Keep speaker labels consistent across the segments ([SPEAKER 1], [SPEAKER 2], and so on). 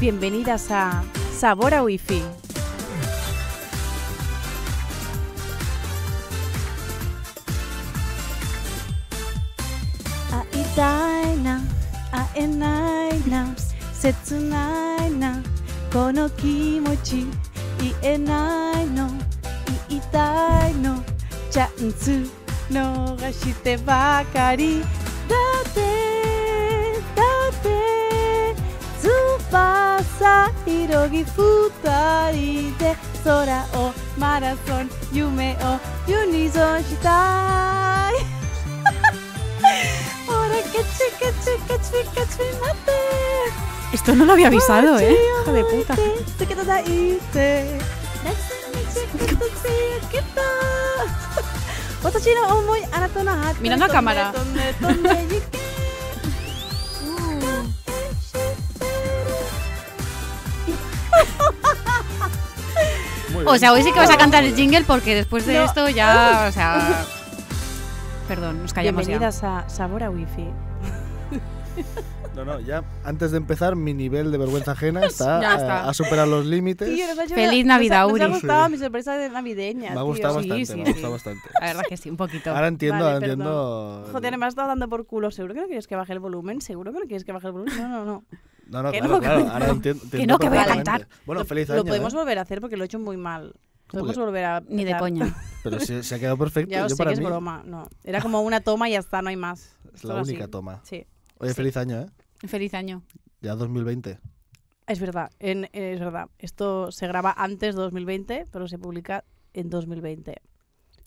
[SPEAKER 1] bienvenidas a Sabor a Wi-Fi. Aitaina, aenaina, setsunaina, kono kimochi, ienaino, iitaino, chantsu, no gashite bakari, date, date, tsubasa, hirogi futai de, sora o marathon, yume o unison shitai. Ahora que chica, chica, chica, chimate.
[SPEAKER 2] Esto no lo había avisado, ¿eh? Hija de puta. Mirando a cámara.
[SPEAKER 3] Muy
[SPEAKER 2] O
[SPEAKER 3] bien.
[SPEAKER 2] sea, hoy sí que vas a cantar el jingle porque después de
[SPEAKER 1] No.
[SPEAKER 2] esto ya, o sea... Perdón, nos callamos ya.
[SPEAKER 1] Bienvenidas a Sabor a Wi-Fi.
[SPEAKER 3] No, no, ya antes de empezar, mi nivel de vergüenza ajena está,
[SPEAKER 2] Ya
[SPEAKER 3] eh,
[SPEAKER 2] está.
[SPEAKER 3] ha superado los límites.
[SPEAKER 2] Feliz Navidad,
[SPEAKER 1] Me ha
[SPEAKER 2] Uri.
[SPEAKER 1] gustado
[SPEAKER 3] Sí.
[SPEAKER 1] mi sorpresa de navideña.
[SPEAKER 3] Me ha
[SPEAKER 1] tío.
[SPEAKER 3] gustado
[SPEAKER 2] Sí,
[SPEAKER 3] bastante,
[SPEAKER 2] sí,
[SPEAKER 3] me
[SPEAKER 2] sí.
[SPEAKER 3] ha gustado bastante.
[SPEAKER 2] La verdad que sí, un poquito.
[SPEAKER 3] Ahora entiendo,
[SPEAKER 1] Vale,
[SPEAKER 3] ahora
[SPEAKER 1] perdón.
[SPEAKER 3] entiendo.
[SPEAKER 1] Joder, me has estado dando por culo. ¿Seguro que no quieres que baje el volumen? ¿Seguro que no quieres que baje el volumen? No, no, no.
[SPEAKER 3] No, no,
[SPEAKER 1] que
[SPEAKER 3] claro,
[SPEAKER 1] no,
[SPEAKER 3] claro,
[SPEAKER 1] que
[SPEAKER 3] ahora
[SPEAKER 1] no.
[SPEAKER 3] entiendo.
[SPEAKER 2] Que
[SPEAKER 3] entiendo
[SPEAKER 2] no, que voy a
[SPEAKER 3] perfectamente.
[SPEAKER 2] cantar.
[SPEAKER 3] Bueno,
[SPEAKER 1] Lo-
[SPEAKER 3] feliz
[SPEAKER 1] lo,
[SPEAKER 3] año.
[SPEAKER 1] podemos
[SPEAKER 3] ¿eh?
[SPEAKER 1] volver a hacer porque lo he hecho muy mal.
[SPEAKER 3] que?
[SPEAKER 1] Podemos volver a...
[SPEAKER 2] Ni de
[SPEAKER 1] empezar.
[SPEAKER 2] coña.
[SPEAKER 3] Pero se, se ha quedado perfecto.
[SPEAKER 1] Ya
[SPEAKER 3] Yo
[SPEAKER 1] os sé
[SPEAKER 3] para
[SPEAKER 1] que es
[SPEAKER 3] mí
[SPEAKER 1] broma. No, era como una toma y ya está, no hay más.
[SPEAKER 3] es
[SPEAKER 1] Solo
[SPEAKER 3] la
[SPEAKER 1] así.
[SPEAKER 3] única toma.
[SPEAKER 1] Sí,
[SPEAKER 3] Oye, feliz año, ¿eh?
[SPEAKER 2] Feliz año.
[SPEAKER 3] Ya 2020.
[SPEAKER 1] es verdad, en- es verdad. Esto se graba antes de 2020, pero se publica en 2020.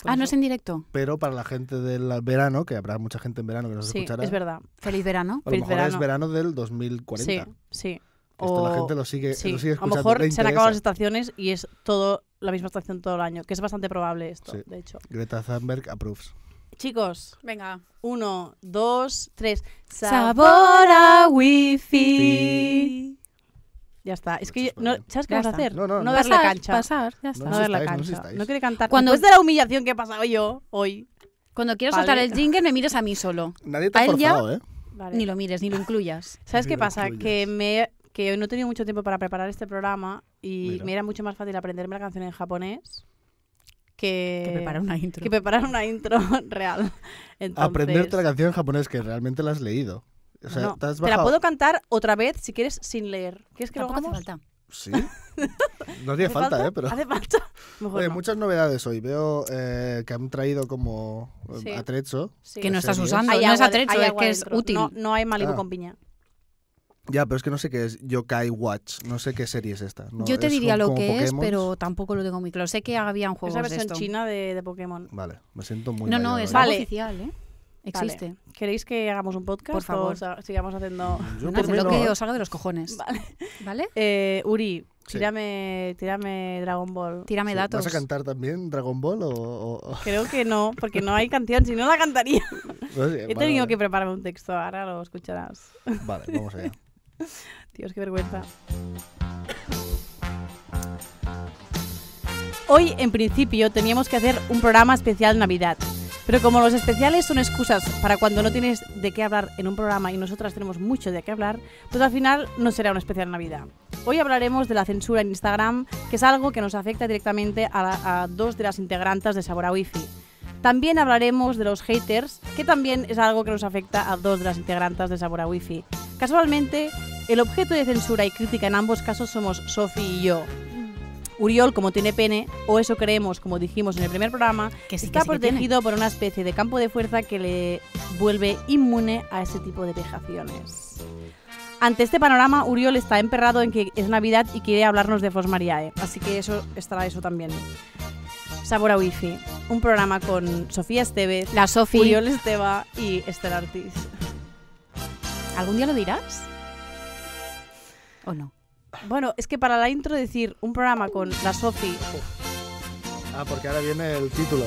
[SPEAKER 1] Por
[SPEAKER 2] Ah, no es
[SPEAKER 1] eso-
[SPEAKER 2] en directo.
[SPEAKER 3] Pero para la gente del verano, que habrá mucha gente en verano que nos
[SPEAKER 1] Sí,
[SPEAKER 3] escuchará,
[SPEAKER 1] es verdad.
[SPEAKER 2] Feliz verano.
[SPEAKER 3] a lo
[SPEAKER 1] feliz
[SPEAKER 3] mejor es
[SPEAKER 1] verano.
[SPEAKER 3] verano del 2040.
[SPEAKER 1] Sí,
[SPEAKER 3] que
[SPEAKER 1] sí.
[SPEAKER 3] Esto la
[SPEAKER 1] O-
[SPEAKER 3] gente lo sigue,
[SPEAKER 1] sí.
[SPEAKER 3] lo sigue
[SPEAKER 1] A lo
[SPEAKER 3] Eh, escuchando. le
[SPEAKER 1] mejor se han acabado las
[SPEAKER 3] interesa.
[SPEAKER 1] estaciones y es todo la misma estación todo el año, que es bastante probable esto,
[SPEAKER 3] Sí.
[SPEAKER 1] de hecho.
[SPEAKER 3] Greta Thunberg approves.
[SPEAKER 1] Chicos,
[SPEAKER 2] Venga.
[SPEAKER 1] uno, dos, tres.
[SPEAKER 2] Sabor a wifi.
[SPEAKER 1] Ya está. Es
[SPEAKER 3] Mucho
[SPEAKER 1] que yo- no,
[SPEAKER 3] español.
[SPEAKER 1] ¿sabes qué
[SPEAKER 2] Ya
[SPEAKER 1] vamos a
[SPEAKER 2] está.
[SPEAKER 1] hacer?
[SPEAKER 3] No, no, no.
[SPEAKER 1] darle cancha.
[SPEAKER 2] Pasar, ya está.
[SPEAKER 3] No
[SPEAKER 1] no ver la
[SPEAKER 3] insistáis, no
[SPEAKER 1] cancha.
[SPEAKER 3] insistáis.
[SPEAKER 1] No quiere cantar.
[SPEAKER 2] Cuando-
[SPEAKER 1] Después de la humillación que he pasado yo hoy.
[SPEAKER 2] Cuando quieras
[SPEAKER 1] Vale.
[SPEAKER 2] soltar el jingle me miras a mí solo.
[SPEAKER 3] Nadie te
[SPEAKER 2] A
[SPEAKER 3] ha
[SPEAKER 2] él ya-
[SPEAKER 3] forzado, ¿eh?
[SPEAKER 1] Vale.
[SPEAKER 2] Ni lo mires, ni lo incluyas.
[SPEAKER 1] ¿Sabes
[SPEAKER 3] Ni
[SPEAKER 1] qué
[SPEAKER 3] lo
[SPEAKER 1] pasa? Que
[SPEAKER 3] incluyas.
[SPEAKER 1] me que no he tenido mucho tiempo para preparar este programa y
[SPEAKER 3] Mira.
[SPEAKER 1] me era mucho más fácil aprenderme la canción en japonés que,
[SPEAKER 2] Que prepara una intro.
[SPEAKER 1] Eh, que preparar una intro real. Entonces,
[SPEAKER 3] Aprenderte la canción en japonés que realmente la has leído. O sea,
[SPEAKER 1] no,
[SPEAKER 3] te has
[SPEAKER 1] te la
[SPEAKER 3] bajado-
[SPEAKER 1] puedo cantar otra vez si quieres sin leer. ¿Quieres que lo
[SPEAKER 2] Tampoco hace
[SPEAKER 1] hagamos?
[SPEAKER 2] falta.
[SPEAKER 3] Sí. No haría
[SPEAKER 1] ¿Hace
[SPEAKER 3] falta, ¿eh? Pero...
[SPEAKER 2] Ah,
[SPEAKER 1] ¿Hace falta? Mejor
[SPEAKER 3] Oye,
[SPEAKER 1] no.
[SPEAKER 3] muchas novedades hoy. Veo eh, que han traído como eh,
[SPEAKER 1] Sí.
[SPEAKER 3] atrezo.
[SPEAKER 1] Sí.
[SPEAKER 2] Que no estás
[SPEAKER 3] series.
[SPEAKER 2] usando,
[SPEAKER 1] Hay
[SPEAKER 2] no es
[SPEAKER 1] agua-
[SPEAKER 2] atrecho,
[SPEAKER 1] hay
[SPEAKER 2] es
[SPEAKER 1] agua
[SPEAKER 2] que es
[SPEAKER 1] dentro.
[SPEAKER 2] útil.
[SPEAKER 1] No, no hay Malibu
[SPEAKER 3] Ah.
[SPEAKER 1] con piña.
[SPEAKER 3] Ya, pero es que no sé qué es Yokai Watch. No sé qué serie es esta. No,
[SPEAKER 2] Yo te
[SPEAKER 3] es
[SPEAKER 2] diría
[SPEAKER 3] como-
[SPEAKER 2] lo
[SPEAKER 3] como
[SPEAKER 2] que es,
[SPEAKER 3] Pokémon.
[SPEAKER 2] pero tampoco lo tengo muy claro. Sé que había un
[SPEAKER 1] Es
[SPEAKER 2] juego
[SPEAKER 1] la
[SPEAKER 2] de
[SPEAKER 1] versión
[SPEAKER 2] esto.
[SPEAKER 1] china de, de Pokémon.
[SPEAKER 3] Vale, me siento muy
[SPEAKER 2] No, no,
[SPEAKER 3] mayor
[SPEAKER 2] es
[SPEAKER 3] hoy.
[SPEAKER 2] algo
[SPEAKER 1] Vale.
[SPEAKER 2] oficial, ¿eh?
[SPEAKER 1] Vale.
[SPEAKER 2] Existe.
[SPEAKER 1] ¿Queréis que hagamos un podcast?
[SPEAKER 2] Por favor.
[SPEAKER 1] o sa- sigamos haciendo.
[SPEAKER 3] Yo
[SPEAKER 2] Haz
[SPEAKER 3] por mí
[SPEAKER 2] lo
[SPEAKER 3] no,
[SPEAKER 2] que
[SPEAKER 3] ¿eh?
[SPEAKER 2] os salga de los cojones.
[SPEAKER 1] Vale.
[SPEAKER 2] ¿Vale?
[SPEAKER 1] Eh, Uri,
[SPEAKER 3] Sí.
[SPEAKER 1] tírame, tírame Dragon Ball.
[SPEAKER 2] Tírame
[SPEAKER 3] Sí,
[SPEAKER 2] datos.
[SPEAKER 3] ¿Vas a cantar también Dragon Ball o...? o- o-
[SPEAKER 1] Creo que no, porque no hay canción, si no la cantaría.
[SPEAKER 3] no
[SPEAKER 1] He
[SPEAKER 3] sé, vale,
[SPEAKER 1] tenido que
[SPEAKER 3] vale.
[SPEAKER 1] prepararme un texto, ahora lo escucharás.
[SPEAKER 3] Vale, vamos allá.
[SPEAKER 1] Dios, qué vergüenza. Hoy, en principio, teníamos que hacer un programa especial Navidad. Pero como los especiales son excusas para cuando no tienes de qué hablar en un programa y nosotras tenemos mucho de qué hablar, pues al final no será un especial Navidad. Hoy hablaremos de la censura en Instagram, que es algo que nos afecta directamente a, la- a dos de las integrantes de Sabora Wifi. También hablaremos de los haters, que también es algo que nos afecta a dos de las integrantes de Sabora Wifi. Casualmente, el objeto de censura y crítica en ambos casos somos Sofi y yo. Uriol, como tiene pene, o eso creemos, como dijimos en el primer programa,
[SPEAKER 2] Que sí, que
[SPEAKER 1] está
[SPEAKER 2] sí que tiene.
[SPEAKER 1] protegido por una especie de campo de fuerza que le vuelve inmune a ese tipo de vejaciones. Ante este panorama, Uriol está emperrado en que es Navidad y quiere hablarnos de Fos Mariae, así que eso estará eso también. Sabor a Wifi, un programa con Sofía Estevez,
[SPEAKER 2] La Sofi.
[SPEAKER 1] Uriol Esteba y Esther Artis.
[SPEAKER 2] ¿Algún día lo dirás? ¿O no?
[SPEAKER 1] Bueno, es que para la intro decir un programa con la Sofi,
[SPEAKER 3] Ah, porque ahora viene el título.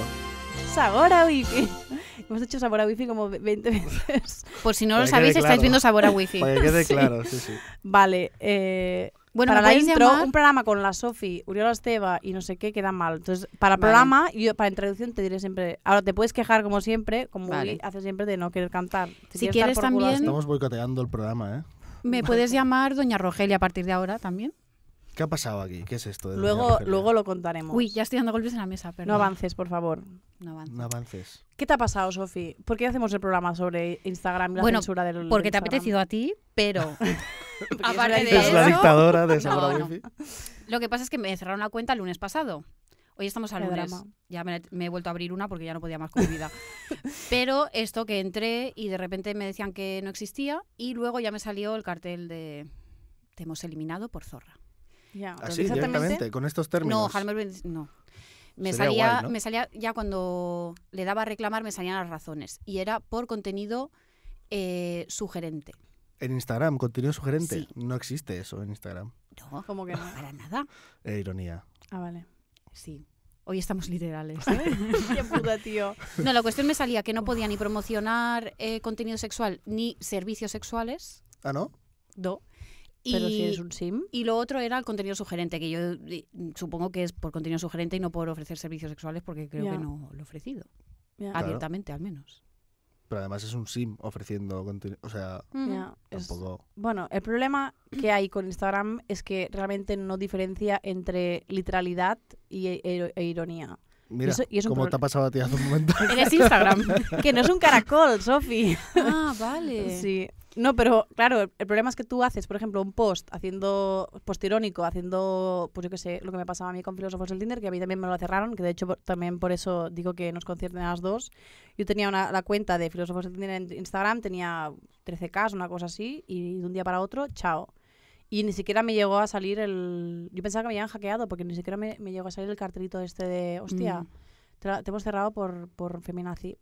[SPEAKER 1] Sabor a Wifi. Hemos hecho Sabor a Wifi como 20 veces.
[SPEAKER 2] Por si no
[SPEAKER 3] Para
[SPEAKER 2] lo
[SPEAKER 3] que
[SPEAKER 2] sabéis,
[SPEAKER 3] quede
[SPEAKER 2] estáis
[SPEAKER 3] claro.
[SPEAKER 2] viendo sabor a wifi.
[SPEAKER 3] Para que quede claro, sí, sí.
[SPEAKER 1] Vale, eh,
[SPEAKER 2] Bueno,
[SPEAKER 1] para
[SPEAKER 2] ¿me
[SPEAKER 1] la
[SPEAKER 2] podéis
[SPEAKER 1] intro,
[SPEAKER 2] llamar?
[SPEAKER 1] un programa con la Sofi, Uriola Esteba y no sé qué queda mal. Entonces, para
[SPEAKER 2] Vale.
[SPEAKER 1] programa, yo para introducción te diré siempre. Ahora te puedes quejar como siempre, como
[SPEAKER 2] Vale.
[SPEAKER 1] Uri hace siempre de no querer cantar.
[SPEAKER 2] Si
[SPEAKER 1] quieres
[SPEAKER 2] quieres
[SPEAKER 1] dar por culo
[SPEAKER 2] también-
[SPEAKER 1] así-
[SPEAKER 3] Estamos boicoteando el programa, ¿eh?
[SPEAKER 2] Me puedes llamar Doña Rogelia a partir de ahora también.
[SPEAKER 3] ¿Qué ha pasado aquí? ¿Qué es esto? de doña
[SPEAKER 1] Luego,
[SPEAKER 3] Rogelia?
[SPEAKER 1] luego lo contaremos.
[SPEAKER 2] Uy, ya estoy dando golpes en la mesa, perdón.
[SPEAKER 1] no avances, por favor.
[SPEAKER 2] No avanzo.
[SPEAKER 3] No avances.
[SPEAKER 1] ¿Qué te ha pasado, Sofi? ¿Por qué hacemos el programa sobre Instagram y la
[SPEAKER 2] Bueno,
[SPEAKER 1] censura del
[SPEAKER 2] Porque te ha
[SPEAKER 1] Instagram?
[SPEAKER 2] apetecido a ti, pero
[SPEAKER 1] Porque yo soy
[SPEAKER 2] aparte
[SPEAKER 1] la
[SPEAKER 2] de
[SPEAKER 3] Es la
[SPEAKER 2] eso?
[SPEAKER 3] dictadora de esa
[SPEAKER 2] No, no.
[SPEAKER 3] wifi.
[SPEAKER 2] lo que pasa es que me cerraron la cuenta el lunes pasado. Hoy estamos al
[SPEAKER 1] Qué
[SPEAKER 2] lunes.
[SPEAKER 1] drama.
[SPEAKER 2] Ya me, la- me he vuelto a abrir una porque ya no podía más con mi vida. Pero esto que entré y de repente me decían que no existía y luego ya me salió el cartel de te hemos eliminado por zorra.
[SPEAKER 1] Ya. Exactamente.
[SPEAKER 3] Así, Ah, directamente, con estos términos.
[SPEAKER 2] No, Halmer Benz- no. Me
[SPEAKER 3] Sería
[SPEAKER 2] salía,
[SPEAKER 3] guay, ¿no?
[SPEAKER 2] me salía ya cuando le daba a reclamar me salían las razones y era por contenido eh, sugerente.
[SPEAKER 3] En Instagram, contenido sugerente.
[SPEAKER 2] Sí.
[SPEAKER 3] No existe eso en Instagram.
[SPEAKER 2] No,
[SPEAKER 1] Como que no.
[SPEAKER 2] para nada.
[SPEAKER 3] Eh, ironía.
[SPEAKER 1] Ah, vale.
[SPEAKER 2] Sí. Hoy estamos literales.
[SPEAKER 1] Qué puta, tío.
[SPEAKER 2] No, la cuestión me salía que no podía ni promocionar eh, contenido sexual ni servicios sexuales.
[SPEAKER 3] Ah, ¿no?
[SPEAKER 2] No. Y,
[SPEAKER 1] Pero si eres un sim.
[SPEAKER 2] y lo otro era el contenido sugerente, que yo eh, supongo que es por contenido sugerente y no por ofrecer servicios sexuales porque creo
[SPEAKER 1] Ya.
[SPEAKER 2] que no lo he ofrecido.
[SPEAKER 1] Ya.
[SPEAKER 3] Ah, Claro.
[SPEAKER 2] Abiertamente, al menos.
[SPEAKER 3] Pero además es un sim ofreciendo contenido. O sea,
[SPEAKER 1] Ya. Es-
[SPEAKER 3] tampoco.
[SPEAKER 1] Bueno, el problema que hay con Instagram es que realmente no diferencia entre literalidad y e, e- e ironía.
[SPEAKER 3] Mira,
[SPEAKER 1] eso- y es un
[SPEAKER 3] como
[SPEAKER 1] pro-
[SPEAKER 3] te ha pasado a ti hace un momento.
[SPEAKER 2] Eres Instagram.
[SPEAKER 1] Que no es un caracol, Sofi.
[SPEAKER 2] ah, vale.
[SPEAKER 1] Sí. No, pero claro, el el problema es que tú haces, por ejemplo, un post haciendo post irónico, haciendo, pues yo qué sé, lo que me pasaba a mí con filósofos del Tinder, que a mí también me lo cerraron, que de hecho por- también por eso digo que nos concierten a las dos. Yo tenía una, la cuenta de filósofos del Tinder en Instagram, tenía 13K, una cosa así, y de un día para otro, chao. Y ni siquiera me llegó a salir el... Yo pensaba que me habían hackeado, porque ni siquiera me, me llegó a salir el cartelito este de, hostia,
[SPEAKER 2] Mm.
[SPEAKER 1] te, la- te hemos cerrado por, por feminazi.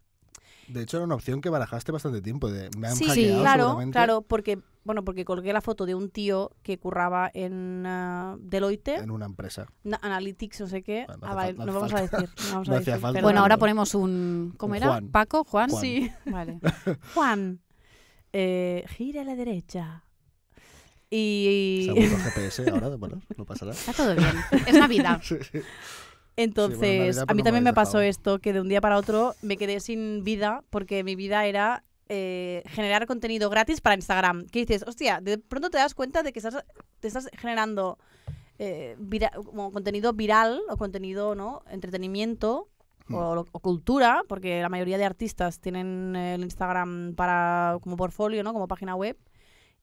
[SPEAKER 3] De hecho, era una opción que barajaste bastante tiempo. De, me han
[SPEAKER 1] Sí,
[SPEAKER 3] hackeado
[SPEAKER 1] claro,
[SPEAKER 3] seguramente
[SPEAKER 1] claro, porque bueno, porque colgué la foto de un tío que curraba en ah, Deloitte,
[SPEAKER 3] en una empresa.
[SPEAKER 1] na- Analytics, no sé qué.
[SPEAKER 3] Bueno, no
[SPEAKER 1] Ah, vale,
[SPEAKER 3] hace
[SPEAKER 1] no,
[SPEAKER 3] falta- no
[SPEAKER 1] vamos
[SPEAKER 3] hace
[SPEAKER 1] a decir. no vamos a
[SPEAKER 3] No hacía
[SPEAKER 1] decir,
[SPEAKER 3] falta.
[SPEAKER 1] perdón.
[SPEAKER 2] Bueno, ahora
[SPEAKER 3] Fernando.
[SPEAKER 2] ponemos un. ¿Cómo
[SPEAKER 3] Un
[SPEAKER 2] era?
[SPEAKER 3] Juan.
[SPEAKER 2] ¿Paco? ¿Juan?
[SPEAKER 3] Juan.
[SPEAKER 1] Sí,
[SPEAKER 2] Vale.
[SPEAKER 1] Juan, eh, gira a la derecha. Y
[SPEAKER 3] Seguro GPS ahora, bueno, no pasará.
[SPEAKER 2] Está todo bien. Es Navidad.
[SPEAKER 3] Sí, sí.
[SPEAKER 1] entonces,
[SPEAKER 3] Navidad,
[SPEAKER 1] a
[SPEAKER 3] pero
[SPEAKER 1] mí
[SPEAKER 3] no me
[SPEAKER 1] también me
[SPEAKER 3] habéis
[SPEAKER 1] pasó
[SPEAKER 3] dejado.
[SPEAKER 1] esto, que de un día para otro me quedé sin vida, porque mi vida era eh, generar contenido gratis para Instagram. Que dices, hostia, de pronto te das cuenta de que estás, te estás generando eh, vira- como contenido viral o contenido, ¿no? Entretenimiento o, lo- o cultura, porque la mayoría de artistas tienen eh, el Instagram para como portfolio, ¿no? Como página web.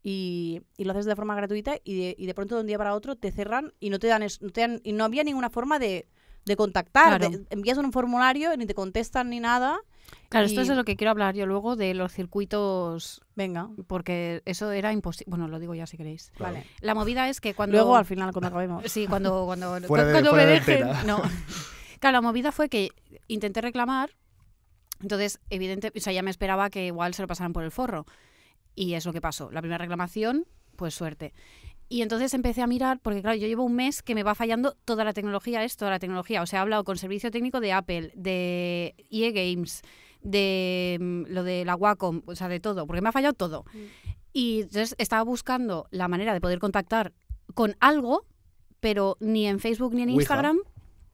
[SPEAKER 1] Y, y lo haces de forma gratuita y de, y de pronto de un día para otro te cerran y no te dan, es- no te dan- y no había ninguna forma de, de contactar.
[SPEAKER 2] Claro.
[SPEAKER 1] De- envías un formulario, ni te contestan ni nada.
[SPEAKER 2] Claro, esto
[SPEAKER 1] Y-
[SPEAKER 2] es de lo que quiero hablar yo luego de los circuitos,
[SPEAKER 1] Venga,
[SPEAKER 2] porque eso era imposible. Bueno, lo digo ya si queréis.
[SPEAKER 3] Claro.
[SPEAKER 1] vale.
[SPEAKER 2] La movida es que cuando.
[SPEAKER 1] Luego al final cuando acabemos.
[SPEAKER 2] Sí, cuando, cuando,
[SPEAKER 3] Fuera de-
[SPEAKER 2] cuando
[SPEAKER 3] fuera
[SPEAKER 2] me
[SPEAKER 3] de
[SPEAKER 2] dejen.
[SPEAKER 3] antena.
[SPEAKER 2] No. Claro, la movida fue que intenté reclamar, entonces, evidente, o sea, ya me esperaba que igual se lo pasaran por el forro. Y es lo que pasó. La primera reclamación, pues suerte. Y entonces empecé a mirar, porque claro, yo llevo un mes que me va fallando toda la tecnología, es toda la tecnología. O sea, he hablado con servicio técnico de Apple, de EA Games, de mm, lo de la Wacom, o sea, de todo, porque me ha fallado todo. Y entonces estaba buscando la manera de poder contactar con algo, pero ni en Facebook ni en
[SPEAKER 3] Ouija.
[SPEAKER 2] Instagram,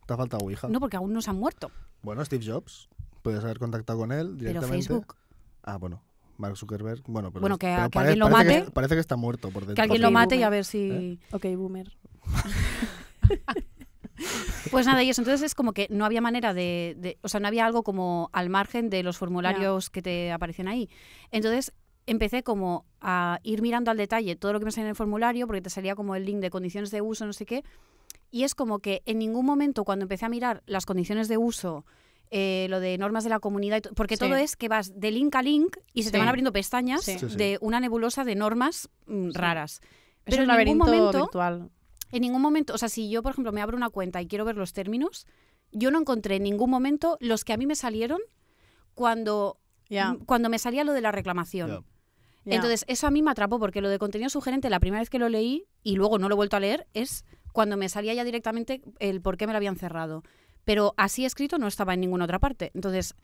[SPEAKER 3] Te ha faltado Ouija.
[SPEAKER 2] no, porque aún no se han muerto.
[SPEAKER 3] Bueno, Steve Jobs. Puedes haber contactado con él
[SPEAKER 2] Pero
[SPEAKER 3] directamente.
[SPEAKER 2] Facebook,
[SPEAKER 3] Ah, bueno. Mark Zuckerberg. Bueno, pero,
[SPEAKER 2] Bueno, que-
[SPEAKER 3] pero
[SPEAKER 2] que alguien lo
[SPEAKER 3] parece
[SPEAKER 2] mate.
[SPEAKER 3] Que, parece que está muerto por dentro.
[SPEAKER 2] que alguien lo
[SPEAKER 1] Facebook,
[SPEAKER 2] mate y
[SPEAKER 1] ¿eh?
[SPEAKER 2] a ver si...
[SPEAKER 1] Ok, boomer.
[SPEAKER 2] Pues nada, y eso entonces es como que no había manera de, de- o sea, no había algo como al margen de los formularios que te aparecen ahí. Entonces empecé como a ir mirando al detalle todo lo que me salía en el formulario, porque te salía como el link de condiciones de uso, no sé qué, y es como que en ningún momento cuando empecé a mirar las condiciones de uso, eh, lo de normas de la comunidad, y to- porque
[SPEAKER 1] Sí.
[SPEAKER 2] todo es que vas de link a link y se
[SPEAKER 1] Sí.
[SPEAKER 2] te van abriendo pestañas
[SPEAKER 1] Sí.
[SPEAKER 3] Sí, sí.
[SPEAKER 2] de una nebulosa de normas mm,
[SPEAKER 1] Sí.
[SPEAKER 2] raras.
[SPEAKER 1] Es un
[SPEAKER 2] Pero en ningún
[SPEAKER 1] laberinto
[SPEAKER 2] momento
[SPEAKER 1] virtual.
[SPEAKER 2] En ningún momento, o sea, si yo, por ejemplo, me abro una cuenta y quiero ver los términos, yo no encontré en ningún momento los que a mí me salieron cuando, mm,
[SPEAKER 1] Ya.
[SPEAKER 2] cuando me salía lo de la reclamación.
[SPEAKER 3] Ya.
[SPEAKER 1] ya.
[SPEAKER 2] Entonces, eso a mí me atrapó porque lo de contenido sugerente, la primera vez que lo leí y luego no lo he vuelto a leer, es cuando me salía ya directamente el por qué me lo habían cerrado. Pero así escrito no estaba en ninguna otra parte. Entonces,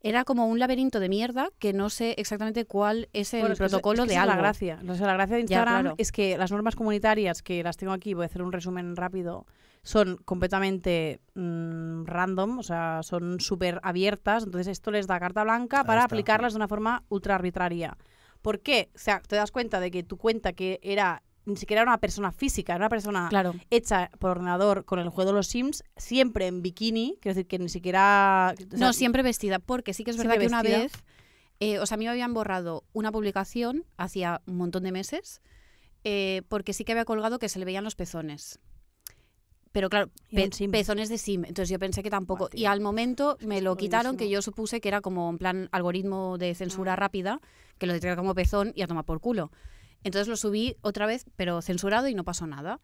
[SPEAKER 2] era como un laberinto de mierda que no sé exactamente cuál es el
[SPEAKER 1] Bueno, es que eso-
[SPEAKER 2] protocolo
[SPEAKER 1] es que
[SPEAKER 2] de
[SPEAKER 1] esa es
[SPEAKER 2] algo.
[SPEAKER 1] la gracia. O sea, la gracia de
[SPEAKER 2] Ya,
[SPEAKER 1] Instagram
[SPEAKER 2] claro.
[SPEAKER 1] es que las normas comunitarias, que las tengo aquí, voy a hacer un resumen rápido, son completamente mm, random, o sea, son súper abiertas. Entonces, esto les da carta blanca
[SPEAKER 3] Ahí
[SPEAKER 1] para
[SPEAKER 3] está.
[SPEAKER 1] aplicarlas de una forma ultra arbitraria. ¿Por qué? O sea, te das cuenta de que tu cuenta que era ni siquiera era una persona física, era una persona
[SPEAKER 2] Claro.
[SPEAKER 1] hecha por ordenador con el juego de los Sims, siempre en bikini, quiero decir que ni siquiera... o sea,
[SPEAKER 2] no, siempre vestida, porque sí que es verdad que
[SPEAKER 1] siempre
[SPEAKER 2] una
[SPEAKER 1] vestida.
[SPEAKER 2] vez, eh, o sea, a mí me habían borrado una publicación hacía un montón de meses, eh, porque sí que había colgado que se le veían los pezones. Pero claro,
[SPEAKER 1] Era un
[SPEAKER 2] pe-
[SPEAKER 1] Sim.
[SPEAKER 2] pezones de sim, entonces yo pensé que tampoco.
[SPEAKER 1] Buah, tío.
[SPEAKER 2] y al momento me lo
[SPEAKER 1] Jodidísimo.
[SPEAKER 2] quitaron, que yo supuse que era como en plan algoritmo de censura
[SPEAKER 1] Ah.
[SPEAKER 2] rápida, que lo detecta como pezón y a tomar por culo. Entonces lo subí otra vez, pero censurado y no pasó nada.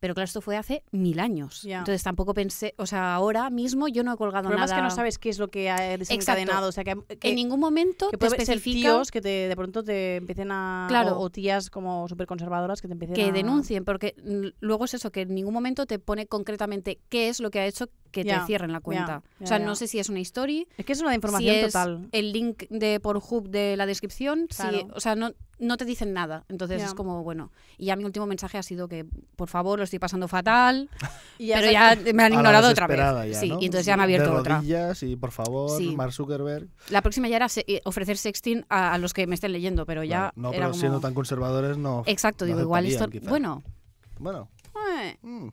[SPEAKER 2] Pero claro, esto fue hace mil años.
[SPEAKER 1] Ya.
[SPEAKER 2] Entonces tampoco pensé, o sea, ahora mismo yo no he colgado
[SPEAKER 1] El problema es
[SPEAKER 2] nada.
[SPEAKER 1] que no sabes qué es lo que ha desencadenado, o sea, que, que-
[SPEAKER 2] en ningún momento
[SPEAKER 1] que
[SPEAKER 2] te
[SPEAKER 1] puede ser
[SPEAKER 2] especifica
[SPEAKER 1] tíos que te, de pronto te empiecen a...
[SPEAKER 2] Claro.
[SPEAKER 1] O, o tías como súper conservadoras que te empiecen a...
[SPEAKER 2] que denuncien, porque mm, luego es eso, que en ningún momento te pone concretamente qué es lo que ha hecho que
[SPEAKER 1] Ya,
[SPEAKER 2] te cierren la cuenta.
[SPEAKER 1] ya,
[SPEAKER 2] o sea,
[SPEAKER 1] ya.
[SPEAKER 2] no sé si es una historia,
[SPEAKER 1] Es que es una
[SPEAKER 2] si
[SPEAKER 1] información
[SPEAKER 2] es
[SPEAKER 1] total.
[SPEAKER 2] el link de Pornhub de la descripción, si-
[SPEAKER 1] Claro.
[SPEAKER 2] o sea, no, no te dicen nada. Entonces
[SPEAKER 1] Ya.
[SPEAKER 2] es como, bueno, y ya mi último mensaje ha sido que, por favor, lo estoy pasando fatal,
[SPEAKER 1] Y
[SPEAKER 2] pero ya me han
[SPEAKER 3] A la
[SPEAKER 2] ignorado otra
[SPEAKER 3] desesperada
[SPEAKER 2] vez.
[SPEAKER 3] ya,
[SPEAKER 2] sí,
[SPEAKER 3] ¿no?
[SPEAKER 2] y entonces ya me ha
[SPEAKER 3] De
[SPEAKER 2] abierto otra.
[SPEAKER 3] rodillas y por favor,
[SPEAKER 2] Sí. Pues
[SPEAKER 3] Mark Zuckerberg.
[SPEAKER 2] La próxima ya era se- eh, ofrecer sexting a, a los que me estén leyendo, pero ya...
[SPEAKER 3] Claro, no,
[SPEAKER 2] era
[SPEAKER 3] pero
[SPEAKER 2] como-
[SPEAKER 3] siendo tan conservadores no.
[SPEAKER 2] Exacto,
[SPEAKER 3] no
[SPEAKER 2] digo, igual esto...
[SPEAKER 3] aceptarían, quizá.
[SPEAKER 2] Bueno,
[SPEAKER 3] Bueno.
[SPEAKER 2] eh,
[SPEAKER 3] mm,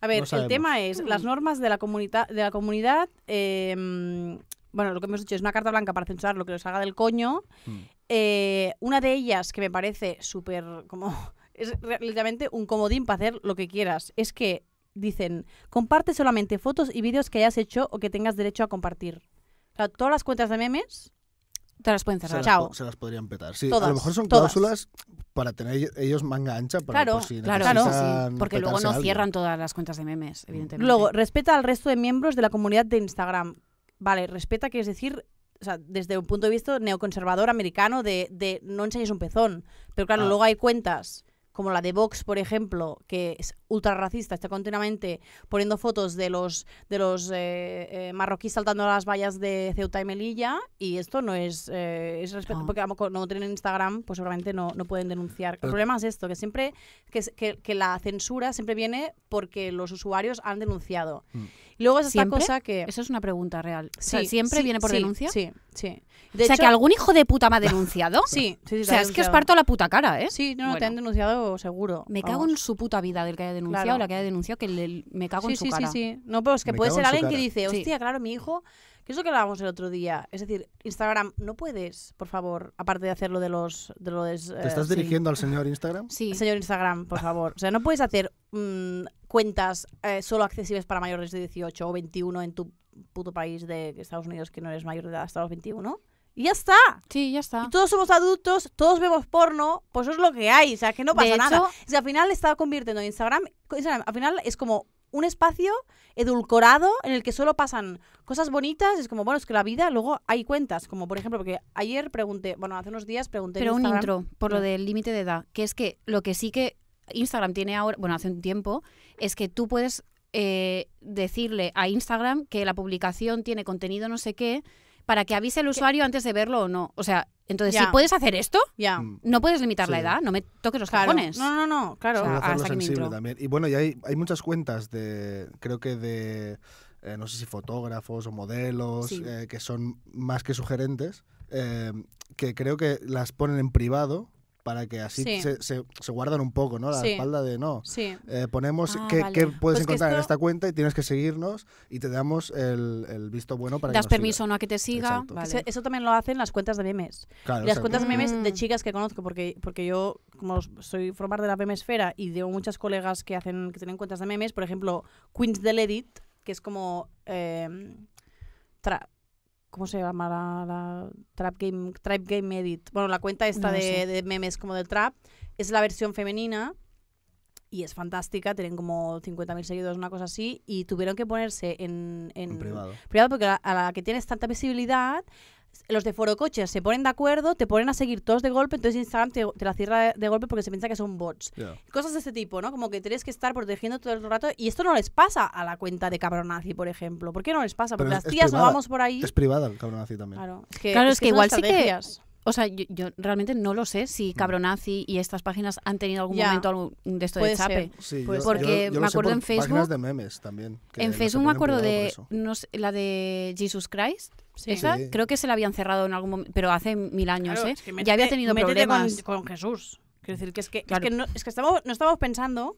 [SPEAKER 1] A ver,
[SPEAKER 3] No
[SPEAKER 1] el
[SPEAKER 3] sabemos.
[SPEAKER 1] tema es, las
[SPEAKER 2] Mm.
[SPEAKER 1] normas de la, comunita- de la comunidad, eh, mm, bueno, lo que hemos dicho es una carta blanca para censurar lo que nos haga del coño.
[SPEAKER 3] Mm.
[SPEAKER 1] Eh, una de ellas que me parece súper como... Es realmente un comodín para hacer lo que quieras. Es que dicen, comparte solamente fotos y vídeos que hayas hecho o que tengas derecho a compartir. Claro, todas las cuentas de memes,
[SPEAKER 2] te las pueden
[SPEAKER 3] se,
[SPEAKER 2] cerrar.
[SPEAKER 3] las,
[SPEAKER 1] Chao.
[SPEAKER 3] po- se las podrían petar. Sí, a
[SPEAKER 1] Todas,
[SPEAKER 3] lo mejor son
[SPEAKER 1] todas.
[SPEAKER 3] cláusulas para tener ellos manga ancha. Para,
[SPEAKER 1] Claro,
[SPEAKER 3] por si
[SPEAKER 2] Claro,
[SPEAKER 1] Claro.
[SPEAKER 2] sí, sí,
[SPEAKER 3] necesitan
[SPEAKER 2] porque luego
[SPEAKER 3] petarse a
[SPEAKER 2] no
[SPEAKER 3] alguien. Mm.
[SPEAKER 2] cierran todas las cuentas de memes, evidentemente.
[SPEAKER 1] Luego, respeta al resto de miembros de la comunidad de Instagram. Vale, respeta quiere decir, o sea, desde un punto de vista neoconservador americano de, de no enseñes un pezón. Pero claro,
[SPEAKER 3] Ah.
[SPEAKER 1] luego hay cuentas como la de Vox, por ejemplo, que es ultra racista, está continuamente poniendo fotos de los de los eh, eh, marroquíes saltando las vallas de Ceuta y Melilla y esto no es, eh, es respeto
[SPEAKER 2] No.
[SPEAKER 1] porque como co- no tienen Instagram pues seguramente no, no pueden denunciar el
[SPEAKER 3] Pero-
[SPEAKER 1] problema es esto que siempre que, es- que- que la censura siempre viene porque los usuarios han denunciado
[SPEAKER 3] Mm.
[SPEAKER 1] y luego es esta
[SPEAKER 2] ¿Siempre?
[SPEAKER 1] cosa que
[SPEAKER 2] Eso es una pregunta real. O
[SPEAKER 1] sí,
[SPEAKER 2] sea, ¿Siempre
[SPEAKER 1] sí,
[SPEAKER 2] viene por
[SPEAKER 1] sí,
[SPEAKER 2] denuncia?
[SPEAKER 1] sí sí
[SPEAKER 2] o
[SPEAKER 1] de
[SPEAKER 2] sea,
[SPEAKER 1] hecho,
[SPEAKER 2] que algún hijo de puta me ha denunciado.
[SPEAKER 1] sí, sí, sí,
[SPEAKER 2] o
[SPEAKER 1] te
[SPEAKER 2] sea,
[SPEAKER 1] han
[SPEAKER 2] es que os
[SPEAKER 1] denunciado.
[SPEAKER 2] parto la puta cara, ¿eh?
[SPEAKER 1] sí no, no, te
[SPEAKER 2] Bueno.
[SPEAKER 1] han denunciado seguro
[SPEAKER 2] Me cago
[SPEAKER 1] vamos.
[SPEAKER 2] en su puta vida del que haya denunciado,
[SPEAKER 1] Claro.
[SPEAKER 2] la que haya denunciado, que le- me cago
[SPEAKER 1] sí,
[SPEAKER 2] en su
[SPEAKER 1] sí,
[SPEAKER 2] cara.
[SPEAKER 1] Sí, sí, No, pero es que
[SPEAKER 3] Me
[SPEAKER 1] puede
[SPEAKER 3] cago
[SPEAKER 1] ser
[SPEAKER 3] en su
[SPEAKER 1] alguien que
[SPEAKER 3] cara.
[SPEAKER 1] dice,
[SPEAKER 2] Sí.
[SPEAKER 1] hostia, claro, mi hijo, que es lo que hablábamos el otro día. Es decir, Instagram, no puedes, por favor, aparte de hacer lo de los... De lo de, eh,
[SPEAKER 3] ¿Te estás
[SPEAKER 1] sí.
[SPEAKER 3] dirigiendo al señor Instagram?
[SPEAKER 2] Sí.
[SPEAKER 1] Señor Instagram, por favor. O sea, no puedes hacer mm, cuentas eh, solo accesibles para mayores de 18 o 21 en tu puto país de Estados Unidos que no eres mayor de edad hasta los 21. Y ya está.
[SPEAKER 2] Sí, ya está.
[SPEAKER 1] Y todos somos adultos, todos vemos porno, pues eso es lo que hay. O sea, que no pasa
[SPEAKER 2] de
[SPEAKER 1] nada.
[SPEAKER 2] hecho,
[SPEAKER 1] O sea, al final está convirtiendo Instagram, Instagram, al final es como un espacio edulcorado en el que solo pasan cosas bonitas. Es como, bueno, es que la vida, luego hay cuentas. Como por ejemplo, porque ayer pregunté, bueno, hace unos días pregunté. en
[SPEAKER 2] pero un
[SPEAKER 1] Instagram-
[SPEAKER 2] intro, por lo
[SPEAKER 1] No.
[SPEAKER 2] del límite de edad, que es que lo que sí que Instagram tiene ahora, bueno, hace un tiempo, es que tú puedes eh, decirle a Instagram que la publicación tiene contenido no sé qué para que avise al usuario antes de verlo o no. O sea, entonces,
[SPEAKER 1] Ya.
[SPEAKER 2] si puedes hacer esto,
[SPEAKER 1] Ya.
[SPEAKER 3] Mm,
[SPEAKER 2] no puedes limitar la
[SPEAKER 3] Sí.
[SPEAKER 2] edad, no me toques los
[SPEAKER 1] Claro.
[SPEAKER 2] cajones.
[SPEAKER 1] No, no, no,
[SPEAKER 2] O
[SPEAKER 1] claro.
[SPEAKER 2] sea,
[SPEAKER 3] Hay que hacerlo
[SPEAKER 2] hasta aquí mi
[SPEAKER 3] sensible
[SPEAKER 2] intro.
[SPEAKER 3] también. Y bueno, y hay, hay muchas cuentas de, creo que de, eh, no sé si fotógrafos o modelos,
[SPEAKER 2] Sí.
[SPEAKER 3] eh, que son más que sugerentes, eh, que creo que las ponen en privado para que así
[SPEAKER 1] Sí.
[SPEAKER 3] se, se- se guardan un poco, ¿no? La
[SPEAKER 1] Sí.
[SPEAKER 3] espalda de no.
[SPEAKER 1] Sí.
[SPEAKER 3] eh, ponemos
[SPEAKER 2] Ah,
[SPEAKER 3] qué,
[SPEAKER 2] vale.
[SPEAKER 3] qué puedes
[SPEAKER 1] Pues que
[SPEAKER 3] encontrar en
[SPEAKER 1] esto-
[SPEAKER 3] esta cuenta y tienes que seguirnos y te damos el, el visto bueno para
[SPEAKER 2] Das
[SPEAKER 3] que nos
[SPEAKER 2] permiso o no a que te siga.
[SPEAKER 3] Exacto.
[SPEAKER 2] vale.
[SPEAKER 1] Eso, eso también lo hacen las cuentas de memes.
[SPEAKER 3] sigas.
[SPEAKER 1] Y
[SPEAKER 3] Claro,
[SPEAKER 1] las
[SPEAKER 3] exacto.
[SPEAKER 1] cuentas de memes de
[SPEAKER 2] Mm.
[SPEAKER 1] chicas que conozco, porque, porque yo, como s- soy formar de la memesfera y tengo muchas colegas que hacen que tienen cuentas de memes, por ejemplo, Queens del Edit, que es como. eh, tra- ¿Cómo se llama la, la trap game, Trap Game Edit? Bueno, la cuenta esta
[SPEAKER 2] No lo
[SPEAKER 1] de,
[SPEAKER 2] sé.
[SPEAKER 1] de memes como del trap es la versión femenina y es fantástica, tienen como 50.000 seguidores, una cosa así, y tuvieron que ponerse en,
[SPEAKER 3] En
[SPEAKER 1] en,
[SPEAKER 3] privado.
[SPEAKER 1] privado porque a la, a la que tienes tanta visibilidad, los de forocoches se ponen de acuerdo, te ponen a seguir todos de golpe, entonces Instagram te, te la cierra de, de golpe porque se piensa que son bots.
[SPEAKER 3] Ya.
[SPEAKER 1] Cosas de este tipo, ¿no? Como que tienes que estar protegiendo todo el rato y esto no les pasa a la cuenta de cabronazi, por ejemplo. ¿Por qué no les pasa? Porque
[SPEAKER 3] Pero
[SPEAKER 1] las
[SPEAKER 3] es- es
[SPEAKER 1] tías no
[SPEAKER 3] privada.
[SPEAKER 1] vamos por ahí.
[SPEAKER 3] Es privada el cabrón así también.
[SPEAKER 1] Claro, es que,
[SPEAKER 2] Claro, es que
[SPEAKER 1] son
[SPEAKER 2] igual sí que-
[SPEAKER 1] estrategias.
[SPEAKER 2] O sea, yo, yo realmente no lo sé
[SPEAKER 3] Mm.
[SPEAKER 2] si Cabronazi y estas páginas han tenido algún
[SPEAKER 1] Ya.
[SPEAKER 2] momento algún de esto
[SPEAKER 1] Puede
[SPEAKER 2] de chape.
[SPEAKER 1] ser.
[SPEAKER 3] Sí,
[SPEAKER 1] Pues-
[SPEAKER 3] yo-
[SPEAKER 2] Porque
[SPEAKER 3] yo- yo lo
[SPEAKER 2] me
[SPEAKER 3] sé
[SPEAKER 2] acuerdo
[SPEAKER 3] por
[SPEAKER 2] en Facebook-
[SPEAKER 3] Páginas de memes también. que
[SPEAKER 2] En
[SPEAKER 3] las
[SPEAKER 2] Facebook me
[SPEAKER 3] ponen
[SPEAKER 2] acuerdo
[SPEAKER 3] privado por
[SPEAKER 2] de
[SPEAKER 3] eso.
[SPEAKER 2] no sé, la de Jesus Christ,
[SPEAKER 1] Sí.
[SPEAKER 2] Esa
[SPEAKER 3] Sí.
[SPEAKER 2] creo que se la habían cerrado en algún momento, pero hace mil años,
[SPEAKER 1] Claro,
[SPEAKER 2] ¿eh?
[SPEAKER 1] es que métete-
[SPEAKER 2] ya había tenido
[SPEAKER 1] métete
[SPEAKER 2] problemas.
[SPEAKER 1] Con, con Jesús. Quiero decir, que es que, es
[SPEAKER 2] Claro.
[SPEAKER 1] que no, es que estamos, no estamos pensando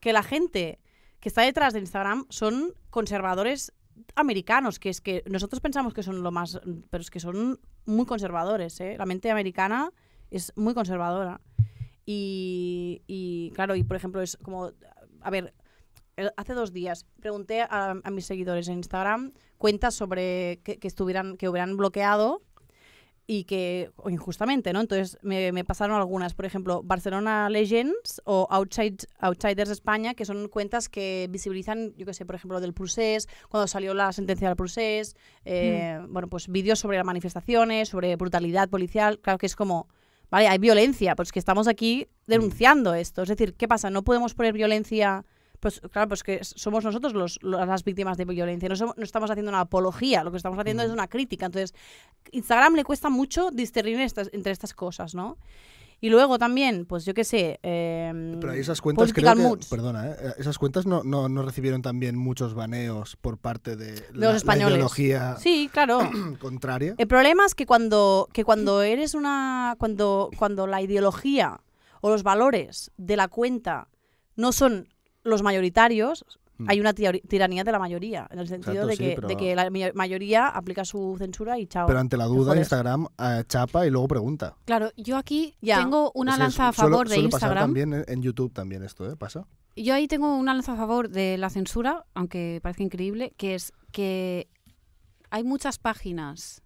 [SPEAKER 1] que la gente que está detrás de Instagram son conservadores americanos, que es que nosotros pensamos que son lo más... Pero es que son muy conservadores, ¿eh? La mente americana es muy conservadora. Y, y, claro, y por ejemplo, es como... A ver, el- eh, hace dos días pregunté a, a mis seguidores en Instagram cuentas sobre que, que estuvieran que hubieran bloqueado y que o injustamente, ¿no? Entonces me, me pasaron algunas, por ejemplo, Barcelona Legends o Outside, Outsiders España, que son cuentas que visibilizan, yo qué sé, por ejemplo, del procés, cuando salió la sentencia del procés, eh, bueno, pues vídeos sobre las manifestaciones, sobre brutalidad policial, claro que es como, vale, hay violencia, pues que estamos aquí denunciando esto, es decir, ¿qué pasa? No podemos poner violencia, pues claro, pues que somos nosotros los, lo- las víctimas de violencia, no, somos- no estamos haciendo una apología, lo que estamos haciendo
[SPEAKER 3] Mm.
[SPEAKER 1] es una crítica, entonces Instagram le cuesta mucho discernir estas, entre estas cosas, ¿no? Y luego también, pues yo qué sé, em,
[SPEAKER 3] Pero ahí esas cuentas creo
[SPEAKER 1] Political
[SPEAKER 3] que,
[SPEAKER 1] moods.
[SPEAKER 3] perdona, ¿eh? esas cuentas no, no, no recibieron también muchos baneos por parte de la, la
[SPEAKER 1] españoles.
[SPEAKER 3] ideología
[SPEAKER 1] sí, claro.
[SPEAKER 3] contraria.
[SPEAKER 2] Eh,
[SPEAKER 1] El problema es que cuando, que cuando eres una. Cuando, cuando la ideología o los valores de la cuenta no son los mayoritarios,
[SPEAKER 3] Mm.
[SPEAKER 1] hay una tiori- tiranía de la mayoría. En el sentido
[SPEAKER 3] Exacto,
[SPEAKER 1] de,
[SPEAKER 3] sí,
[SPEAKER 1] que,
[SPEAKER 3] pero-
[SPEAKER 1] de que la mi- mayoría aplica su censura y chao.
[SPEAKER 3] Pero ante la duda,
[SPEAKER 1] jodes.
[SPEAKER 3] Instagram eh, chapa y luego pregunta.
[SPEAKER 2] Claro, yo aquí
[SPEAKER 1] Ya.
[SPEAKER 2] tengo una
[SPEAKER 3] O sea,
[SPEAKER 2] lanza a
[SPEAKER 3] suele-
[SPEAKER 2] favor de
[SPEAKER 3] Pues suele Pasar
[SPEAKER 2] Instagram.
[SPEAKER 3] también en- en YouTube también esto, ¿eh? Pasa.
[SPEAKER 2] Yo ahí tengo una lanza a favor de la censura, aunque parece increíble, que es que hay muchas páginas.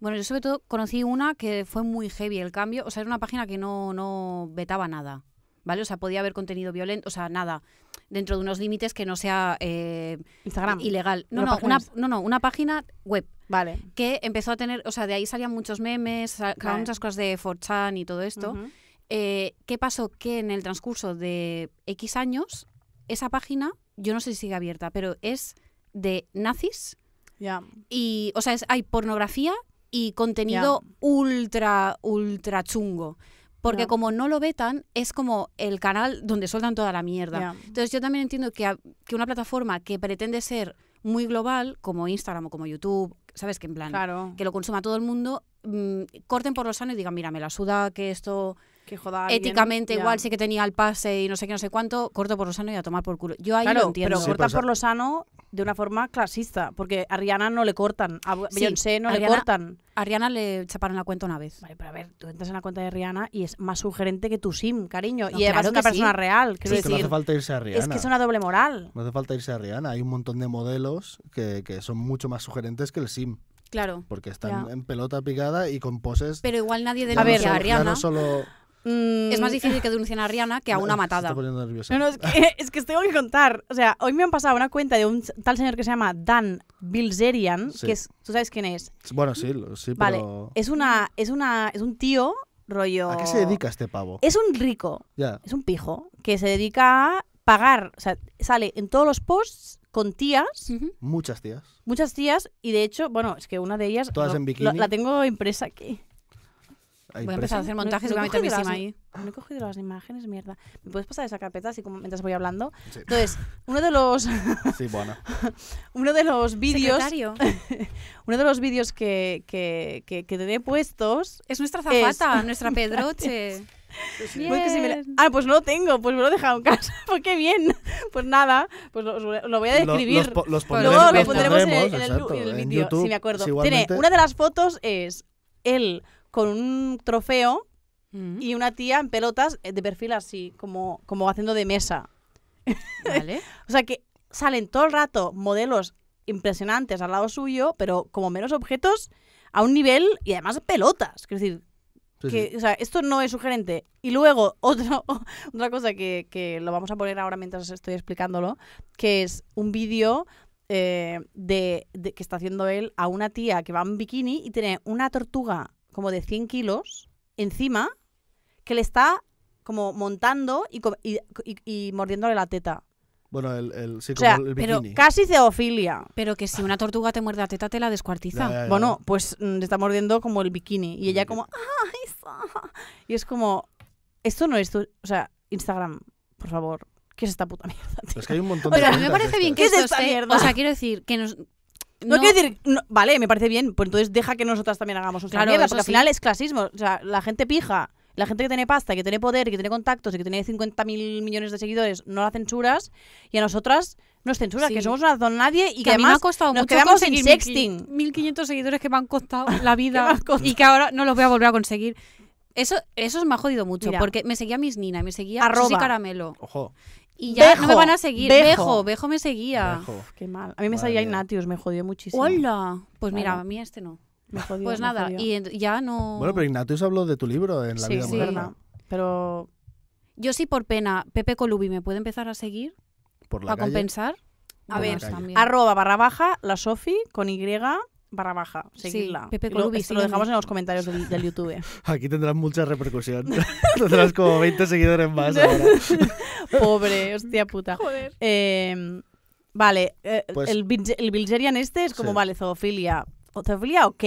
[SPEAKER 2] Bueno, yo sobre todo conocí una que fue muy heavy el cambio. O sea, era una página que no, no vetaba nada, ¿vale? O sea, podía haber contenido violento, o sea, nada, dentro de unos límites que no sea eh,
[SPEAKER 1] Instagram.
[SPEAKER 2] ilegal. No
[SPEAKER 1] Una
[SPEAKER 2] no,
[SPEAKER 1] página
[SPEAKER 2] una, no, no, una página web
[SPEAKER 1] vale.
[SPEAKER 2] que empezó a tener, o sea, de ahí salían muchos memes, salían
[SPEAKER 1] Vale.
[SPEAKER 2] muchas cosas de 4chan y todo esto.
[SPEAKER 1] Ujú.
[SPEAKER 2] Eh, ¿Qué pasó? Que en el transcurso de X años, esa página, yo no sé si sigue abierta, pero es de nazis
[SPEAKER 1] Ya.
[SPEAKER 2] y, o sea, es- hay pornografía y contenido ultra, ultra chungo. Porque
[SPEAKER 1] Ya.
[SPEAKER 2] como no lo vetan, es como el canal donde sueltan toda la mierda.
[SPEAKER 1] ya.
[SPEAKER 2] Entonces yo también entiendo que, a- que una plataforma que pretende ser muy global, como Instagram o como YouTube, ¿sabes? Que en plan,
[SPEAKER 1] Claro.
[SPEAKER 2] que lo consuma todo el mundo, mm, corten por lo sano y digan, mira, me la suda que esto
[SPEAKER 1] Que joda a alguien,
[SPEAKER 2] éticamente
[SPEAKER 1] ya.
[SPEAKER 2] igual sí que tenía el pase y no sé qué, no sé cuánto, corto por lo sano y a tomar por culo. Yo ahí
[SPEAKER 1] Claro,
[SPEAKER 2] lo entiendo. ¿eh?
[SPEAKER 1] pero
[SPEAKER 3] Sí,
[SPEAKER 1] corta
[SPEAKER 3] pasa.
[SPEAKER 1] por lo sano de una forma clasista, porque a Rihanna no le cortan, a
[SPEAKER 2] Sí,
[SPEAKER 1] Beyoncé no
[SPEAKER 2] a
[SPEAKER 1] le
[SPEAKER 2] Rihanna-
[SPEAKER 1] cortan.
[SPEAKER 2] A Rihanna le chaparon la cuenta una vez.
[SPEAKER 1] Vale, pero a ver, tú entras en la cuenta de Rihanna y es más sugerente que tu sim, cariño.
[SPEAKER 2] No,
[SPEAKER 1] y además
[SPEAKER 2] claro
[SPEAKER 1] es una
[SPEAKER 2] que
[SPEAKER 1] persona
[SPEAKER 2] sí.
[SPEAKER 1] real. Quiero
[SPEAKER 3] Es que no hace
[SPEAKER 1] decir,
[SPEAKER 3] falta irse a Rihanna.
[SPEAKER 1] es que es una doble moral.
[SPEAKER 3] No hace falta irse a Rihanna. Hay un montón de modelos que, que son mucho más sugerentes que el sim,
[SPEAKER 2] Claro.
[SPEAKER 3] porque están
[SPEAKER 1] Ya.
[SPEAKER 3] en pelota picada y con poses.
[SPEAKER 2] Pero igual nadie
[SPEAKER 3] ya no
[SPEAKER 1] ver,
[SPEAKER 2] denuncia a,
[SPEAKER 3] solo- ya
[SPEAKER 2] Rihanna.
[SPEAKER 3] no solo-
[SPEAKER 2] Es más
[SPEAKER 1] Mm,
[SPEAKER 2] difícil que denuncien a Rihanna que a
[SPEAKER 3] No,
[SPEAKER 2] una
[SPEAKER 3] se
[SPEAKER 2] matada.
[SPEAKER 3] está poniendo nerviosa.
[SPEAKER 1] No, no, es que, es que os tengo que contar. O sea, hoy me han pasado una cuenta de un tal señor que se llama Dan Bilzerian,
[SPEAKER 3] Sí.
[SPEAKER 1] que es, tú sabes quién es.
[SPEAKER 3] Bueno, sí, lo- sí,
[SPEAKER 1] Vale.
[SPEAKER 3] pero.
[SPEAKER 1] Es una, es una, es un tío rollo.
[SPEAKER 3] ¿A qué se dedica este pavo?
[SPEAKER 1] Es un rico,
[SPEAKER 3] Ya.
[SPEAKER 1] es un pijo que se dedica a pagar, o sea, sale en todos los posts con tías,
[SPEAKER 2] Ujú.
[SPEAKER 3] Muchas tías.
[SPEAKER 1] muchas tías, y de hecho, bueno, es que una de ellas...
[SPEAKER 3] Todas
[SPEAKER 1] lo-
[SPEAKER 3] en
[SPEAKER 1] lo-
[SPEAKER 3] bikini.
[SPEAKER 1] La tengo impresa aquí.
[SPEAKER 3] Ahí
[SPEAKER 2] Voy a
[SPEAKER 3] presa.
[SPEAKER 2] empezar a hacer montajes y
[SPEAKER 1] No-
[SPEAKER 2] voy a
[SPEAKER 1] no
[SPEAKER 2] meter mi
[SPEAKER 1] cogerás,
[SPEAKER 2] sim
[SPEAKER 1] ¿no?
[SPEAKER 2] ahí.
[SPEAKER 1] No he cogido las imágenes, mierda. ¿Me puedes pasar esa carpeta así como mientras voy hablando?
[SPEAKER 3] Sí.
[SPEAKER 1] Entonces, uno de los,
[SPEAKER 3] Sí, bueno.
[SPEAKER 1] uno de los vídeos,
[SPEAKER 2] Secretario.
[SPEAKER 1] uno de los vídeos que, que, que, que te he puestos
[SPEAKER 2] Es nuestra zafata, nuestra Pedroche.
[SPEAKER 1] Pues que si me la-
[SPEAKER 2] Bien.
[SPEAKER 1] Ah, pues no lo tengo, pues me lo he dejado en casa. Pues qué bien. Pues nada, pues lo, os voy a- lo voy a
[SPEAKER 3] Lo-
[SPEAKER 1] describir.
[SPEAKER 3] los, po-
[SPEAKER 2] Pues
[SPEAKER 3] los pondremos,
[SPEAKER 1] Luego lo
[SPEAKER 2] los
[SPEAKER 1] pondremos en el, en el-
[SPEAKER 3] exacto,
[SPEAKER 1] en el
[SPEAKER 3] en
[SPEAKER 1] vídeo,
[SPEAKER 3] YouTube,
[SPEAKER 1] si me acuerdo. Tiene,
[SPEAKER 3] igualmente.
[SPEAKER 1] una de las fotos es él con un trofeo
[SPEAKER 2] Mm,
[SPEAKER 1] y una tía en pelotas eh, de perfil así, como, como haciendo de mesa.
[SPEAKER 2] Vale.
[SPEAKER 1] O sea que salen todo el rato modelos impresionantes al lado suyo, pero como menos objetos a un nivel y además pelotas. Quiero decir,
[SPEAKER 3] Sí, sí.
[SPEAKER 1] que, O sea, esto no es sugerente. Y luego, otro, otra cosa que, que lo vamos a poner ahora mientras estoy explicándolo, que es un vídeo eh, de, de- que está haciendo él a una tía que va en bikini y tiene una tortuga como de 100 kilos encima que le está como montando y, co- y, y- y mordiéndole la teta.
[SPEAKER 3] Bueno, el, el, sí,
[SPEAKER 1] O sea,
[SPEAKER 3] como el
[SPEAKER 2] pero
[SPEAKER 3] bikini.
[SPEAKER 1] Casi zoofilia.
[SPEAKER 2] Pero que si una tortuga te muerde la teta, te la
[SPEAKER 3] Ya,
[SPEAKER 2] descuartiza.
[SPEAKER 3] ya, ya.
[SPEAKER 1] Bueno, pues mm, le está mordiendo como el bikini. Y ella
[SPEAKER 3] Bikini.
[SPEAKER 1] como, ¡ay, sa". Y es como, esto no es tu... O sea, Instagram, por favor, ¿qué es esta puta mierda?
[SPEAKER 3] Es que hay un montón
[SPEAKER 1] O
[SPEAKER 3] de
[SPEAKER 1] sea,
[SPEAKER 2] Pero a mí me
[SPEAKER 3] cuentas
[SPEAKER 2] parece bien
[SPEAKER 3] de
[SPEAKER 2] que
[SPEAKER 3] estas.
[SPEAKER 1] ¿Qué es
[SPEAKER 2] esto
[SPEAKER 1] esta
[SPEAKER 2] esté-
[SPEAKER 1] mierda?
[SPEAKER 2] O sea, quiero decir que nos
[SPEAKER 1] No,
[SPEAKER 2] no-
[SPEAKER 1] quiero decir, no- vale, me parece bien, pues entonces deja que nosotras también hagamos nuestra
[SPEAKER 2] Claro,
[SPEAKER 1] mierda,
[SPEAKER 2] eso
[SPEAKER 1] porque al
[SPEAKER 2] sí.
[SPEAKER 1] final es clasismo. O sea, la gente pija, la gente que tiene pasta, que tiene poder, que tiene contactos y que tiene 50 mil millones de seguidores, no la censuras, y a nosotras nos censuras,
[SPEAKER 2] Sí.
[SPEAKER 1] que somos una don nadie y que,
[SPEAKER 2] que a mí me ha
[SPEAKER 1] además
[SPEAKER 2] costado
[SPEAKER 1] nos
[SPEAKER 2] mucho
[SPEAKER 1] quedamos en
[SPEAKER 2] conseguir mil qui-
[SPEAKER 1] sexting.
[SPEAKER 2] 1500 seguidores que me han costado la
[SPEAKER 1] Que me
[SPEAKER 2] vida
[SPEAKER 1] han costado.
[SPEAKER 2] y que ahora no los voy a volver a conseguir. Eso, eso me ha jodido mucho,
[SPEAKER 1] Mira.
[SPEAKER 2] porque me seguía Miss Nina, me seguía
[SPEAKER 1] Arroba.
[SPEAKER 2] Susi Caramelo.
[SPEAKER 3] Ojo.
[SPEAKER 2] Y ya no me
[SPEAKER 1] Bejo,
[SPEAKER 2] van a seguir.
[SPEAKER 1] Bejo.
[SPEAKER 2] Bejo, Bejo, me seguía.
[SPEAKER 3] ojo.
[SPEAKER 1] Qué mal. A mí me
[SPEAKER 3] Madre
[SPEAKER 1] salía
[SPEAKER 3] mía.
[SPEAKER 1] Ignatius, me jodió muchísimo.
[SPEAKER 2] ¡Hola! Pues mira,
[SPEAKER 1] Claro.
[SPEAKER 2] a mí este no.
[SPEAKER 1] Me jodió,
[SPEAKER 2] Pues
[SPEAKER 1] me
[SPEAKER 2] nada,
[SPEAKER 1] jodió.
[SPEAKER 2] y ent- ya no...
[SPEAKER 3] Bueno, pero Ignatius habló de tu libro en la
[SPEAKER 1] sí,
[SPEAKER 3] vida
[SPEAKER 1] sí,
[SPEAKER 3] moderna.
[SPEAKER 1] verdad. Pero
[SPEAKER 2] Yo sí, por pena, Pepe Colubi me puede empezar a seguir
[SPEAKER 3] Por la
[SPEAKER 2] para
[SPEAKER 3] calle.
[SPEAKER 2] compensar.
[SPEAKER 1] A
[SPEAKER 2] Bueno,
[SPEAKER 1] ver,
[SPEAKER 2] también.
[SPEAKER 1] arroba barra baja la Sofi con Y barra baja.
[SPEAKER 2] Sí,
[SPEAKER 1] Seguidla.
[SPEAKER 2] Pepe
[SPEAKER 1] Y lo,
[SPEAKER 2] Colubi,
[SPEAKER 1] esto lo
[SPEAKER 2] sígueme.
[SPEAKER 1] dejamos en los comentarios del, del YouTube.
[SPEAKER 3] Aquí tendrás mucha repercusión. tendrás como 20 seguidores más ahora.
[SPEAKER 1] Pobre, hostia puta.
[SPEAKER 2] Joder.
[SPEAKER 1] Eh, vale, eh,
[SPEAKER 3] Pues-
[SPEAKER 1] el, Bilge- el Bilgerian este es como,
[SPEAKER 3] Sí.
[SPEAKER 1] vale, zoofilia. O- Zoofilia, ok.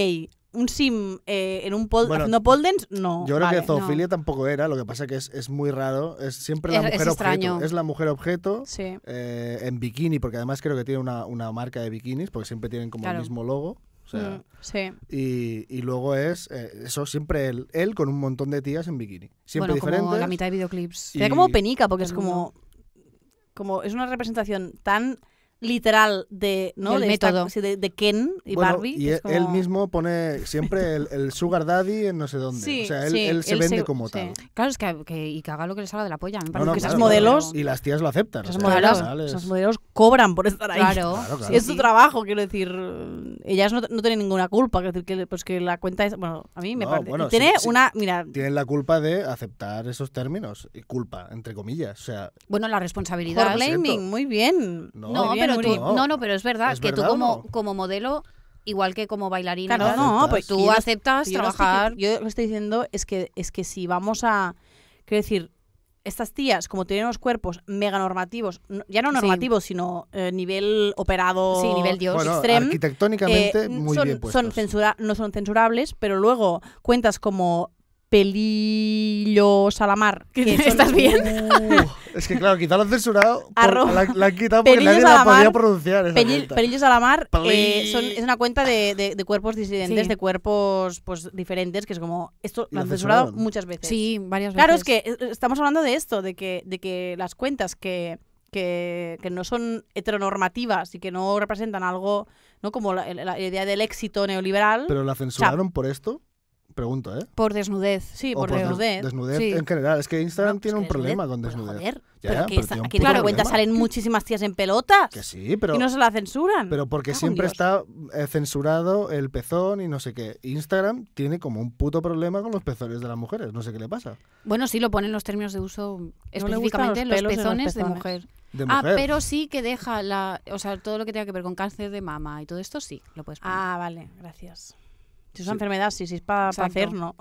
[SPEAKER 1] Un sim eh, en un pol
[SPEAKER 3] Bueno,
[SPEAKER 1] haciendo pole dance, no.
[SPEAKER 3] Yo creo
[SPEAKER 1] vale.
[SPEAKER 3] que zoofilia tampoco era, lo que pasa que es, es muy raro. Es siempre la
[SPEAKER 2] Es- es
[SPEAKER 3] mujer objeto.
[SPEAKER 2] extraño.
[SPEAKER 3] Es la mujer objeto
[SPEAKER 1] Sí.
[SPEAKER 3] eh, en bikini, porque además creo que tiene una, una marca de bikinis, porque siempre tienen como
[SPEAKER 2] Claro.
[SPEAKER 3] el mismo logo. O sea,
[SPEAKER 1] Mm, sí.
[SPEAKER 3] y, y luego es eh, eso, siempre él, él con un montón de tías en bikini. Siempre
[SPEAKER 2] bueno, como
[SPEAKER 3] diferentes.
[SPEAKER 2] la mitad de videoclips.
[SPEAKER 3] Y-
[SPEAKER 1] Sería como penica, porque es
[SPEAKER 2] Del
[SPEAKER 1] como, como. Es una representación tan literal de. ¿no?
[SPEAKER 2] Del
[SPEAKER 1] de esta-
[SPEAKER 2] método.
[SPEAKER 1] sí, de, de Ken y
[SPEAKER 3] Bueno,
[SPEAKER 1] Barbie.
[SPEAKER 3] y
[SPEAKER 1] que es
[SPEAKER 3] él, él
[SPEAKER 1] como-
[SPEAKER 3] mismo pone siempre el, el sugar daddy en no sé dónde.
[SPEAKER 1] Sí,
[SPEAKER 3] o sea, él,
[SPEAKER 1] sí,
[SPEAKER 3] él se
[SPEAKER 1] él
[SPEAKER 3] vende
[SPEAKER 1] se-
[SPEAKER 3] como
[SPEAKER 1] sí.
[SPEAKER 3] tal.
[SPEAKER 2] Claro, es que, que- y que haga lo que le salga de la polla. Me parece
[SPEAKER 3] no,
[SPEAKER 2] que
[SPEAKER 1] esas
[SPEAKER 3] claro,
[SPEAKER 1] modelos-
[SPEAKER 3] Y las tías lo aceptan.
[SPEAKER 1] Esas
[SPEAKER 3] o sea,
[SPEAKER 1] modelos,
[SPEAKER 3] al final
[SPEAKER 1] esos
[SPEAKER 3] es-
[SPEAKER 1] modelos cobran por estar ahí.
[SPEAKER 2] Claro,
[SPEAKER 3] Claro, claro.
[SPEAKER 2] sí,
[SPEAKER 1] es su
[SPEAKER 2] sí.
[SPEAKER 1] trabajo, quiero decir. eh, Ellas no, no tienen ninguna culpa. Quiero decir que, pues que la cuenta es. Bueno, a mí me
[SPEAKER 3] No,
[SPEAKER 1] parece.
[SPEAKER 3] bueno,
[SPEAKER 1] y tiene
[SPEAKER 3] sí, sí.
[SPEAKER 1] una. Mira,
[SPEAKER 3] tienen la culpa de aceptar esos términos. Y culpa, entre comillas. O sea,
[SPEAKER 2] Bueno, la
[SPEAKER 1] por
[SPEAKER 2] responsabilidad.
[SPEAKER 3] Lo siento.
[SPEAKER 1] blaming, muy bien.
[SPEAKER 3] No,
[SPEAKER 2] No,
[SPEAKER 1] Muy bien,
[SPEAKER 2] pero
[SPEAKER 1] Uri.
[SPEAKER 2] tú,
[SPEAKER 3] No.
[SPEAKER 2] no. no, pero es verdad
[SPEAKER 3] ¿Es
[SPEAKER 2] que
[SPEAKER 3] verdad
[SPEAKER 2] tú
[SPEAKER 3] o
[SPEAKER 2] como,
[SPEAKER 3] no?
[SPEAKER 2] como modelo, igual que como bailarina,
[SPEAKER 1] Claro,
[SPEAKER 2] tal,
[SPEAKER 1] no,
[SPEAKER 3] aceptas.
[SPEAKER 1] pues
[SPEAKER 2] tú
[SPEAKER 1] yo no-
[SPEAKER 2] aceptas
[SPEAKER 1] yo no estoy
[SPEAKER 2] trabajar.
[SPEAKER 1] dic- yo lo que estoy diciendo es que, es que si vamos a. Quiero decir, estas tías, como tienen unos cuerpos mega normativos, no- ya no
[SPEAKER 2] Sí.
[SPEAKER 1] normativos, sino eh, nivel operado.
[SPEAKER 2] Sí, nivel dios.
[SPEAKER 3] bueno,
[SPEAKER 1] extrem,
[SPEAKER 3] arquitectónicamente
[SPEAKER 1] eh,
[SPEAKER 3] muy
[SPEAKER 1] son,
[SPEAKER 3] bien puestos.
[SPEAKER 1] son censura- no son censurables, pero luego cuentas como pelillo salamar. Que son-
[SPEAKER 2] ¿Estás bien?
[SPEAKER 3] Uh, es que claro, quizá lo han censurado. por-
[SPEAKER 1] Arroba.
[SPEAKER 3] la, la han quitado porque
[SPEAKER 1] Pelillos
[SPEAKER 3] nadie
[SPEAKER 1] a
[SPEAKER 3] la
[SPEAKER 1] la mar.
[SPEAKER 3] podía pronunciar. Esa
[SPEAKER 1] Pelil-
[SPEAKER 3] cuenta.
[SPEAKER 1] pelillos Salamar eh,
[SPEAKER 3] Peli-
[SPEAKER 1] son- es una cuenta de, de- de cuerpos disidentes,
[SPEAKER 2] Sí.
[SPEAKER 1] de cuerpos pues diferentes, que es como, esto
[SPEAKER 3] Y
[SPEAKER 1] lo
[SPEAKER 3] lo
[SPEAKER 1] han censurado
[SPEAKER 3] censuraron.
[SPEAKER 1] muchas veces.
[SPEAKER 2] Sí, varias
[SPEAKER 1] Claro, es
[SPEAKER 2] veces.
[SPEAKER 1] que eh, estamos hablando de esto, de que, de que las cuentas que, que, que no son heteronormativas y que no representan algo, ¿no? Como la, la- la idea del éxito neoliberal.
[SPEAKER 3] Pero la censuraron por esto. Pregunto, ¿eh?
[SPEAKER 2] Por desnudez.
[SPEAKER 1] sí,
[SPEAKER 3] O
[SPEAKER 1] por desnudez.
[SPEAKER 3] desnudez
[SPEAKER 2] Sí.
[SPEAKER 3] en general. Es que Instagram
[SPEAKER 1] No, pues
[SPEAKER 3] tiene
[SPEAKER 1] que
[SPEAKER 3] un problema con
[SPEAKER 1] pero
[SPEAKER 3] desnudez.
[SPEAKER 1] joder,
[SPEAKER 3] Ya,
[SPEAKER 1] pero
[SPEAKER 3] ya,
[SPEAKER 1] que
[SPEAKER 3] pero
[SPEAKER 1] esta-
[SPEAKER 3] tiene un
[SPEAKER 1] aquí en la
[SPEAKER 3] puto
[SPEAKER 1] cuenta
[SPEAKER 3] problema.
[SPEAKER 1] salen muchísimas tías en pelotas
[SPEAKER 3] Que sí, pero.
[SPEAKER 1] y no se la censuran.
[SPEAKER 3] Pero porque
[SPEAKER 1] Cago en
[SPEAKER 3] siempre
[SPEAKER 1] Dios.
[SPEAKER 3] está eh, censurado el pezón y no sé qué. Instagram tiene como un puto problema con los pezones de las mujeres. No sé qué le pasa.
[SPEAKER 2] Bueno, sí lo ponen los términos de uso
[SPEAKER 1] gustan
[SPEAKER 2] específicamente
[SPEAKER 1] los
[SPEAKER 2] los,
[SPEAKER 1] pelos en los
[SPEAKER 2] pezones de
[SPEAKER 1] pezones.
[SPEAKER 2] mujer.
[SPEAKER 3] De
[SPEAKER 2] Ah,
[SPEAKER 3] mujer.
[SPEAKER 2] pero sí que deja la, o sea, todo lo que tenga que ver con cáncer de mama y todo esto sí lo puedes poner.
[SPEAKER 1] Ah, vale, gracias. Si es una
[SPEAKER 3] Sí.
[SPEAKER 1] enfermedad, sí, si es para
[SPEAKER 2] Exacto.
[SPEAKER 1] hacer, no.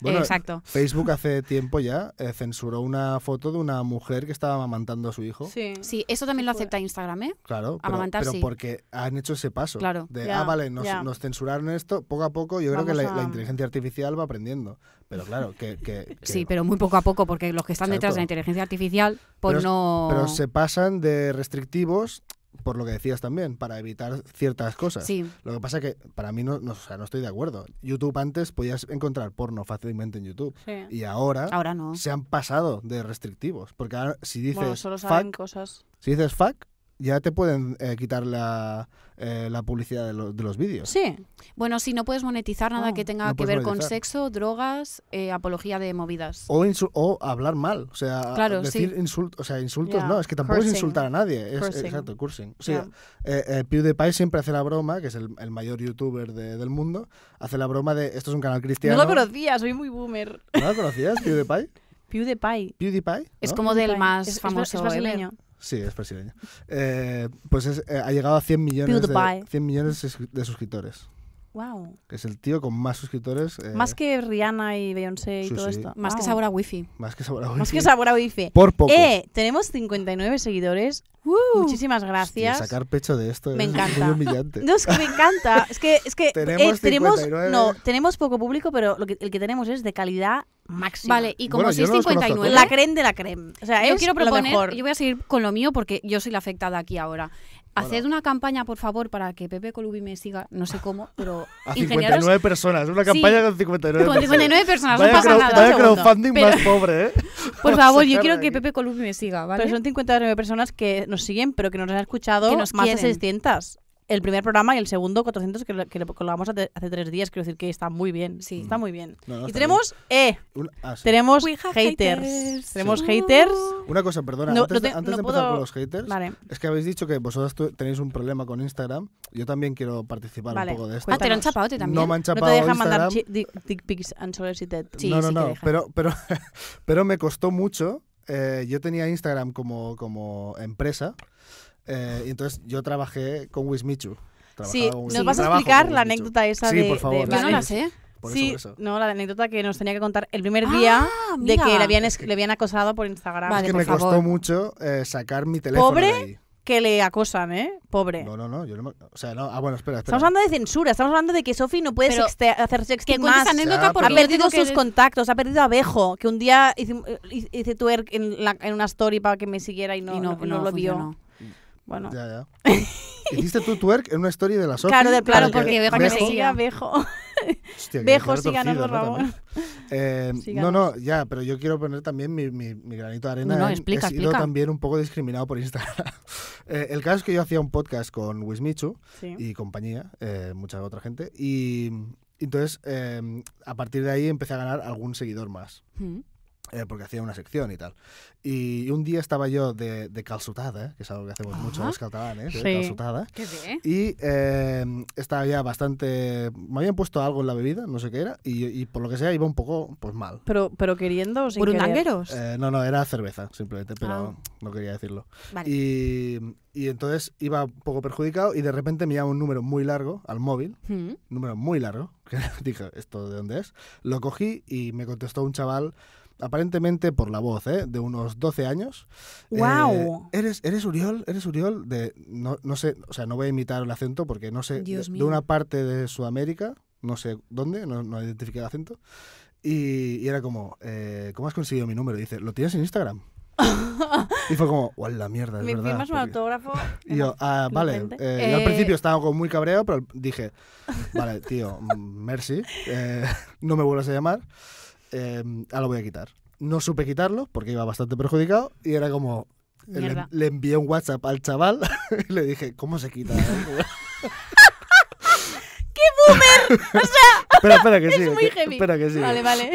[SPEAKER 3] Bueno,
[SPEAKER 2] Exacto.
[SPEAKER 3] Facebook hace tiempo ya eh, censuró una foto de una mujer que estaba amamantando a su hijo.
[SPEAKER 1] Sí.
[SPEAKER 2] Sí, eso también lo acepta Instagram, ¿eh?
[SPEAKER 3] Claro, pero,
[SPEAKER 2] Amamantar,
[SPEAKER 3] pero
[SPEAKER 2] sí.
[SPEAKER 3] porque han hecho ese paso.
[SPEAKER 2] Claro.
[SPEAKER 3] De,
[SPEAKER 1] Ya,
[SPEAKER 3] ah, vale, nos,
[SPEAKER 1] ya.
[SPEAKER 3] nos censuraron esto. Poco a poco, yo creo que
[SPEAKER 1] Vamos
[SPEAKER 3] la, la
[SPEAKER 1] a-
[SPEAKER 3] inteligencia artificial va aprendiendo. Pero claro, que. que- que-
[SPEAKER 2] Sí, pero muy poco a poco, porque los que están detrás de la
[SPEAKER 3] Exacto.
[SPEAKER 2] inteligencia artificial, pues
[SPEAKER 3] Pero es-
[SPEAKER 2] no.
[SPEAKER 3] pero se pasan de restrictivos, por lo que decías también, para evitar ciertas cosas.
[SPEAKER 2] Sí,
[SPEAKER 3] Lo que pasa que para mí no, no, o sea, no estoy de acuerdo. YouTube antes podías encontrar porno fácilmente en YouTube.
[SPEAKER 1] Sí.
[SPEAKER 3] Y ahora,
[SPEAKER 1] Ah,
[SPEAKER 2] ahora no.
[SPEAKER 3] se han pasado de restrictivos. Porque ahora, si dices
[SPEAKER 1] bueno, solo
[SPEAKER 3] fuck,
[SPEAKER 1] saben cosas.
[SPEAKER 3] si dices fuck, ya te pueden eh, quitar la, eh, la publicidad de, lo- de los vídeos.
[SPEAKER 1] Sí.
[SPEAKER 2] Bueno, sí, no puedes monetizar nada
[SPEAKER 1] Oh,
[SPEAKER 2] que tenga
[SPEAKER 3] no
[SPEAKER 2] que
[SPEAKER 3] puedes
[SPEAKER 2] ver con
[SPEAKER 3] monetizar. Oh,
[SPEAKER 2] sexo, drogas, eh, apología de movidas.
[SPEAKER 3] O, insu- o hablar mal, o sea,
[SPEAKER 2] Claro,
[SPEAKER 3] decir
[SPEAKER 2] sí.
[SPEAKER 3] insultos, o sea, insultos
[SPEAKER 1] Ya,
[SPEAKER 3] no, es que tampoco
[SPEAKER 1] cursing.
[SPEAKER 3] es insultar a nadie, es,
[SPEAKER 1] Cursing.
[SPEAKER 3] exacto, cursing. O sea,
[SPEAKER 1] Ya.
[SPEAKER 3] eh, eh, PewDiePie siempre hace la broma, que es el, el mayor youtuber de- del mundo, hace la broma de, esto es un canal cristiano.
[SPEAKER 1] No lo conocía, soy muy boomer.
[SPEAKER 3] ¿No lo conocías, PewDiePie?
[SPEAKER 1] PewDiePie.
[SPEAKER 3] PewDiePie,
[SPEAKER 2] Es
[SPEAKER 3] ¿no?
[SPEAKER 2] como del
[SPEAKER 1] PewDiePie.
[SPEAKER 2] más
[SPEAKER 1] Es- es-
[SPEAKER 2] famoso.
[SPEAKER 1] Es,
[SPEAKER 2] ¿eh?
[SPEAKER 1] brasileño.
[SPEAKER 3] Sí, es brasileño. Eh, pues es- eh, ha llegado a 100 millones, de,
[SPEAKER 1] PewDiePie.
[SPEAKER 3] 100 millones de sus- de suscriptores.
[SPEAKER 1] Wow.
[SPEAKER 3] que es el tío con más suscriptores. eh,
[SPEAKER 1] Más que Rihanna y Beyoncé y
[SPEAKER 3] sí,
[SPEAKER 1] todo
[SPEAKER 3] sí.
[SPEAKER 1] esto.
[SPEAKER 2] Más que
[SPEAKER 1] Wow.
[SPEAKER 2] sabor a wifi.
[SPEAKER 3] Más que Sabora
[SPEAKER 1] Más
[SPEAKER 3] Wifi.
[SPEAKER 1] que sabor a bife.
[SPEAKER 3] Por poco.
[SPEAKER 1] Eh, tenemos 59 seguidores.
[SPEAKER 2] Uh.
[SPEAKER 1] Muchísimas
[SPEAKER 3] Hostia,
[SPEAKER 1] gracias.
[SPEAKER 3] sacar pecho de esto
[SPEAKER 1] Me
[SPEAKER 3] es
[SPEAKER 1] encanta.
[SPEAKER 3] muy humillante.
[SPEAKER 1] No, es que me encanta. Es que, es que eh,
[SPEAKER 3] Tenemos
[SPEAKER 1] tenemos,
[SPEAKER 3] 59.
[SPEAKER 1] no, tenemos poco público, pero lo que- el que tenemos es de calidad máxima.
[SPEAKER 2] Vale, y como
[SPEAKER 3] Bueno, yo no los conozco
[SPEAKER 2] 6.59.
[SPEAKER 3] todos.
[SPEAKER 1] La creme de la creme. O sea,
[SPEAKER 2] yo
[SPEAKER 1] es
[SPEAKER 2] quiero
[SPEAKER 1] lo
[SPEAKER 2] proponer,
[SPEAKER 1] mejor.
[SPEAKER 2] yo voy a seguir con lo mío porque yo soy la afectada aquí ahora. Haced una campaña, por favor, para que Pepe Colubi me siga, no sé cómo, pero
[SPEAKER 3] A
[SPEAKER 2] ingenieros
[SPEAKER 3] 59 personas, una
[SPEAKER 2] Sí.
[SPEAKER 3] campaña con 59
[SPEAKER 2] con
[SPEAKER 3] personas.
[SPEAKER 2] 59 personas,
[SPEAKER 3] vaya
[SPEAKER 2] no pasa
[SPEAKER 3] crowd-
[SPEAKER 2] nada.
[SPEAKER 3] vaya
[SPEAKER 1] un segundo.
[SPEAKER 3] crowdfunding
[SPEAKER 2] Pero-
[SPEAKER 3] más pobre, ¿eh?
[SPEAKER 2] Por
[SPEAKER 3] Vamos a
[SPEAKER 2] favor, yo
[SPEAKER 3] sacar
[SPEAKER 2] quiero
[SPEAKER 3] de
[SPEAKER 2] que
[SPEAKER 3] aquí.
[SPEAKER 2] Pepe Colubi me siga, ¿vale?
[SPEAKER 1] Pero son 59 personas que nos siguen, pero que nos han escuchado
[SPEAKER 2] Que nos
[SPEAKER 1] más de
[SPEAKER 2] quieren.
[SPEAKER 1] 600. El primer programa y el segundo 400 que lo, que lo colgamos hace, hace tres días. Quiero decir que está muy bien.
[SPEAKER 2] Sí.
[SPEAKER 1] Está muy bien.
[SPEAKER 3] Mm. No, no,
[SPEAKER 1] y
[SPEAKER 3] está
[SPEAKER 1] tenemos, eh,
[SPEAKER 3] bien. Una, ah, sí.
[SPEAKER 1] tenemos
[SPEAKER 2] We have
[SPEAKER 1] haters.
[SPEAKER 2] Pues haters.
[SPEAKER 1] Tenemos
[SPEAKER 2] Sí. Ah,
[SPEAKER 1] haters.
[SPEAKER 3] Una cosa, perdona,
[SPEAKER 1] No,
[SPEAKER 3] antes,
[SPEAKER 1] no
[SPEAKER 3] de,
[SPEAKER 1] te-
[SPEAKER 3] antes
[SPEAKER 1] no
[SPEAKER 3] de empezar
[SPEAKER 1] puedo-
[SPEAKER 3] con los haters,
[SPEAKER 1] Vale.
[SPEAKER 3] es que habéis dicho que vosotras tu- tenéis un problema con Instagram. Yo también quiero participar
[SPEAKER 1] Vale,
[SPEAKER 3] un poco de esto.
[SPEAKER 2] Ah, te lo han
[SPEAKER 1] Cuéntanos.
[SPEAKER 2] chapado te también.
[SPEAKER 3] No me han
[SPEAKER 1] No te
[SPEAKER 3] chapado
[SPEAKER 1] dejan
[SPEAKER 3] Instagram.
[SPEAKER 1] mandar chi- di- dick pics unsolicited.
[SPEAKER 2] Sí,
[SPEAKER 3] no, no,
[SPEAKER 2] sí que
[SPEAKER 3] no.
[SPEAKER 2] dejan.
[SPEAKER 3] Pero, pero, pero me costó mucho. Eh, yo tenía Instagram como, como empresa. eh, y entonces yo trabajé con Wismichu. Trabajaba
[SPEAKER 1] Sí,
[SPEAKER 3] con
[SPEAKER 1] nos
[SPEAKER 3] Wismichu.
[SPEAKER 1] vas a
[SPEAKER 3] Trabajo
[SPEAKER 1] explicar
[SPEAKER 3] con
[SPEAKER 1] la
[SPEAKER 3] Wismichu.
[SPEAKER 1] anécdota esa
[SPEAKER 3] Sí,
[SPEAKER 1] de...
[SPEAKER 3] por favor,
[SPEAKER 1] de-
[SPEAKER 2] Yo no
[SPEAKER 1] vale.
[SPEAKER 2] la sé.
[SPEAKER 3] Por eso,
[SPEAKER 1] sí,
[SPEAKER 3] por eso.
[SPEAKER 1] no, la anécdota que nos tenía que contar el primer
[SPEAKER 2] Ah,
[SPEAKER 1] día de
[SPEAKER 2] mira.
[SPEAKER 1] que le habían, es- le habían acosado por Instagram.
[SPEAKER 2] Vale,
[SPEAKER 3] es que
[SPEAKER 2] por
[SPEAKER 3] me costó
[SPEAKER 2] favor.
[SPEAKER 3] mucho eh, sacar mi teléfono
[SPEAKER 1] ¿Pobre?
[SPEAKER 3] de ahí.
[SPEAKER 1] Que le acosan, ¿eh? Pobre.
[SPEAKER 3] No, no, no. Yo no me- o sea, no. Ah, bueno, espera, espera.
[SPEAKER 1] Estamos hablando de censura, estamos hablando de que Sofi no puede
[SPEAKER 2] Pero
[SPEAKER 1] sexte- hacer
[SPEAKER 2] Que
[SPEAKER 1] sexting
[SPEAKER 2] cuentes
[SPEAKER 1] más.
[SPEAKER 2] esa anécdota
[SPEAKER 3] Ya,
[SPEAKER 1] Ha
[SPEAKER 2] porque
[SPEAKER 3] pero-
[SPEAKER 2] yo tengo
[SPEAKER 1] perdido
[SPEAKER 2] que
[SPEAKER 1] sus contactos, ha perdido a Bejo, que un día hice, hice- hice twerk en, la- en una story para que me siguiera y no,
[SPEAKER 2] y no, pues
[SPEAKER 1] no lo vio.
[SPEAKER 2] funcionó.
[SPEAKER 1] Bueno,
[SPEAKER 3] Ya, ya. Hiciste tu twerk en una story de la Sofi.
[SPEAKER 1] claro, del
[SPEAKER 2] claro,
[SPEAKER 1] plano,
[SPEAKER 3] para que
[SPEAKER 2] porque Bejo
[SPEAKER 1] me
[SPEAKER 2] Bejo-
[SPEAKER 1] sigue a Bejo.
[SPEAKER 3] Hostia, que
[SPEAKER 1] Bejo
[SPEAKER 3] quedar
[SPEAKER 1] sigue a
[SPEAKER 3] torcido,
[SPEAKER 1] Nardo
[SPEAKER 3] ¿no? También.
[SPEAKER 1] Ramón.
[SPEAKER 3] Eh,
[SPEAKER 1] Síganos.
[SPEAKER 3] no, no, ya, pero yo quiero poner también mi, mi- mi granito de arena.
[SPEAKER 2] No, no,
[SPEAKER 3] en-
[SPEAKER 2] explica,
[SPEAKER 3] he sido
[SPEAKER 2] explica.
[SPEAKER 3] también un poco discriminado por Instagram. Eh, el caso es que yo hacía un podcast con Wismichu
[SPEAKER 1] Sí.
[SPEAKER 3] y compañía, eh, mucha otra gente, y entonces eh, a partir de ahí empecé a ganar algún seguidor más.
[SPEAKER 2] Mm.
[SPEAKER 3] eh, porque hacía una sección y tal. Y un día estaba yo de, de calzutada, eh, que es algo que hacemos mucho
[SPEAKER 2] Ah.
[SPEAKER 3] los catalanes, eh,
[SPEAKER 1] Sí.
[SPEAKER 3] calzutada,
[SPEAKER 2] ¿Qué ve?
[SPEAKER 3] y eh, estaba ya bastante... Me habían puesto algo en la bebida, no sé qué era, y, y por lo que sea iba un poco pues mal.
[SPEAKER 1] Pero, pero queriendo o sin querer.
[SPEAKER 2] ¿Burundangueros?
[SPEAKER 3] Eh, no, no, era cerveza, simplemente, pero no quería decirlo.
[SPEAKER 2] Vale.
[SPEAKER 3] Y, y entonces iba un poco perjudicado y de repente me llama un número muy largo al móvil,
[SPEAKER 2] Mm.
[SPEAKER 3] un número muy largo, que dije, ¿esto de dónde es? Lo cogí y me contestó un chaval, aparentemente por la voz, ¿eh? de unos 12 años. Eh,
[SPEAKER 1] Guau.
[SPEAKER 3] ¿eres, ¿Eres Uriol? ¿Eres Uriol? De, no, no sé, o sea, no voy a imitar el acento porque no sé,
[SPEAKER 2] Dios
[SPEAKER 3] de, de
[SPEAKER 2] mío.
[SPEAKER 3] una parte de Sudamérica, no sé dónde, no, no identifiqué el acento. Y, y era como, eh, ¿cómo has conseguido mi número? Y dice, ¿lo tienes en Instagram? y fue como, ¡guau, la mierda! Es
[SPEAKER 1] ¿Me
[SPEAKER 3] verdad.
[SPEAKER 1] firmas un
[SPEAKER 3] porque-
[SPEAKER 1] autógrafo?
[SPEAKER 3] y yo, ah,
[SPEAKER 1] la
[SPEAKER 3] vale.
[SPEAKER 1] gente.
[SPEAKER 3] eh, yo al
[SPEAKER 2] Eh,
[SPEAKER 3] principio estaba como muy cabreado, pero dije, vale, tío, mm, merci, eh, no me vuelvas a llamar, eh, ahora lo voy a quitar. No supe quitarlo porque iba bastante perjudicado y era como, le,
[SPEAKER 2] Mierda.
[SPEAKER 3] le envié un WhatsApp al chaval y le dije, ¿cómo se quita? eh?". ¡Qué boomer! O sea, espera, espera, que sí.
[SPEAKER 1] muy heavy.
[SPEAKER 3] Espera, que sí.
[SPEAKER 1] Vale, vale.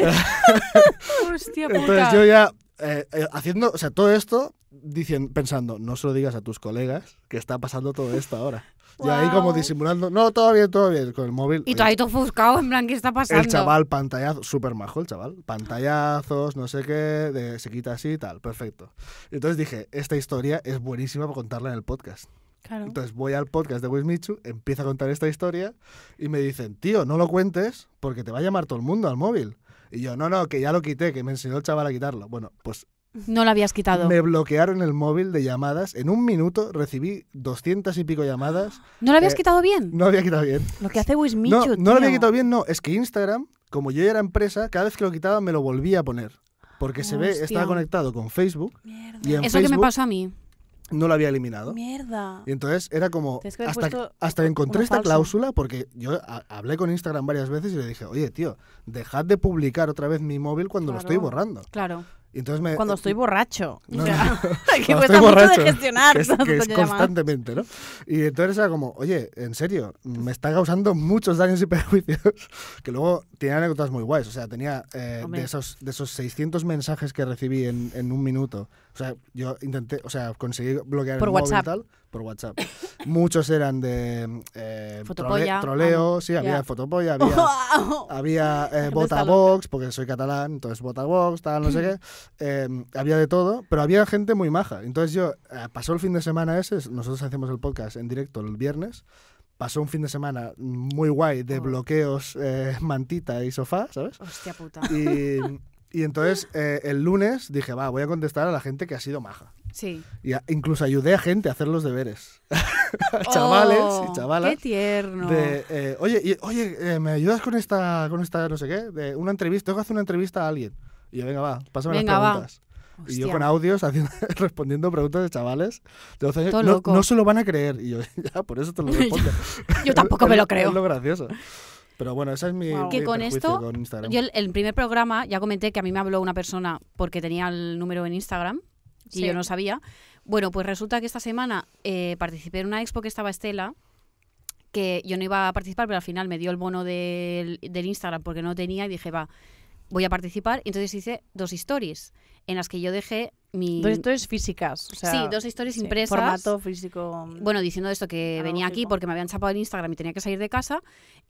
[SPEAKER 2] Hostia puta.
[SPEAKER 3] Entonces yo ya eh, eh, haciendo, o sea, todo esto dicien- pensando, no se lo digas a tus colegas que está pasando todo esto ahora. Y ahí como
[SPEAKER 1] Guau.
[SPEAKER 3] disimulando, no, todo bien, todo bien, con el móvil.
[SPEAKER 2] Y
[SPEAKER 3] Oye,
[SPEAKER 2] tú ahí todo ofuscado, en plan, ¿qué está pasando?
[SPEAKER 3] el chaval, pantallazo, súper majo el chaval, pantallazos, no sé qué, de- se quita así y tal, perfecto. Entonces dije, esta historia es buenísima para contarla en el podcast.
[SPEAKER 1] Claro.
[SPEAKER 3] Entonces voy al podcast de Wismichu, empiezo a contar esta historia y me dicen, tío, no lo cuentes porque te va a llamar todo el mundo al móvil. Y yo, no, no, que ya lo quité, que me enseñó el chaval a quitarlo. Bueno, pues
[SPEAKER 2] No lo habías quitado.
[SPEAKER 3] me bloquearon el móvil de llamadas. En un minuto recibí doscientas y pico llamadas.
[SPEAKER 2] ¿No lo habías
[SPEAKER 3] eh,
[SPEAKER 2] quitado bien?
[SPEAKER 3] No lo había quitado bien.
[SPEAKER 1] Lo que hace Wismichu,
[SPEAKER 3] No, no lo había
[SPEAKER 1] tío.
[SPEAKER 3] quitado bien, no. Es que Instagram, como yo ya era empresa, cada vez que lo quitaba me lo volvía a poner. Porque se ve,
[SPEAKER 2] Hostia.
[SPEAKER 3] estaba conectado con Facebook y en
[SPEAKER 2] Eso que me
[SPEAKER 3] Facebook
[SPEAKER 2] pasó a mí.
[SPEAKER 3] no lo había eliminado.
[SPEAKER 1] Mierda.
[SPEAKER 3] Y entonces era como,
[SPEAKER 1] Tienes que haber
[SPEAKER 3] hasta, que-
[SPEAKER 1] puesto
[SPEAKER 3] hasta que encontré
[SPEAKER 1] uno
[SPEAKER 3] esta
[SPEAKER 1] falso.
[SPEAKER 3] cláusula, porque yo ha- hablé con Instagram varias veces y le dije, oye, tío, dejad de publicar otra vez mi móvil cuando lo estoy
[SPEAKER 1] Claro.
[SPEAKER 3] borrando.
[SPEAKER 2] Claro.
[SPEAKER 3] Y entonces me, eh,
[SPEAKER 1] Cuando estoy borracho.
[SPEAKER 3] No,
[SPEAKER 1] O sea,
[SPEAKER 3] no.
[SPEAKER 1] que
[SPEAKER 3] Cuando
[SPEAKER 1] cuesta
[SPEAKER 3] estoy
[SPEAKER 1] mucho
[SPEAKER 3] borracho,
[SPEAKER 1] de gestionar.
[SPEAKER 3] que es,
[SPEAKER 1] tanto
[SPEAKER 3] que es
[SPEAKER 1] llamar.
[SPEAKER 3] constantemente, ¿no? Y entonces era como, oye, en serio, me está causando muchos daños y perjuicios, que luego tenía anécdotas muy guays. O sea, tenía eh,
[SPEAKER 1] Hombre.
[SPEAKER 3] de, esos, de esos 600 mensajes que recibí en, en un minuto, o sea, yo intenté, o sea, conseguí bloquear
[SPEAKER 1] Por
[SPEAKER 3] el
[SPEAKER 1] WhatsApp.
[SPEAKER 3] móvil y tal, por WhatsApp. Muchos eran de eh,
[SPEAKER 2] Fotopolla,
[SPEAKER 3] trole- troleo,
[SPEAKER 1] ah,
[SPEAKER 3] sí, había
[SPEAKER 2] ya.
[SPEAKER 3] fotopolla, había... Había eh,
[SPEAKER 1] Gente
[SPEAKER 3] Vota
[SPEAKER 1] está
[SPEAKER 3] a
[SPEAKER 1] loca.
[SPEAKER 3] Vox, porque soy catalán, entonces Vota a Vox, tal, no sé qué. Eh, había de todo, pero había gente muy maja. Entonces yo, eh, pasó el fin de semana ese, nosotros hacemos el podcast en directo el viernes, pasó un fin de semana muy guay de
[SPEAKER 2] Oh.
[SPEAKER 3] bloqueos, eh, mantita y sofá, ¿sabes?
[SPEAKER 2] Hostia puta.
[SPEAKER 3] Y, y entonces eh, el lunes dije, va, voy a contestar a la gente que ha sido maja.
[SPEAKER 2] Sí.
[SPEAKER 3] Y a- incluso ayudé a gente a hacer los deberes. a chavales
[SPEAKER 2] Oh,
[SPEAKER 3] y chavalas.
[SPEAKER 2] Qué tierno.
[SPEAKER 3] De, eh, oye, y- oye eh, ¿me ayudas con esta, con esta no sé qué? De una entrevista, tengo que hacer una entrevista a alguien. Y yo, venga, va, pásame
[SPEAKER 2] Venga,
[SPEAKER 3] las
[SPEAKER 2] va.
[SPEAKER 3] preguntas. Y yo
[SPEAKER 2] Hostia.
[SPEAKER 3] con audios haciendo, respondiendo preguntas de chavales de 12 años.
[SPEAKER 2] Todo
[SPEAKER 3] No,
[SPEAKER 2] loco.
[SPEAKER 3] no se lo van a creer. Y yo, ya, por eso te lo respondo.
[SPEAKER 2] Yo tampoco me
[SPEAKER 3] Es
[SPEAKER 2] lo
[SPEAKER 3] Es
[SPEAKER 2] creo.
[SPEAKER 3] lo gracioso. Pero bueno, esa es mi.
[SPEAKER 1] Wow.
[SPEAKER 3] mi
[SPEAKER 2] Que con
[SPEAKER 3] perjuicio
[SPEAKER 2] esto,
[SPEAKER 3] con Instagram.
[SPEAKER 2] Yo el, el primer programa ya comenté que a mí me habló una persona porque tenía el número en Instagram y
[SPEAKER 1] Sí.
[SPEAKER 2] yo no sabía. Bueno, pues resulta que esta semana eh, participé en una expo que estaba Estela, que yo no iba a participar, pero al final me dio el bono del, del Instagram porque no tenía y dije, va, voy a participar. Entonces hice dos stories en las que yo dejé mi...
[SPEAKER 1] Dos historias físicas. o sea,
[SPEAKER 2] sí, dos stories
[SPEAKER 1] sí,
[SPEAKER 2] impresas.
[SPEAKER 1] Formato físico.
[SPEAKER 3] Mm.
[SPEAKER 2] Bueno, diciendo esto que
[SPEAKER 1] Algo
[SPEAKER 2] venía aquí
[SPEAKER 1] firmó.
[SPEAKER 2] porque me habían chapado el Instagram y tenía que salir de casa.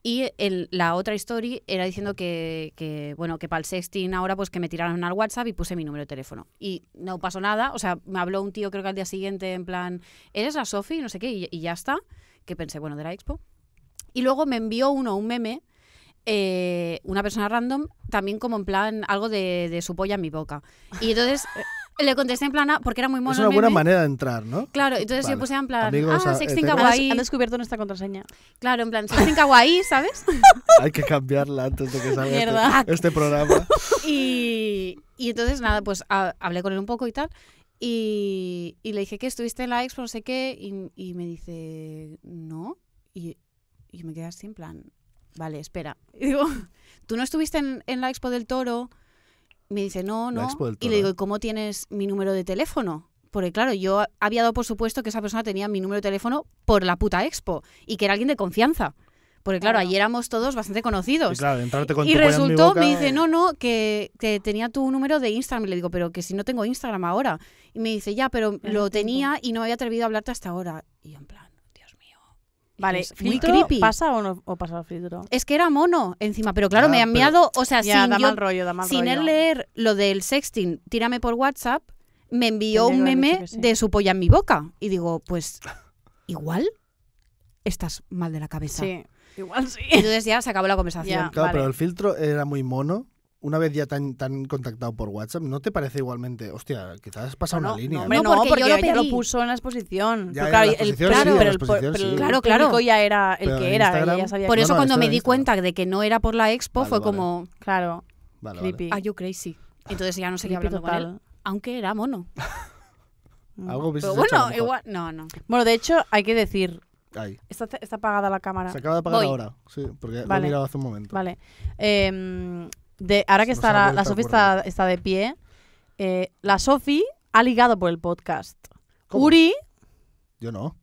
[SPEAKER 2] Y el- la otra story era diciendo que, que, bueno, que para el sexting ahora pues que me tiraron al WhatsApp y puse mi número de teléfono. Y no pasó nada. O sea, me habló un tío creo que al día siguiente en plan, ¿eres la Sofi? No sé qué. Y, y ya está. Que pensé, bueno, de la expo. Y luego me envió uno un meme, eh, una persona random, también como en plan algo de, de su polla en mi boca. Y entonces... Le contesté en plan, ah, porque era muy mono.
[SPEAKER 3] es
[SPEAKER 2] el
[SPEAKER 3] una buena
[SPEAKER 2] meme.
[SPEAKER 3] manera de entrar, ¿no?
[SPEAKER 2] Claro, entonces
[SPEAKER 3] Vale.
[SPEAKER 2] yo puse en plan,
[SPEAKER 3] Amigos,
[SPEAKER 2] ah,
[SPEAKER 3] a- eh,
[SPEAKER 2] sexting
[SPEAKER 3] etcétera.
[SPEAKER 1] han,
[SPEAKER 2] kawaii.
[SPEAKER 1] han descubierto nuestra contraseña.
[SPEAKER 2] Claro, en plan, sexting kawaii, ¿sabes?
[SPEAKER 3] Hay que cambiarla antes de que salga
[SPEAKER 1] Mierda.
[SPEAKER 3] este, este programa.
[SPEAKER 2] Y, y entonces, nada, pues ha- hablé con él un poco y tal. Y, y le dije que estuviste en la expo, no sé qué. Y, y me dice, no. Y, y me quedé así en plan, vale, espera. Y digo, ¿tú no estuviste en, en la expo del toro? Me dice, no,
[SPEAKER 3] La
[SPEAKER 2] no.
[SPEAKER 3] Expo del
[SPEAKER 2] Y
[SPEAKER 3] Toro,
[SPEAKER 2] le digo,
[SPEAKER 3] ¿eh?
[SPEAKER 2] ¿y cómo tienes mi número de teléfono? Porque claro, yo había dado por supuesto que esa persona tenía mi número de teléfono por la puta expo y que era alguien de confianza. Porque claro,
[SPEAKER 1] Claro.
[SPEAKER 2] allí éramos todos bastante conocidos.
[SPEAKER 3] Y claro, entrarte con
[SPEAKER 2] Y
[SPEAKER 3] tu polla en mi
[SPEAKER 2] resultó,
[SPEAKER 3] boca,
[SPEAKER 2] me dice,
[SPEAKER 3] eh,
[SPEAKER 2] no, no, que, que tenía tu número de Instagram. Y le digo, pero que si no tengo Instagram ahora. Y me dice, ya, pero
[SPEAKER 1] Ya
[SPEAKER 2] lo
[SPEAKER 1] no tengo.
[SPEAKER 2] tenía y no había atrevido a hablarte hasta ahora. Y yo en plan, Dios mío.
[SPEAKER 1] Vale,
[SPEAKER 2] Es muy
[SPEAKER 1] ¿filtro
[SPEAKER 2] creepy.
[SPEAKER 1] ¿Pasa o no o pasa el filtro?
[SPEAKER 2] Es que era mono encima, pero claro,
[SPEAKER 3] Ya,
[SPEAKER 2] me han
[SPEAKER 3] Ah, pero-
[SPEAKER 2] enviado, o sea,
[SPEAKER 1] ya,
[SPEAKER 2] sin,
[SPEAKER 1] da
[SPEAKER 2] yo-
[SPEAKER 1] mal rollo, da mal
[SPEAKER 2] sin
[SPEAKER 1] rollo.
[SPEAKER 2] él leer lo del sexting, tírame por WhatsApp, me envió
[SPEAKER 1] Tendría
[SPEAKER 2] un
[SPEAKER 1] que haber
[SPEAKER 2] meme
[SPEAKER 1] dicho que sí.
[SPEAKER 2] de su polla en mi boca. Y digo, pues, igual estás mal de la cabeza.
[SPEAKER 1] Sí, igual sí.
[SPEAKER 2] Y entonces ya se acabó la conversación.
[SPEAKER 1] Ya.
[SPEAKER 3] Claro,
[SPEAKER 1] Vale.
[SPEAKER 3] pero el filtro era muy mono. Una vez ya tan, tan contactado por WhatsApp, ¿no te parece igualmente? Hostia, quizás has pasado
[SPEAKER 1] No,
[SPEAKER 3] una
[SPEAKER 1] no,
[SPEAKER 3] línea. ¿no?
[SPEAKER 1] hombre,
[SPEAKER 2] ¿no?
[SPEAKER 1] no,
[SPEAKER 2] porque
[SPEAKER 1] porque,
[SPEAKER 2] yo
[SPEAKER 1] ya-
[SPEAKER 2] lo
[SPEAKER 1] ya lo
[SPEAKER 2] pedí.
[SPEAKER 1] puso en la exposición.
[SPEAKER 3] Ya,
[SPEAKER 1] Pero
[SPEAKER 3] en
[SPEAKER 1] claro,
[SPEAKER 3] la
[SPEAKER 1] el-
[SPEAKER 3] exposición
[SPEAKER 1] claro,
[SPEAKER 3] sí, en la
[SPEAKER 1] pero el-
[SPEAKER 3] exposición
[SPEAKER 1] pero el
[SPEAKER 3] sí.
[SPEAKER 2] Claro,
[SPEAKER 1] público
[SPEAKER 2] claro.
[SPEAKER 1] ya era el
[SPEAKER 3] Pero en
[SPEAKER 1] que era, ella ya
[SPEAKER 3] Instagram-
[SPEAKER 1] sabía
[SPEAKER 2] Por
[SPEAKER 1] que-
[SPEAKER 2] eso
[SPEAKER 3] no,
[SPEAKER 2] cuando
[SPEAKER 3] esto
[SPEAKER 2] me
[SPEAKER 3] era
[SPEAKER 2] di
[SPEAKER 3] Instagram.
[SPEAKER 2] cuenta de que no era por la expo
[SPEAKER 3] Vale,
[SPEAKER 2] fue
[SPEAKER 3] vale.
[SPEAKER 2] como
[SPEAKER 1] e- Claro,
[SPEAKER 3] Ah, Vale, vale.
[SPEAKER 1] creepy.
[SPEAKER 2] Are you crazy? Entonces ya no seguí
[SPEAKER 1] creepy
[SPEAKER 2] hablando con él.
[SPEAKER 1] total.
[SPEAKER 2] Aunque era mono.
[SPEAKER 1] Mm.
[SPEAKER 3] Algo hubieses
[SPEAKER 2] Pero
[SPEAKER 3] hecho a lo
[SPEAKER 2] bueno,
[SPEAKER 3] mejor.
[SPEAKER 2] igual. No, no.
[SPEAKER 1] Bueno, de hecho, hay que decir,
[SPEAKER 3] Ahí.
[SPEAKER 1] está, está apagada la cámara.
[SPEAKER 3] Se acaba de apagar
[SPEAKER 2] Voy.
[SPEAKER 3] ahora. Sí, porque lo
[SPEAKER 1] Vale.
[SPEAKER 3] he mirado hace un momento.
[SPEAKER 1] Vale. Em, de, ahora que
[SPEAKER 3] Se nos
[SPEAKER 1] está
[SPEAKER 3] ha
[SPEAKER 1] la,
[SPEAKER 3] vuelto
[SPEAKER 1] la
[SPEAKER 3] a
[SPEAKER 1] Sofi
[SPEAKER 3] ocurrir.
[SPEAKER 1] está, está de pie, eh, la Sofi ha ligado por el podcast.
[SPEAKER 3] ¿Cómo?
[SPEAKER 1] Uri
[SPEAKER 3] Yo no.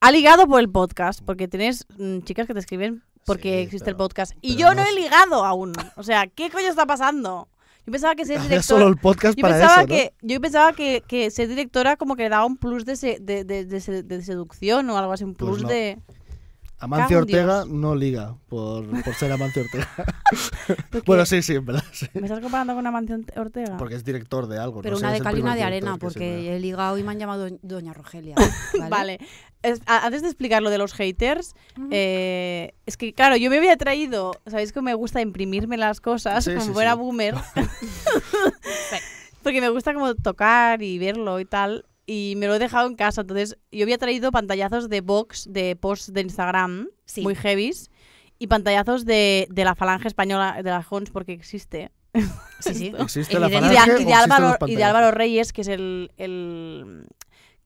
[SPEAKER 1] ha ligado por el podcast, porque tienes mm, chicas que te escriben porque
[SPEAKER 3] Sí,
[SPEAKER 1] existe el
[SPEAKER 3] pero-
[SPEAKER 1] podcast. Y
[SPEAKER 3] pero
[SPEAKER 1] yo
[SPEAKER 3] no
[SPEAKER 1] no he
[SPEAKER 3] es-
[SPEAKER 1] ligado aún. O sea, ¿qué coño está pasando? Yo pensaba que ser
[SPEAKER 3] Había
[SPEAKER 1] directora...
[SPEAKER 3] solo el podcast
[SPEAKER 1] Yo
[SPEAKER 3] para
[SPEAKER 1] pensaba,
[SPEAKER 3] eso, ¿no?
[SPEAKER 1] que, yo pensaba que, que ser directora como que le daba un plus de, se- de, de- de se- de seducción o algo así, un
[SPEAKER 3] Pues
[SPEAKER 1] plus
[SPEAKER 3] no.
[SPEAKER 1] de...
[SPEAKER 3] Amancio
[SPEAKER 1] Cago en
[SPEAKER 3] Ortega
[SPEAKER 1] Dios.
[SPEAKER 3] no liga por, por ser Amancio Ortega.
[SPEAKER 1] Porque- Ah.
[SPEAKER 3] bueno, sí, sí, en verdad, sí.
[SPEAKER 1] ¿Me estás comparando con Amancio Ortega?
[SPEAKER 3] Porque es director de algo.
[SPEAKER 2] Pero
[SPEAKER 3] no sé,
[SPEAKER 2] una
[SPEAKER 3] es
[SPEAKER 2] de
[SPEAKER 3] el
[SPEAKER 2] cal y
[SPEAKER 3] primer
[SPEAKER 2] una de
[SPEAKER 3] director
[SPEAKER 2] arena,
[SPEAKER 3] que se me-
[SPEAKER 2] porque he ligado y me han llamado doñ- Doña Rogelia. Vale.
[SPEAKER 1] Vale. Es- a- antes de explicar lo de los haters,
[SPEAKER 2] Ujú.
[SPEAKER 1] eh, es que, claro, yo me había traído, sabéis que me gusta imprimirme las cosas
[SPEAKER 3] Sí,
[SPEAKER 1] como
[SPEAKER 3] sí,
[SPEAKER 1] buena
[SPEAKER 3] sí.
[SPEAKER 1] boomer. Porque me gusta como tocar y verlo y tal. Y me lo he dejado en casa. Entonces, yo había traído pantallazos de box, de posts de Instagram,
[SPEAKER 2] Sí.
[SPEAKER 1] muy heavies. Y pantallazos de, de la falange española, de la Hons, porque existe.
[SPEAKER 2] Sí, sí.
[SPEAKER 3] Existe la
[SPEAKER 2] Y de-
[SPEAKER 1] Y de,
[SPEAKER 3] falange o
[SPEAKER 1] y de
[SPEAKER 3] existen los
[SPEAKER 1] Álvaro, y de
[SPEAKER 3] pantallazos.
[SPEAKER 1] Álvaro Reyes, que es el, el-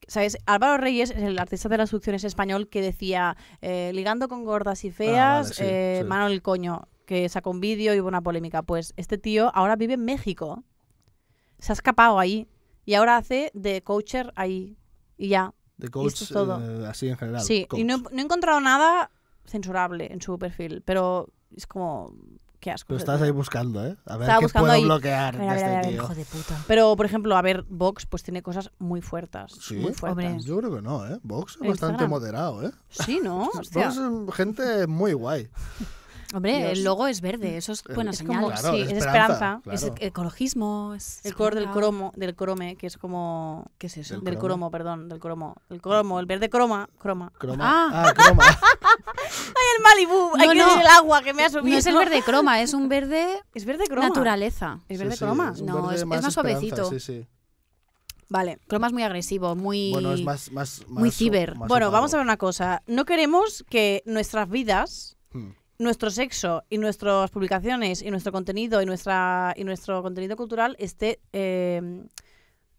[SPEAKER 1] ¿Sabes? Álvaro Reyes es el artista de las succiones español que decía eh, ligando con gordas y feas,
[SPEAKER 3] Ah, vale, sí,
[SPEAKER 1] eh,
[SPEAKER 3] sí.
[SPEAKER 1] mano en el coño, que sacó un vídeo y hubo una polémica. Pues este tío ahora vive en México. Se ha escapado ahí. Y ahora hace de coacher ahí. Y ya.
[SPEAKER 3] De
[SPEAKER 1] esto es
[SPEAKER 3] coach,
[SPEAKER 1] todo.
[SPEAKER 3] eh, así en general.
[SPEAKER 1] sí.
[SPEAKER 3] coach.
[SPEAKER 1] Y no, he- no he encontrado nada censurable en su perfil. Pero es como. Qué asco.
[SPEAKER 3] Pero
[SPEAKER 1] ese
[SPEAKER 3] estabas
[SPEAKER 1] tío.
[SPEAKER 3] ahí buscando, ¿eh? A ver
[SPEAKER 1] Estaba
[SPEAKER 3] qué
[SPEAKER 1] buscando
[SPEAKER 3] puedo
[SPEAKER 1] ahí.
[SPEAKER 3] bloquear
[SPEAKER 1] A ver, a ver,
[SPEAKER 3] de
[SPEAKER 1] a
[SPEAKER 3] este
[SPEAKER 1] ver,
[SPEAKER 3] tío.
[SPEAKER 2] Hijo de puta.
[SPEAKER 1] Pero, por ejemplo, a ver, Vox pues tiene cosas muy fuertes.
[SPEAKER 3] Sí,
[SPEAKER 1] Muy fuertes.
[SPEAKER 2] hombre.
[SPEAKER 3] Yo creo que no, ¿eh? Vox es
[SPEAKER 1] En
[SPEAKER 3] bastante
[SPEAKER 1] Instagram.
[SPEAKER 3] moderado, ¿eh?
[SPEAKER 1] Sí, ¿no? Hostia.
[SPEAKER 3] Vox es gente muy guay.
[SPEAKER 2] Hombre,
[SPEAKER 1] Dios.
[SPEAKER 2] el logo es verde, eso es buena
[SPEAKER 1] Es
[SPEAKER 2] señal.
[SPEAKER 1] como-
[SPEAKER 3] Eh, Claro,
[SPEAKER 1] Ah, sí,
[SPEAKER 3] es
[SPEAKER 1] es
[SPEAKER 3] esperanza.
[SPEAKER 1] esperanza.
[SPEAKER 3] claro.
[SPEAKER 2] Es ecologismo, es.
[SPEAKER 1] El color del
[SPEAKER 2] Ah,
[SPEAKER 1] cromo, del crome, que es como
[SPEAKER 2] ¿Qué es eso?
[SPEAKER 3] Del
[SPEAKER 1] del
[SPEAKER 3] cromo.
[SPEAKER 1] cromo, perdón, del cromo, el cromo, el verde croma, croma.
[SPEAKER 3] Croma. Ah,
[SPEAKER 2] Ah.
[SPEAKER 3] croma.
[SPEAKER 1] El Malibu, hay
[SPEAKER 2] No,
[SPEAKER 1] que
[SPEAKER 2] no.
[SPEAKER 1] decir el agua que me ha subido.
[SPEAKER 2] No es el verde croma, es un verde
[SPEAKER 1] es verde croma.
[SPEAKER 2] naturaleza.
[SPEAKER 1] Es
[SPEAKER 3] Sí,
[SPEAKER 1] verde
[SPEAKER 3] sí,
[SPEAKER 1] croma.
[SPEAKER 3] un
[SPEAKER 2] No,
[SPEAKER 3] verde
[SPEAKER 2] es- es más
[SPEAKER 3] esperanza,
[SPEAKER 2] suavecito.
[SPEAKER 3] Sí, sí.
[SPEAKER 1] Vale.
[SPEAKER 2] Croma es muy agresivo, muy.
[SPEAKER 3] Bueno, es más. más,
[SPEAKER 2] Muy
[SPEAKER 3] más su-
[SPEAKER 2] ciber.
[SPEAKER 3] más
[SPEAKER 1] Bueno,
[SPEAKER 3] opaco.
[SPEAKER 1] vamos a ver una cosa. No queremos que nuestras vidas
[SPEAKER 3] Hmm.
[SPEAKER 1] nuestro sexo y nuestras publicaciones y nuestro contenido y nuestra y nuestro contenido cultural esté eh,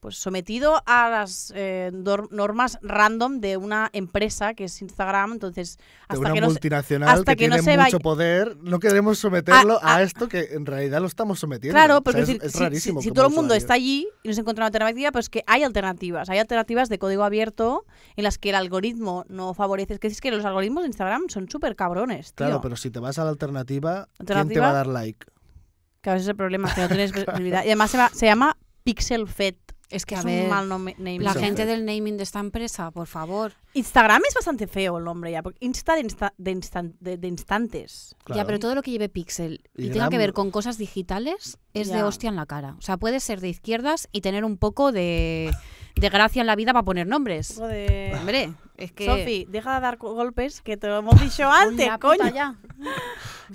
[SPEAKER 1] pues sometido a las eh, dor- normas random de una empresa que es Instagram, entonces
[SPEAKER 3] de
[SPEAKER 1] hasta
[SPEAKER 3] una
[SPEAKER 1] que no se-
[SPEAKER 3] multinacional
[SPEAKER 1] hasta
[SPEAKER 3] que,
[SPEAKER 1] que no
[SPEAKER 3] tiene
[SPEAKER 1] se
[SPEAKER 3] mucho
[SPEAKER 1] vaya-
[SPEAKER 3] poder, no queremos someterlo
[SPEAKER 1] A-
[SPEAKER 3] a,
[SPEAKER 1] a-
[SPEAKER 3] esto que en realidad lo estamos sometiendo.
[SPEAKER 1] Claro,
[SPEAKER 3] O sea,
[SPEAKER 1] porque
[SPEAKER 3] es,
[SPEAKER 1] si-
[SPEAKER 3] es
[SPEAKER 1] si-
[SPEAKER 3] rarísimo.
[SPEAKER 1] si, si
[SPEAKER 3] como
[SPEAKER 1] todo el mundo
[SPEAKER 3] usuario.
[SPEAKER 1] está allí y no se encuentra una alternativa, pues que hay alternativas. Hay alternativas de código abierto en las que el algoritmo no favorece. Es que es que los algoritmos de Instagram son súper cabrones, tío.
[SPEAKER 3] Claro, pero si te vas a la alternativa, ¿quién te
[SPEAKER 1] ¿Alternativa?
[SPEAKER 3] va a dar like?
[SPEAKER 1] Que a veces el problema es que no tienes visibilidad. Y además se, va- se llama Pixel Fed.
[SPEAKER 2] Es que
[SPEAKER 1] Que
[SPEAKER 2] a
[SPEAKER 1] es
[SPEAKER 2] ver,
[SPEAKER 1] un mal nome- name.
[SPEAKER 2] la
[SPEAKER 3] Pixel
[SPEAKER 2] gente
[SPEAKER 3] Fed.
[SPEAKER 2] del naming de esta empresa, por favor.
[SPEAKER 1] Instagram es bastante feo el nombre ya, porque Insta de, insta- de, instan- de- de instantes.
[SPEAKER 3] Claro.
[SPEAKER 2] Ya, pero todo lo que lleve pixel y,
[SPEAKER 3] Y
[SPEAKER 2] tenga que
[SPEAKER 3] gran-
[SPEAKER 2] ver con cosas digitales es de
[SPEAKER 1] Ya.
[SPEAKER 2] hostia en la cara. O sea, puede ser de izquierdas y tener un poco de, de gracia en la vida para poner nombres. Hombre, es que...
[SPEAKER 1] Sofi, deja de dar golpes que te lo hemos dicho antes,
[SPEAKER 2] Una puta
[SPEAKER 1] coño.
[SPEAKER 2] ya. Me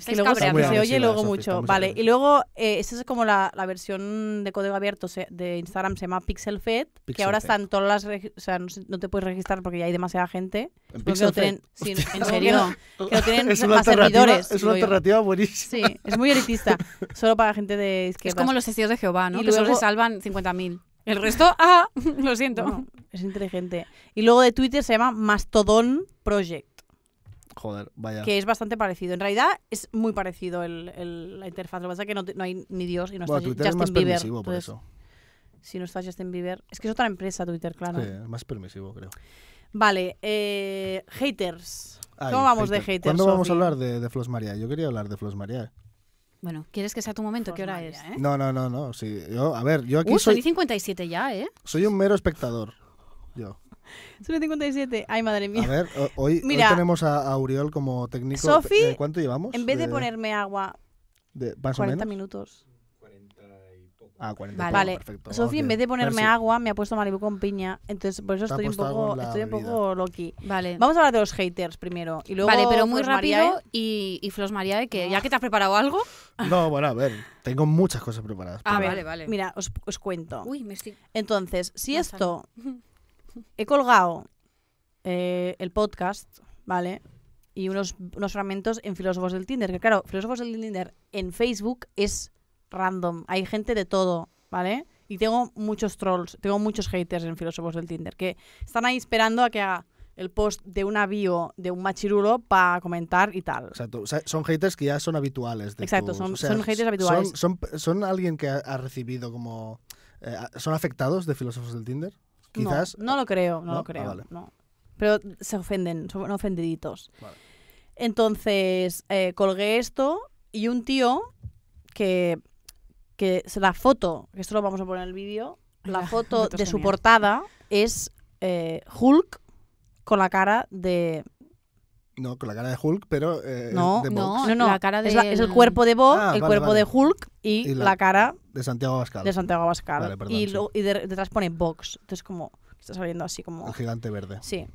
[SPEAKER 1] Que
[SPEAKER 2] estáis
[SPEAKER 1] luego se, que
[SPEAKER 2] cabreando.
[SPEAKER 3] cabreando. Está
[SPEAKER 1] se
[SPEAKER 3] muy
[SPEAKER 1] oye
[SPEAKER 3] agresiva,
[SPEAKER 1] luego
[SPEAKER 3] Sofi, está
[SPEAKER 1] mucho.
[SPEAKER 3] muy
[SPEAKER 1] Vale, y
[SPEAKER 3] agresiva.
[SPEAKER 1] luego, eh, esta es como la, la versión de código abierto se- de Instagram, se llama Pixel Fed, que
[SPEAKER 3] Pixel
[SPEAKER 1] ahora
[SPEAKER 3] Fed.
[SPEAKER 1] están todas las. regi- O sea, no, se- no te puedes registrar porque ya hay demasiada gente.
[SPEAKER 3] En
[SPEAKER 1] Supongo que
[SPEAKER 3] Pixel
[SPEAKER 1] lo
[SPEAKER 3] Fed.
[SPEAKER 1] tienen- sí, en
[SPEAKER 2] no,
[SPEAKER 1] serio. que lo tienen
[SPEAKER 3] es una
[SPEAKER 1] más
[SPEAKER 3] alternativa,
[SPEAKER 1] servidores.
[SPEAKER 3] es
[SPEAKER 1] digo
[SPEAKER 3] una
[SPEAKER 1] yo.
[SPEAKER 3] alternativa buenísima.
[SPEAKER 1] Sí, es muy elitista. solo para gente de izquierda.
[SPEAKER 2] Es como los testigos de Jehová, ¿no?
[SPEAKER 1] Y
[SPEAKER 2] que solo
[SPEAKER 1] luego-
[SPEAKER 2] se salvan 50.000. El resto, ah, lo siento.
[SPEAKER 1] Bueno, es inteligente. Y luego de Twitter se llama Mastodon Project.
[SPEAKER 3] Joder, vaya.
[SPEAKER 1] que es bastante parecido. En realidad es muy parecido el, el- la interfaz. Lo que pasa es que no, te- no hay ni Dios y no
[SPEAKER 3] Bueno,
[SPEAKER 1] está
[SPEAKER 3] Twitter
[SPEAKER 1] Justin
[SPEAKER 3] es más
[SPEAKER 1] Bieber.
[SPEAKER 3] permisivo por
[SPEAKER 1] Entonces,
[SPEAKER 3] eso.
[SPEAKER 1] Si no está Justin Bieber. Es que es otra empresa Twitter, claro.
[SPEAKER 3] Sí, es más permisivo, creo.
[SPEAKER 1] Vale, eh, haters.
[SPEAKER 3] Ay,
[SPEAKER 1] ¿Cómo vamos de haters, ¿Eh?
[SPEAKER 3] ¿Cuándo vamos a
[SPEAKER 1] Sofi?
[SPEAKER 3] hablar de, de Flos María? Yo quería hablar de Flos María.
[SPEAKER 2] Bueno, ¿quieres que sea tu momento? ¿Qué hora es?
[SPEAKER 1] ¿Eh?
[SPEAKER 3] No, no, no, no. Sí, yo, a ver, yo aquí
[SPEAKER 2] Uh, son y
[SPEAKER 3] soy,
[SPEAKER 2] 57 ya, ¿eh?
[SPEAKER 3] soy un mero espectador. Yo.
[SPEAKER 1] Son 57. Ay, madre
[SPEAKER 3] A
[SPEAKER 1] mía.
[SPEAKER 3] ver, ho- hoy, hoy
[SPEAKER 1] Mira.
[SPEAKER 3] tenemos a, a Uriol como técnico.
[SPEAKER 1] Sofi,
[SPEAKER 3] Eh, ¿Cuánto llevamos?
[SPEAKER 1] En vez de ponerme agua
[SPEAKER 3] de- más o
[SPEAKER 1] 40
[SPEAKER 3] menos.
[SPEAKER 1] minutos.
[SPEAKER 3] Ah, 40 y
[SPEAKER 2] Vale.
[SPEAKER 3] poco,
[SPEAKER 1] Vale.
[SPEAKER 3] perfecto.
[SPEAKER 1] Sofi,
[SPEAKER 3] Ok.
[SPEAKER 1] en vez de ponerme
[SPEAKER 3] Merci.
[SPEAKER 1] agua, me ha puesto Malibu con piña. Entonces, por eso
[SPEAKER 3] Te ha
[SPEAKER 1] estoy un
[SPEAKER 3] puesto algo
[SPEAKER 1] poco,
[SPEAKER 3] en la
[SPEAKER 1] estoy un poco loqui.
[SPEAKER 2] Vale.
[SPEAKER 1] Eh, Vamos a hablar de los haters primero. Y luego
[SPEAKER 2] vale, pero muy
[SPEAKER 1] Flor María,
[SPEAKER 2] rápido
[SPEAKER 1] ¿eh?
[SPEAKER 2] y, y Flos Mariae, que ya que te has preparado algo.
[SPEAKER 3] No, bueno, a ver, tengo muchas cosas preparadas.
[SPEAKER 2] Ah,
[SPEAKER 3] pero-
[SPEAKER 2] vale, vale.
[SPEAKER 1] eh, Mira, os, os cuento.
[SPEAKER 2] Uy, me estoy.
[SPEAKER 1] Entonces, si
[SPEAKER 2] No
[SPEAKER 1] esto he colgado eh, el podcast, ¿vale? Y unos, unos fragmentos en Filósofos del Tinder, que claro, Filósofos del Tinder en Facebook es random, hay gente de todo, ¿vale? Y tengo muchos trolls, tengo muchos haters en Filósofos del Tinder, que están ahí esperando a que haga el post de una bio de un machirulo para comentar y tal.
[SPEAKER 3] Exacto, o sea, son haters que ya son habituales. de
[SPEAKER 1] Exacto,
[SPEAKER 3] tus-
[SPEAKER 1] son-
[SPEAKER 3] o sea,
[SPEAKER 1] son haters habituales.
[SPEAKER 3] Son, son, son alguien que ha, ha recibido como... eh, a- ¿Son afectados de filósofos del Tinder?
[SPEAKER 1] No,
[SPEAKER 3] Quizás.
[SPEAKER 1] No, lo creo, no,
[SPEAKER 3] ¿no?
[SPEAKER 1] lo
[SPEAKER 3] Ah,
[SPEAKER 1] creo.
[SPEAKER 3] vale.
[SPEAKER 1] no. Pero se ofenden, son ofendiditos.
[SPEAKER 3] Vale.
[SPEAKER 1] Entonces, eh, colgué esto y un tío que, que se- la foto, que esto lo vamos a poner en el vídeo, la
[SPEAKER 2] La
[SPEAKER 1] foto
[SPEAKER 2] foto
[SPEAKER 1] de
[SPEAKER 2] es
[SPEAKER 1] su
[SPEAKER 2] genial.
[SPEAKER 1] portada es eh, Hulk con la cara de...
[SPEAKER 3] No, con la cara de Hulk, pero... eh,
[SPEAKER 1] No,
[SPEAKER 3] de
[SPEAKER 2] no,
[SPEAKER 3] Vox,
[SPEAKER 1] No, no,
[SPEAKER 2] Ah, la cara de.
[SPEAKER 1] Es, la- es el cuerpo de Bob,
[SPEAKER 3] Ah,
[SPEAKER 1] el
[SPEAKER 3] vale,
[SPEAKER 1] cuerpo
[SPEAKER 3] vale.
[SPEAKER 1] de Hulk y,
[SPEAKER 3] Y
[SPEAKER 1] la,
[SPEAKER 3] la-
[SPEAKER 1] cara
[SPEAKER 3] de Santiago Abascal,
[SPEAKER 1] de Santiago Abascal.
[SPEAKER 3] Vale, perdón,
[SPEAKER 1] y,
[SPEAKER 3] sí.
[SPEAKER 1] lo- y de- detrás pone Vox. Entonces, como, está saliendo así como...
[SPEAKER 3] el gigante verde.
[SPEAKER 1] Sí.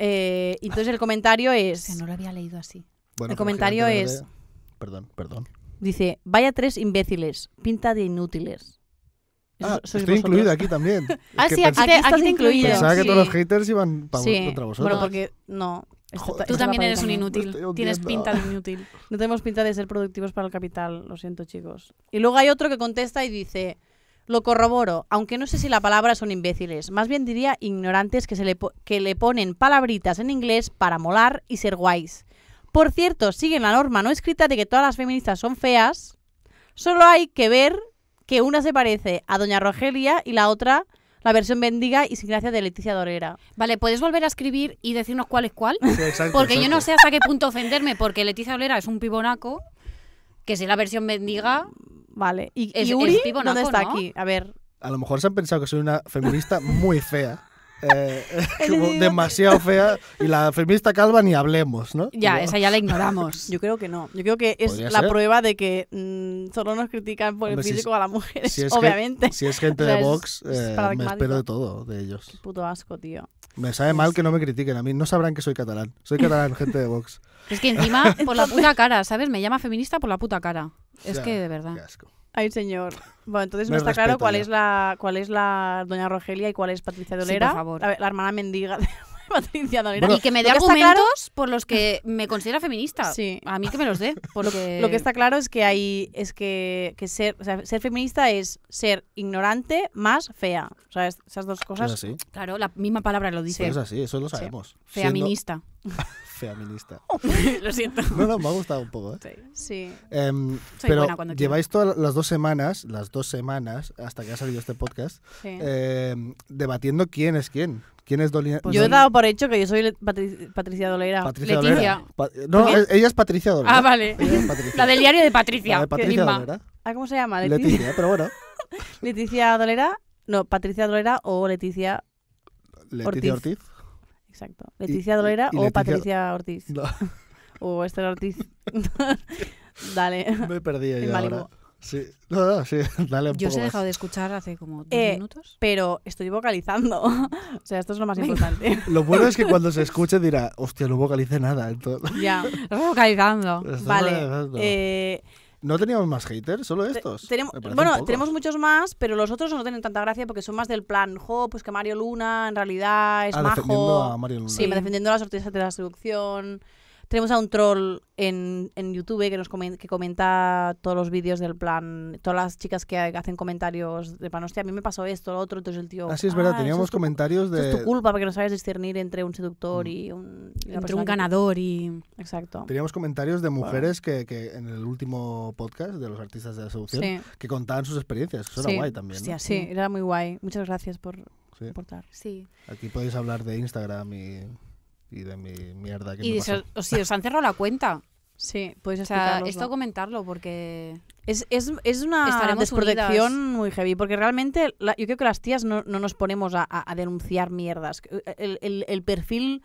[SPEAKER 1] Eh, y entonces el comentario
[SPEAKER 2] Hostia,
[SPEAKER 1] es,
[SPEAKER 2] no lo había leído así.
[SPEAKER 3] Bueno,
[SPEAKER 1] El
[SPEAKER 3] como
[SPEAKER 1] comentario
[SPEAKER 3] gigante
[SPEAKER 1] es-
[SPEAKER 3] verde- Perdón, perdón.
[SPEAKER 1] dice, vaya tres imbéciles, pinta de inútiles.
[SPEAKER 3] Ah,
[SPEAKER 1] Sois
[SPEAKER 3] estoy
[SPEAKER 1] vosotros.
[SPEAKER 3] incluido aquí también. Es
[SPEAKER 2] Ah,
[SPEAKER 3] que
[SPEAKER 2] sí,
[SPEAKER 3] pens-
[SPEAKER 1] Aquí
[SPEAKER 2] aquí, te,
[SPEAKER 1] estás
[SPEAKER 2] aquí te
[SPEAKER 1] incluido.
[SPEAKER 2] incluyen.
[SPEAKER 3] Pensaba que
[SPEAKER 1] sí.
[SPEAKER 3] todos los haters iban pa-
[SPEAKER 1] Sí.
[SPEAKER 3] contra vosotros.
[SPEAKER 1] Bueno, porque no. Esto
[SPEAKER 3] Joder.
[SPEAKER 1] ta-
[SPEAKER 2] Tú
[SPEAKER 1] esto
[SPEAKER 2] también
[SPEAKER 1] va
[SPEAKER 2] eres
[SPEAKER 1] para
[SPEAKER 2] un
[SPEAKER 1] ahí también.
[SPEAKER 2] inútil.
[SPEAKER 3] estoy
[SPEAKER 2] Tienes
[SPEAKER 3] hundiendo.
[SPEAKER 2] pinta de inútil.
[SPEAKER 1] No tenemos pinta de ser productivos para el capital, lo siento chicos. Y luego hay otro que contesta y dice, lo corroboro, aunque no sé si la palabra son imbéciles, más bien diría ignorantes que, se le, po- que le ponen palabritas en inglés para molar y ser guays. Por cierto, siguen la norma no escrita de que todas las feministas son feas, solo hay que ver que una se parece a Doña Rogelia y la otra la versión bendiga y sin gracia de Leticia Dorera.
[SPEAKER 2] Vale, ¿puedes volver a escribir y decirnos cuál es cuál?
[SPEAKER 3] Sí, exacto,
[SPEAKER 2] Porque yo
[SPEAKER 3] exacto.
[SPEAKER 2] no sé hasta qué punto ofenderme, porque Leticia Olera es un pibonaco, que si la versión bendiga,
[SPEAKER 1] Vale. ¿Y,
[SPEAKER 2] Es-
[SPEAKER 1] y
[SPEAKER 2] es
[SPEAKER 1] Uri
[SPEAKER 2] tipo
[SPEAKER 1] dónde
[SPEAKER 2] naco,
[SPEAKER 1] está
[SPEAKER 2] ¿no?
[SPEAKER 1] aquí? A ver.
[SPEAKER 3] A lo mejor se han pensado que soy una feminista muy fea. Eh,
[SPEAKER 1] El
[SPEAKER 3] como
[SPEAKER 1] idiota.
[SPEAKER 3] demasiado fea. Y la feminista calva ni hablemos, ¿no?
[SPEAKER 2] ya,
[SPEAKER 3] Como-
[SPEAKER 2] esa ya la ignoramos.
[SPEAKER 1] Yo creo que no. Yo creo que es
[SPEAKER 3] Podría
[SPEAKER 1] la
[SPEAKER 3] ser.
[SPEAKER 1] prueba de que mm, solo nos critican por el
[SPEAKER 3] Hombre, si es-
[SPEAKER 1] físico a las mujeres,
[SPEAKER 3] si es que-
[SPEAKER 1] obviamente.
[SPEAKER 3] Si es gente
[SPEAKER 1] O sea,
[SPEAKER 3] de
[SPEAKER 1] es-
[SPEAKER 3] Vox,
[SPEAKER 1] es
[SPEAKER 3] eh, me
[SPEAKER 1] paradigmático.
[SPEAKER 3] espero de todo de ellos.
[SPEAKER 1] Puto asco, tío.
[SPEAKER 3] Me sabe mal que no me critiquen a mí. No sabrán que soy catalán. Soy catalán, gente de Vox.
[SPEAKER 2] Es que encima, por la puta cara, ¿sabes? Me llama feminista por la puta cara. Es
[SPEAKER 3] Ya,
[SPEAKER 2] que de
[SPEAKER 3] Qué
[SPEAKER 2] verdad.
[SPEAKER 3] asco.
[SPEAKER 1] Ay, señor. Bueno, entonces no
[SPEAKER 3] Me
[SPEAKER 1] está claro
[SPEAKER 3] respeto
[SPEAKER 1] cuál
[SPEAKER 3] ya.
[SPEAKER 1] es la cuál es la doña Rogelia y cuál es Patricia Dolera.
[SPEAKER 2] por favor.
[SPEAKER 1] La, la hermana mendiga de Patricia Dolera.
[SPEAKER 3] Bueno,
[SPEAKER 2] y que me dé
[SPEAKER 1] lo que está
[SPEAKER 2] argumentos
[SPEAKER 1] claro-
[SPEAKER 2] por los que me considera feminista.
[SPEAKER 1] Sí.
[SPEAKER 2] A mí que me los dé. Porque...
[SPEAKER 1] Lo que está claro es que hay es que, que ser, o sea, ser feminista es ser ignorante más fea. O sea, es- esas dos
[SPEAKER 3] Eso es
[SPEAKER 1] cosas.
[SPEAKER 3] así.
[SPEAKER 2] Claro, la misma palabra lo dice.
[SPEAKER 3] Eso es así, eso lo
[SPEAKER 1] Sí.
[SPEAKER 3] sabemos. Siendo
[SPEAKER 2] Feminista.
[SPEAKER 3] Feminista.
[SPEAKER 2] lo siento.
[SPEAKER 3] No, no, me ha gustado un poco, ¿eh?
[SPEAKER 1] Sí.
[SPEAKER 3] Em,
[SPEAKER 2] Soy
[SPEAKER 3] pero
[SPEAKER 2] buena cuando quiero.
[SPEAKER 3] lleváis todas las dos semanas, las dos semanas, hasta que ha salido este podcast,
[SPEAKER 1] sí.
[SPEAKER 3] em, debatiendo quién es quién. ¿Quién es Dolina?
[SPEAKER 2] Pues
[SPEAKER 1] yo he
[SPEAKER 2] sí.
[SPEAKER 1] dado por hecho que yo soy le- Patri- Patricia Dolera.
[SPEAKER 3] Patricia
[SPEAKER 2] Leticia.
[SPEAKER 3] Dolera. Pa- no,
[SPEAKER 2] ¿Por
[SPEAKER 3] es- ella es Patricia Dolera.
[SPEAKER 2] Ah, vale.
[SPEAKER 3] Ella es Patricia.
[SPEAKER 2] La del diario de
[SPEAKER 3] La
[SPEAKER 2] Patricia.
[SPEAKER 3] de
[SPEAKER 2] qué
[SPEAKER 3] Patricia
[SPEAKER 2] enigma.
[SPEAKER 3] Dolera.
[SPEAKER 1] Ah, ¿Cómo se llama? Leti-
[SPEAKER 3] Leticia, pero bueno.
[SPEAKER 1] Leticia Dolera. No, Patricia Dolera o Leticia.
[SPEAKER 3] Leticia Ortiz.
[SPEAKER 1] Ortiz. Exacto. Leticia Dolera
[SPEAKER 3] y
[SPEAKER 1] o
[SPEAKER 3] Leticia-
[SPEAKER 1] Patricia Ortiz.
[SPEAKER 3] No,
[SPEAKER 1] O Esther Ortiz. Dale.
[SPEAKER 3] me he perdido
[SPEAKER 1] En
[SPEAKER 3] yo
[SPEAKER 1] Malibu.
[SPEAKER 3] ahora. Sí. No, no, sí, dale un
[SPEAKER 2] Yo os
[SPEAKER 3] poco
[SPEAKER 2] he
[SPEAKER 3] más.
[SPEAKER 2] dejado de escuchar hace como 10
[SPEAKER 1] Eh,
[SPEAKER 2] minutos.
[SPEAKER 1] Pero estoy vocalizando. O sea, esto es lo más
[SPEAKER 2] Venga.
[SPEAKER 1] importante.
[SPEAKER 3] Lo bueno es que cuando se escuche dirá, hostia, no vocalice nada. entonces-
[SPEAKER 1] ya.
[SPEAKER 2] Estás vocalizando.
[SPEAKER 3] Estás
[SPEAKER 1] Vale.
[SPEAKER 3] vocalizando.
[SPEAKER 1] Eh,
[SPEAKER 3] ¿No teníamos más haters? ¿Solo
[SPEAKER 1] Te-
[SPEAKER 3] estos?
[SPEAKER 1] tenemos-
[SPEAKER 3] Me parecen
[SPEAKER 1] bueno,
[SPEAKER 3] pocos.
[SPEAKER 1] tenemos muchos más, pero los otros no tienen tanta gracia porque son más del plan, jo, pues que Mario Luna en realidad es
[SPEAKER 3] Ah, defendiendo
[SPEAKER 1] majo.
[SPEAKER 3] a Mario Luna.
[SPEAKER 1] Sí,
[SPEAKER 2] Sí.
[SPEAKER 1] defendiendo las sorpresas de la seducción. Tenemos a un troll en, en YouTube que nos comen- que comenta todos los vídeos del plan, todas las chicas que hacen comentarios de plan, hostia, a mí me pasó esto, lo otro, entonces el tío...
[SPEAKER 3] Ah, sí, es verdad,
[SPEAKER 1] "Ah,
[SPEAKER 3] teníamos
[SPEAKER 1] eso es,
[SPEAKER 3] comentarios
[SPEAKER 1] tu, eso
[SPEAKER 3] de...
[SPEAKER 1] es tu culpa porque no sabes discernir entre un seductor
[SPEAKER 3] Mm.
[SPEAKER 1] y un... y una
[SPEAKER 2] Entre
[SPEAKER 1] persona
[SPEAKER 2] un
[SPEAKER 1] que-
[SPEAKER 2] ganador y.
[SPEAKER 1] Exacto.
[SPEAKER 3] Teníamos comentarios de mujeres que, que en el último podcast de los artistas de la seducción
[SPEAKER 1] Sí,
[SPEAKER 3] que contaban sus experiencias. Eso era
[SPEAKER 1] Sí.
[SPEAKER 3] guay también. ¿no?
[SPEAKER 2] Hostia,
[SPEAKER 1] sí, era muy guay. Muchas gracias por
[SPEAKER 3] Sí.
[SPEAKER 1] aportar.
[SPEAKER 2] Sí.
[SPEAKER 3] Aquí podéis hablar de Instagram y, y de mi mierda que
[SPEAKER 2] Y
[SPEAKER 3] me
[SPEAKER 2] se-
[SPEAKER 3] pasó.
[SPEAKER 2] o si os han cerrado la cuenta.
[SPEAKER 1] Sí, podéis
[SPEAKER 2] O sea,
[SPEAKER 1] explicarnoslo.
[SPEAKER 2] esto comentarlo porque.
[SPEAKER 1] Es, es, es una
[SPEAKER 2] Estaremos
[SPEAKER 1] desprotección
[SPEAKER 2] unidas.
[SPEAKER 1] muy heavy, porque realmente la- yo creo que las tías no, no nos ponemos a, a- a denunciar mierdas. Eh, El, el- el perfil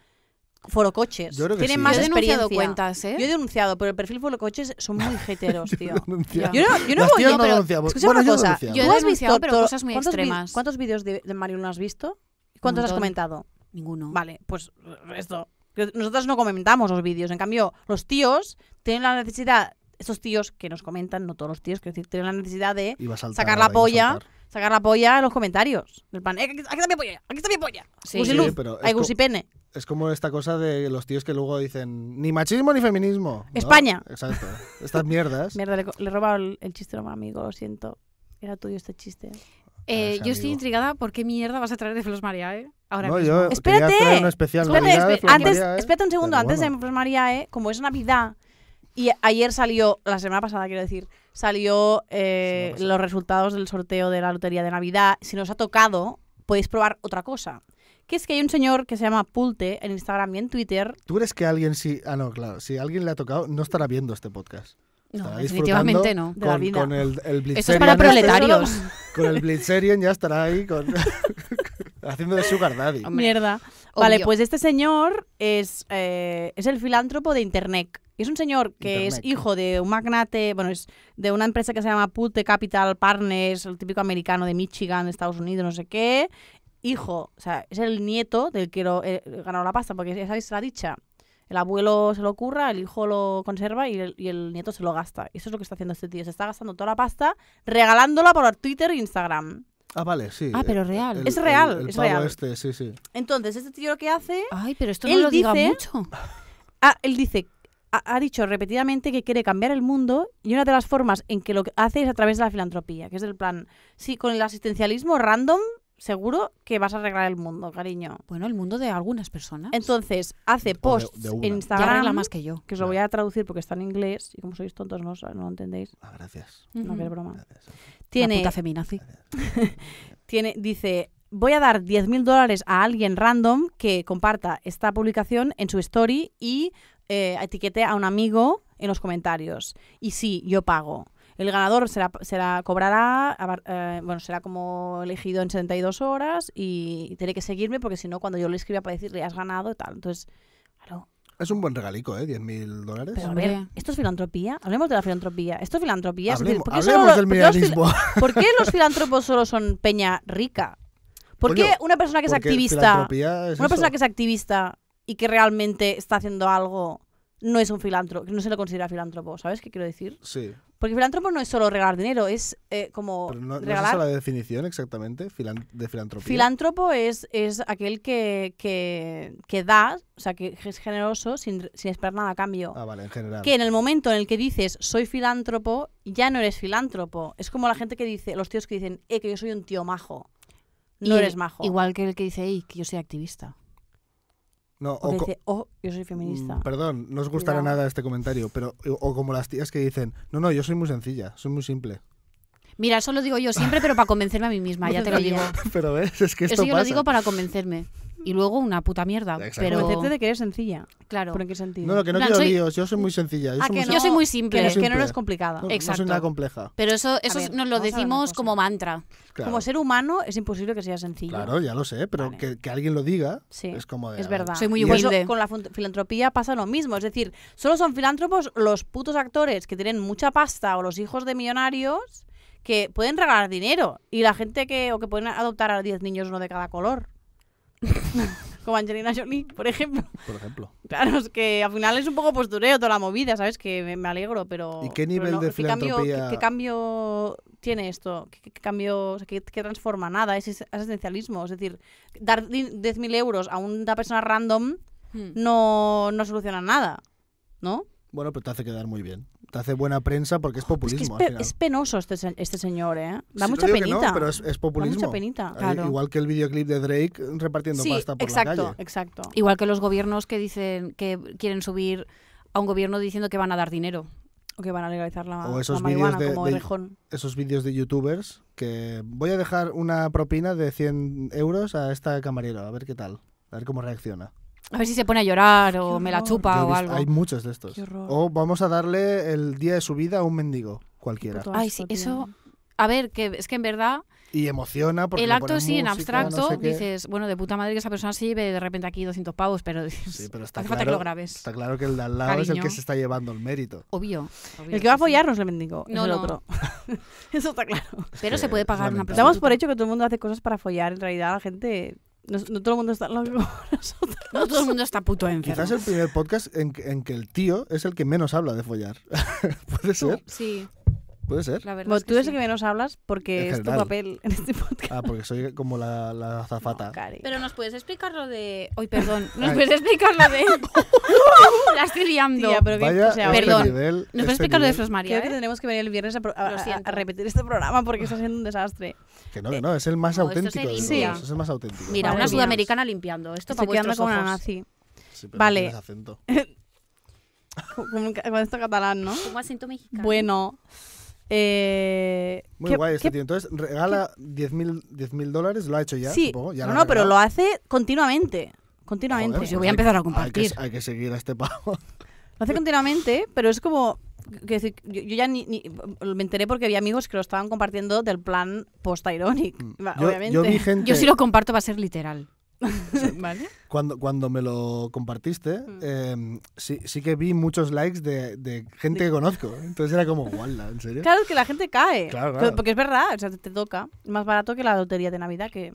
[SPEAKER 1] forocoches
[SPEAKER 3] Yo creo que
[SPEAKER 1] tiene
[SPEAKER 3] sí,
[SPEAKER 1] más
[SPEAKER 2] Yo
[SPEAKER 3] ¿eh?
[SPEAKER 2] he
[SPEAKER 1] experiencia.
[SPEAKER 2] denunciado cuentas, ¿eh?
[SPEAKER 1] Yo he denunciado, pero el perfil forocoches son muy jeteros, tío.
[SPEAKER 3] Denunciar.
[SPEAKER 1] Yo no, yo no
[SPEAKER 3] Las
[SPEAKER 1] voy no,
[SPEAKER 3] tías no
[SPEAKER 1] pero
[SPEAKER 3] denunciamos.
[SPEAKER 1] escucha
[SPEAKER 3] Bueno,
[SPEAKER 1] una
[SPEAKER 3] yo
[SPEAKER 1] cosa.
[SPEAKER 3] denunciado.
[SPEAKER 2] Yo he
[SPEAKER 1] ¿Tú has
[SPEAKER 2] denunciado,
[SPEAKER 1] visto
[SPEAKER 2] pero
[SPEAKER 1] todo-
[SPEAKER 2] cosas muy
[SPEAKER 1] cuántos vi-
[SPEAKER 2] extremas.
[SPEAKER 1] ¿Cuántos vídeos de, de Mario Luna has visto? ¿Y cuántos has
[SPEAKER 2] montón.
[SPEAKER 1] comentado?
[SPEAKER 2] Ninguno.
[SPEAKER 1] Vale, pues esto. Que Nosotros no comentamos los vídeos. En cambio, los tíos tienen la necesidad, estos tíos que nos comentan, no todos los tíos, quiero decir, tienen la necesidad de
[SPEAKER 3] Iba a saltar
[SPEAKER 1] sacar
[SPEAKER 3] ahora,
[SPEAKER 1] la
[SPEAKER 3] iba a
[SPEAKER 1] polla.
[SPEAKER 3] saltar.
[SPEAKER 1] sacar la polla en los comentarios. Del plan, "Eh, aquí aquí está mi polla, aquí está mi polla.
[SPEAKER 2] Sí.
[SPEAKER 1] Gusiluz,
[SPEAKER 3] Sí, pero
[SPEAKER 1] hay
[SPEAKER 3] es, co-
[SPEAKER 1] gusipene.
[SPEAKER 3] es como esta cosa de los tíos que luego dicen ni machismo ni feminismo. ¿no?
[SPEAKER 1] España.
[SPEAKER 3] Exacto. Estas mierdas.
[SPEAKER 1] Mierda, le, co- le he robado el, el chiste a un amigo, lo siento. Era tuyo este chiste.
[SPEAKER 2] Eh,
[SPEAKER 3] ese
[SPEAKER 2] yo estoy
[SPEAKER 3] amigo.
[SPEAKER 2] intrigada por qué mierda vas a traer de Flos María, ¿eh? Ahora
[SPEAKER 3] No,
[SPEAKER 2] mismo.
[SPEAKER 3] yo
[SPEAKER 1] Espérate.
[SPEAKER 3] quería hacer un especial
[SPEAKER 2] Espérate,
[SPEAKER 3] Navidad de
[SPEAKER 1] espe-
[SPEAKER 3] Flor
[SPEAKER 1] antes,
[SPEAKER 3] María, ¿eh?
[SPEAKER 1] espérate un segundo,
[SPEAKER 3] Pero
[SPEAKER 1] antes
[SPEAKER 3] bueno.
[SPEAKER 1] de Flor María, eh, como es Navidad, y ayer salió, la semana pasada quiero decir, salió eh,
[SPEAKER 3] Semana pasada.
[SPEAKER 1] los resultados del sorteo de la lotería de Navidad. Si nos ha tocado, podéis probar otra cosa. Que es que hay un señor que se llama Pulte en Instagram y en Twitter
[SPEAKER 3] ¿Tú crees que alguien sí? Ah, no, claro. Si alguien le ha tocado, no estará viendo este podcast.
[SPEAKER 2] No,
[SPEAKER 3] Estaba
[SPEAKER 2] definitivamente no.
[SPEAKER 1] De la
[SPEAKER 3] Con,
[SPEAKER 1] vida.
[SPEAKER 3] con el, el Blitzerian.
[SPEAKER 2] Esto es para
[SPEAKER 3] este-
[SPEAKER 2] proletarios.
[SPEAKER 3] Con el Blitzerian ya estará ahí con, haciendo de Sugar Daddy.
[SPEAKER 2] Hombre,
[SPEAKER 1] Mierda.
[SPEAKER 2] obvio.
[SPEAKER 1] Vale, pues este señor es, eh, es el filántropo de Internet. Es un señor que
[SPEAKER 3] Internet.
[SPEAKER 1] es hijo de un magnate, bueno, es de una empresa que se llama Pulte Capital Partners, el típico americano de Michigan, de Estados Unidos, no sé qué. Hijo, o sea, es el nieto del que lo- eh, ganó la pasta, porque ya sabéis la dicha. El abuelo se lo curra, el hijo lo conserva y el, y el nieto se lo gasta. Eso es lo que está haciendo este tío. Se está gastando toda la pasta regalándola por Twitter e Instagram.
[SPEAKER 3] Ah, vale, sí.
[SPEAKER 2] Ah, pero real.
[SPEAKER 3] El-
[SPEAKER 1] Es real,
[SPEAKER 3] El, el
[SPEAKER 1] es
[SPEAKER 3] pavo
[SPEAKER 1] real.
[SPEAKER 3] este, sí, sí.
[SPEAKER 1] Entonces, este tío lo que hace
[SPEAKER 2] Ay, pero esto
[SPEAKER 1] Él
[SPEAKER 2] no lo diga
[SPEAKER 1] dice-
[SPEAKER 2] mucho.
[SPEAKER 1] Ah, él dice, ha, ha dicho repetidamente que quiere cambiar el mundo y una de las formas en que lo que hace es a través de la filantropía, que es el plan, sí, con el asistencialismo random, seguro que vas a arreglar el mundo, cariño.
[SPEAKER 2] Bueno, el mundo de algunas personas.
[SPEAKER 1] Entonces, hace
[SPEAKER 3] O de-
[SPEAKER 1] posts
[SPEAKER 3] de una.
[SPEAKER 1] en
[SPEAKER 3] Ya
[SPEAKER 2] ya
[SPEAKER 1] Instagram,
[SPEAKER 2] arregla más que yo.
[SPEAKER 1] que os lo voy a traducir porque está en inglés y como sois tontos no, os- no lo entendéis,
[SPEAKER 3] Ah, gracias.
[SPEAKER 1] no que es
[SPEAKER 2] Ujú.
[SPEAKER 1] broma.
[SPEAKER 3] gracias.
[SPEAKER 1] Tiene,
[SPEAKER 2] La puta feminazi.
[SPEAKER 1] tiene, dice, voy a dar 10.000 dólares a alguien random que comparta esta publicación en su story y eh, etiquete a un amigo en los comentarios. Y sí, yo pago. El ganador será, será cobrará, abar- eh, bueno, será como elegido en 72 horas y tiene que seguirme porque si no, cuando yo le escriba para decirle has ganado y tal. Entonces, claro,
[SPEAKER 3] Es un buen regalico, ¿eh? 10.000 dólares.
[SPEAKER 1] pero a
[SPEAKER 2] Hombre.
[SPEAKER 1] ver, ¿esto es filantropía? Hablemos de la filantropía. ¿Esto es filantropía? Es decir,
[SPEAKER 3] Hablemos,
[SPEAKER 1] ¿por qué solo
[SPEAKER 3] hablemos
[SPEAKER 1] los-
[SPEAKER 3] del
[SPEAKER 1] por qué los fil-
[SPEAKER 3] milenarismo.
[SPEAKER 1] ¿Por qué los filántropos solo son peña rica? ¿Por
[SPEAKER 3] Coño,
[SPEAKER 1] qué una persona que es
[SPEAKER 3] Porque
[SPEAKER 1] activista,
[SPEAKER 3] filantropía es
[SPEAKER 1] una persona que
[SPEAKER 3] eso.
[SPEAKER 1] es activista y que realmente está haciendo algo no es un filántropo, no se le considera filántropo, ¿sabes qué quiero decir?
[SPEAKER 3] Sí.
[SPEAKER 1] Porque filántropo no es solo regalar dinero, es eh, como
[SPEAKER 3] Pero no, no es
[SPEAKER 1] regalar.
[SPEAKER 3] esa la definición exactamente filan- de filantropía.
[SPEAKER 1] Filántropo es, es aquel que, que, que da, o sea, que es generoso sin, sin esperar nada a cambio.
[SPEAKER 3] ah, vale, en general.
[SPEAKER 1] Que en el momento en el que dices soy filántropo, ya no eres filántropo. Es como la gente que dice, los tíos que dicen, eh, que yo soy un tío majo. No
[SPEAKER 2] Y el-
[SPEAKER 1] eres majo.
[SPEAKER 2] Igual que el que dice, "Ey, que yo soy activista.
[SPEAKER 3] No,
[SPEAKER 1] O
[SPEAKER 3] o
[SPEAKER 1] que
[SPEAKER 3] co-
[SPEAKER 1] dice, oh, yo soy feminista.
[SPEAKER 3] Mm, Perdón, no os gustará
[SPEAKER 1] Cuidado.
[SPEAKER 3] nada este comentario, pero o como las tías que dicen, no, no, yo soy muy sencilla, soy muy simple.
[SPEAKER 2] Mira, eso lo digo yo siempre, pero para convencerme a mí misma, ya te lo digo.
[SPEAKER 3] Pero ves, es que esto
[SPEAKER 2] Eso yo
[SPEAKER 3] pasa.
[SPEAKER 2] lo digo para convencerme. Y luego una puta mierda.
[SPEAKER 3] Exacto.
[SPEAKER 2] Pero,
[SPEAKER 1] Convencerte de que eres sencilla.
[SPEAKER 2] claro.
[SPEAKER 1] ¿Por en qué sentido?
[SPEAKER 3] No, no, que no
[SPEAKER 2] Plan,
[SPEAKER 3] quiero
[SPEAKER 2] soy-
[SPEAKER 3] líos, yo soy muy sencilla. Yo
[SPEAKER 1] Ah,
[SPEAKER 3] soy
[SPEAKER 1] que
[SPEAKER 3] muy
[SPEAKER 1] no,
[SPEAKER 2] Yo soy muy
[SPEAKER 1] Que,
[SPEAKER 2] simple.
[SPEAKER 1] eres- que no
[SPEAKER 3] Simple.
[SPEAKER 1] eres complicada. Eh,
[SPEAKER 3] No, no
[SPEAKER 2] Exacto.
[SPEAKER 3] soy nada compleja.
[SPEAKER 2] Pero eso, eso
[SPEAKER 1] ver,
[SPEAKER 2] nos lo
[SPEAKER 1] vamos a ver una
[SPEAKER 2] decimos
[SPEAKER 1] cosa.
[SPEAKER 2] como mantra.
[SPEAKER 3] Claro,
[SPEAKER 1] Como ser humano es imposible que seas sencillo.
[SPEAKER 3] Claro, ya lo sé, pero
[SPEAKER 1] Vale.
[SPEAKER 3] que, que alguien lo diga
[SPEAKER 1] Sí,
[SPEAKER 3] es como de. "Ah,
[SPEAKER 1] Es
[SPEAKER 3] a
[SPEAKER 1] verdad.
[SPEAKER 2] Soy muy
[SPEAKER 1] Y eso,
[SPEAKER 2] humilde.
[SPEAKER 1] con la fun- filantropía pasa lo mismo. Es decir, solo son filántropos los putos actores que tienen mucha pasta o los hijos de millonarios que pueden regalar dinero. Y la gente que. o que pueden adoptar a 10 niños, uno de cada color. Como Angelina Jolie, por ejemplo.
[SPEAKER 3] ver, Por ejemplo.
[SPEAKER 1] Claro, es que al final es un poco postureo toda la movida, ¿sabes? Que me, me alegro, pero.
[SPEAKER 3] ¿Y qué
[SPEAKER 1] pero
[SPEAKER 3] nivel de
[SPEAKER 1] Cambio,
[SPEAKER 3] filantropía-
[SPEAKER 1] qué- qué, cambio tiene esto? ¿Qué, qué- qué cambio, o sea, qué, qué transforma? Nada, es es asistencialismo. Es decir, dar di- 10.000 euros a una persona random
[SPEAKER 2] Hmm.
[SPEAKER 1] no, no soluciona nada, ¿no?
[SPEAKER 3] Bueno, pero te hace quedar muy bien. Te hace buena prensa porque es
[SPEAKER 1] Es que es,
[SPEAKER 3] populismo.
[SPEAKER 1] pe-
[SPEAKER 3] al final.
[SPEAKER 1] es penoso este, se- este señor, ¿eh? Da
[SPEAKER 3] Sí, no
[SPEAKER 1] mucha
[SPEAKER 3] digo que
[SPEAKER 1] penita.
[SPEAKER 3] No, pero es, es
[SPEAKER 1] da
[SPEAKER 3] populismo.
[SPEAKER 1] mucha penita.
[SPEAKER 3] Eh,
[SPEAKER 1] Claro.
[SPEAKER 3] Igual que el videoclip de Drake repartiendo
[SPEAKER 1] sí,
[SPEAKER 3] pasta por
[SPEAKER 1] exacto,
[SPEAKER 3] la calle.
[SPEAKER 1] exacto.
[SPEAKER 2] Igual que los gobiernos que dicen que quieren subir a un gobierno diciendo que van a dar dinero.
[SPEAKER 1] O que van a legalizar la,
[SPEAKER 3] O esos
[SPEAKER 1] la marihuana
[SPEAKER 3] vídeos de-
[SPEAKER 1] como
[SPEAKER 3] de-
[SPEAKER 1] Errejón.
[SPEAKER 3] esos vídeos de youtubers que voy a dejar una propina de 100 euros a esta camarera, a ver qué tal, a ver cómo reacciona.
[SPEAKER 2] A ver si se pone a llorar o
[SPEAKER 1] Qué
[SPEAKER 2] me la
[SPEAKER 1] horror.
[SPEAKER 2] chupa
[SPEAKER 3] Yo he
[SPEAKER 2] o
[SPEAKER 3] visto-
[SPEAKER 2] algo.
[SPEAKER 3] Hay muchos de estos.
[SPEAKER 1] Qué horror.
[SPEAKER 3] O vamos a darle el día de su vida a un mendigo, cualquiera.
[SPEAKER 1] Puto
[SPEAKER 2] Ay,
[SPEAKER 1] asco,
[SPEAKER 2] sí,
[SPEAKER 1] tío.
[SPEAKER 2] eso- A ver, que es que en verdad
[SPEAKER 3] Y emociona porque
[SPEAKER 2] el
[SPEAKER 3] le
[SPEAKER 2] acto
[SPEAKER 3] ponen
[SPEAKER 2] sí en
[SPEAKER 3] música,
[SPEAKER 2] abstracto
[SPEAKER 3] no sé qué.
[SPEAKER 2] dices, bueno, de puta madre que esa persona se lleve de repente aquí 200 pavos, pero dices,
[SPEAKER 3] Sí, pero está
[SPEAKER 2] hace falta que lo
[SPEAKER 3] claro,
[SPEAKER 2] grabes.
[SPEAKER 3] está claro que el de al lado es el
[SPEAKER 2] Cariño.
[SPEAKER 3] que se está llevando el mérito.
[SPEAKER 2] Obvio.
[SPEAKER 1] El que va a
[SPEAKER 2] follar
[SPEAKER 1] follar no es el mendigo, es
[SPEAKER 2] No,
[SPEAKER 1] el
[SPEAKER 2] no.
[SPEAKER 1] otro. Eso está claro.
[SPEAKER 2] Pero
[SPEAKER 3] que
[SPEAKER 2] se puede
[SPEAKER 3] es
[SPEAKER 2] pagar una
[SPEAKER 3] lamentable.
[SPEAKER 2] persona.
[SPEAKER 1] Damos por hecho que todo el mundo hace cosas para follar. En realidad, la gente. No, no todo el mundo está loco.
[SPEAKER 2] No todo el mundo está puto enfermo.
[SPEAKER 3] Quizás el primer podcast en, que- en que el tío es el que menos habla de follar. puede ser,
[SPEAKER 2] Sí,
[SPEAKER 3] puede ser.
[SPEAKER 2] la verdad.
[SPEAKER 1] Bueno,
[SPEAKER 2] es que
[SPEAKER 1] tú eres
[SPEAKER 2] sí.
[SPEAKER 1] el que menos hablas porque
[SPEAKER 3] En
[SPEAKER 1] es tu
[SPEAKER 3] general.
[SPEAKER 1] papel en este podcast.
[SPEAKER 3] Ah, porque soy como la, la azafata.
[SPEAKER 1] Cari.
[SPEAKER 2] Pero nos puedes explicar lo de. Hoy, perdón. Nos
[SPEAKER 3] Ay.
[SPEAKER 2] puedes explicar lo de. la estoy liando.
[SPEAKER 1] Tía, pero que-
[SPEAKER 3] Vaya,
[SPEAKER 1] o sea,
[SPEAKER 3] este
[SPEAKER 2] perdón.
[SPEAKER 3] nivel,
[SPEAKER 2] ¿Nos
[SPEAKER 3] este
[SPEAKER 2] puedes explicar lo de
[SPEAKER 3] nivel-
[SPEAKER 2] Flos María?
[SPEAKER 1] Creo que
[SPEAKER 2] eh?
[SPEAKER 1] tendremos que venir el viernes a, pro- a-
[SPEAKER 2] Lo
[SPEAKER 1] a-
[SPEAKER 2] siento.
[SPEAKER 1] a repetir este programa porque está siendo un desastre.
[SPEAKER 3] Que no, que no, es el más
[SPEAKER 2] No, esto
[SPEAKER 3] auténtico.
[SPEAKER 2] se
[SPEAKER 3] de
[SPEAKER 1] limpia.
[SPEAKER 3] todos, es el más auténtico.
[SPEAKER 2] Mira,
[SPEAKER 1] Madre
[SPEAKER 2] una
[SPEAKER 1] mía.
[SPEAKER 2] sudamericana limpiando. Esto
[SPEAKER 1] Estoy
[SPEAKER 2] para
[SPEAKER 1] quedando
[SPEAKER 2] vuestros
[SPEAKER 1] como una
[SPEAKER 2] ojos.
[SPEAKER 1] nazi.
[SPEAKER 3] Sí, pero
[SPEAKER 1] Vale.
[SPEAKER 3] no tienes acento.
[SPEAKER 1] Como- como un ca- Con esto catalán, ¿no?
[SPEAKER 2] Como acento mexicano.
[SPEAKER 1] Bueno. eh,
[SPEAKER 3] Muy
[SPEAKER 1] ¿qué-
[SPEAKER 3] guay este
[SPEAKER 1] qué-
[SPEAKER 3] tío. Entonces, regala 10.000 10.000 dólares, lo ha hecho ya,
[SPEAKER 1] sí.
[SPEAKER 3] supongo. Ya
[SPEAKER 1] no, no, pero lo hace continuamente.
[SPEAKER 3] regalado.
[SPEAKER 1] Continuamente.
[SPEAKER 3] Joder,
[SPEAKER 2] Pues yo voy a
[SPEAKER 3] hay que-
[SPEAKER 2] empezar a
[SPEAKER 3] hay que- Hay
[SPEAKER 2] compartir.
[SPEAKER 3] que, seguir a este pavo.
[SPEAKER 1] Lo hace continuamente, pero es como. que decir, yo, yo ya ni, ni- me enteré porque había amigos que lo estaban compartiendo del plan post-ironic, va-
[SPEAKER 3] Mm. Yo-
[SPEAKER 1] obviamente.
[SPEAKER 3] Yo, vi gente,
[SPEAKER 2] Yo si lo comparto va a ser literal. ¿Vale?
[SPEAKER 3] cuando, cuando me lo compartiste,
[SPEAKER 1] Mm.
[SPEAKER 3] eh, sí, sí que vi muchos likes de, de gente que conozco. Entonces era como, guala, ¿en serio?
[SPEAKER 1] Claro, es que la gente cae.
[SPEAKER 3] Claro, claro.
[SPEAKER 1] Porque es verdad, o sea, te, te toca. Más barato que la lotería de Navidad, que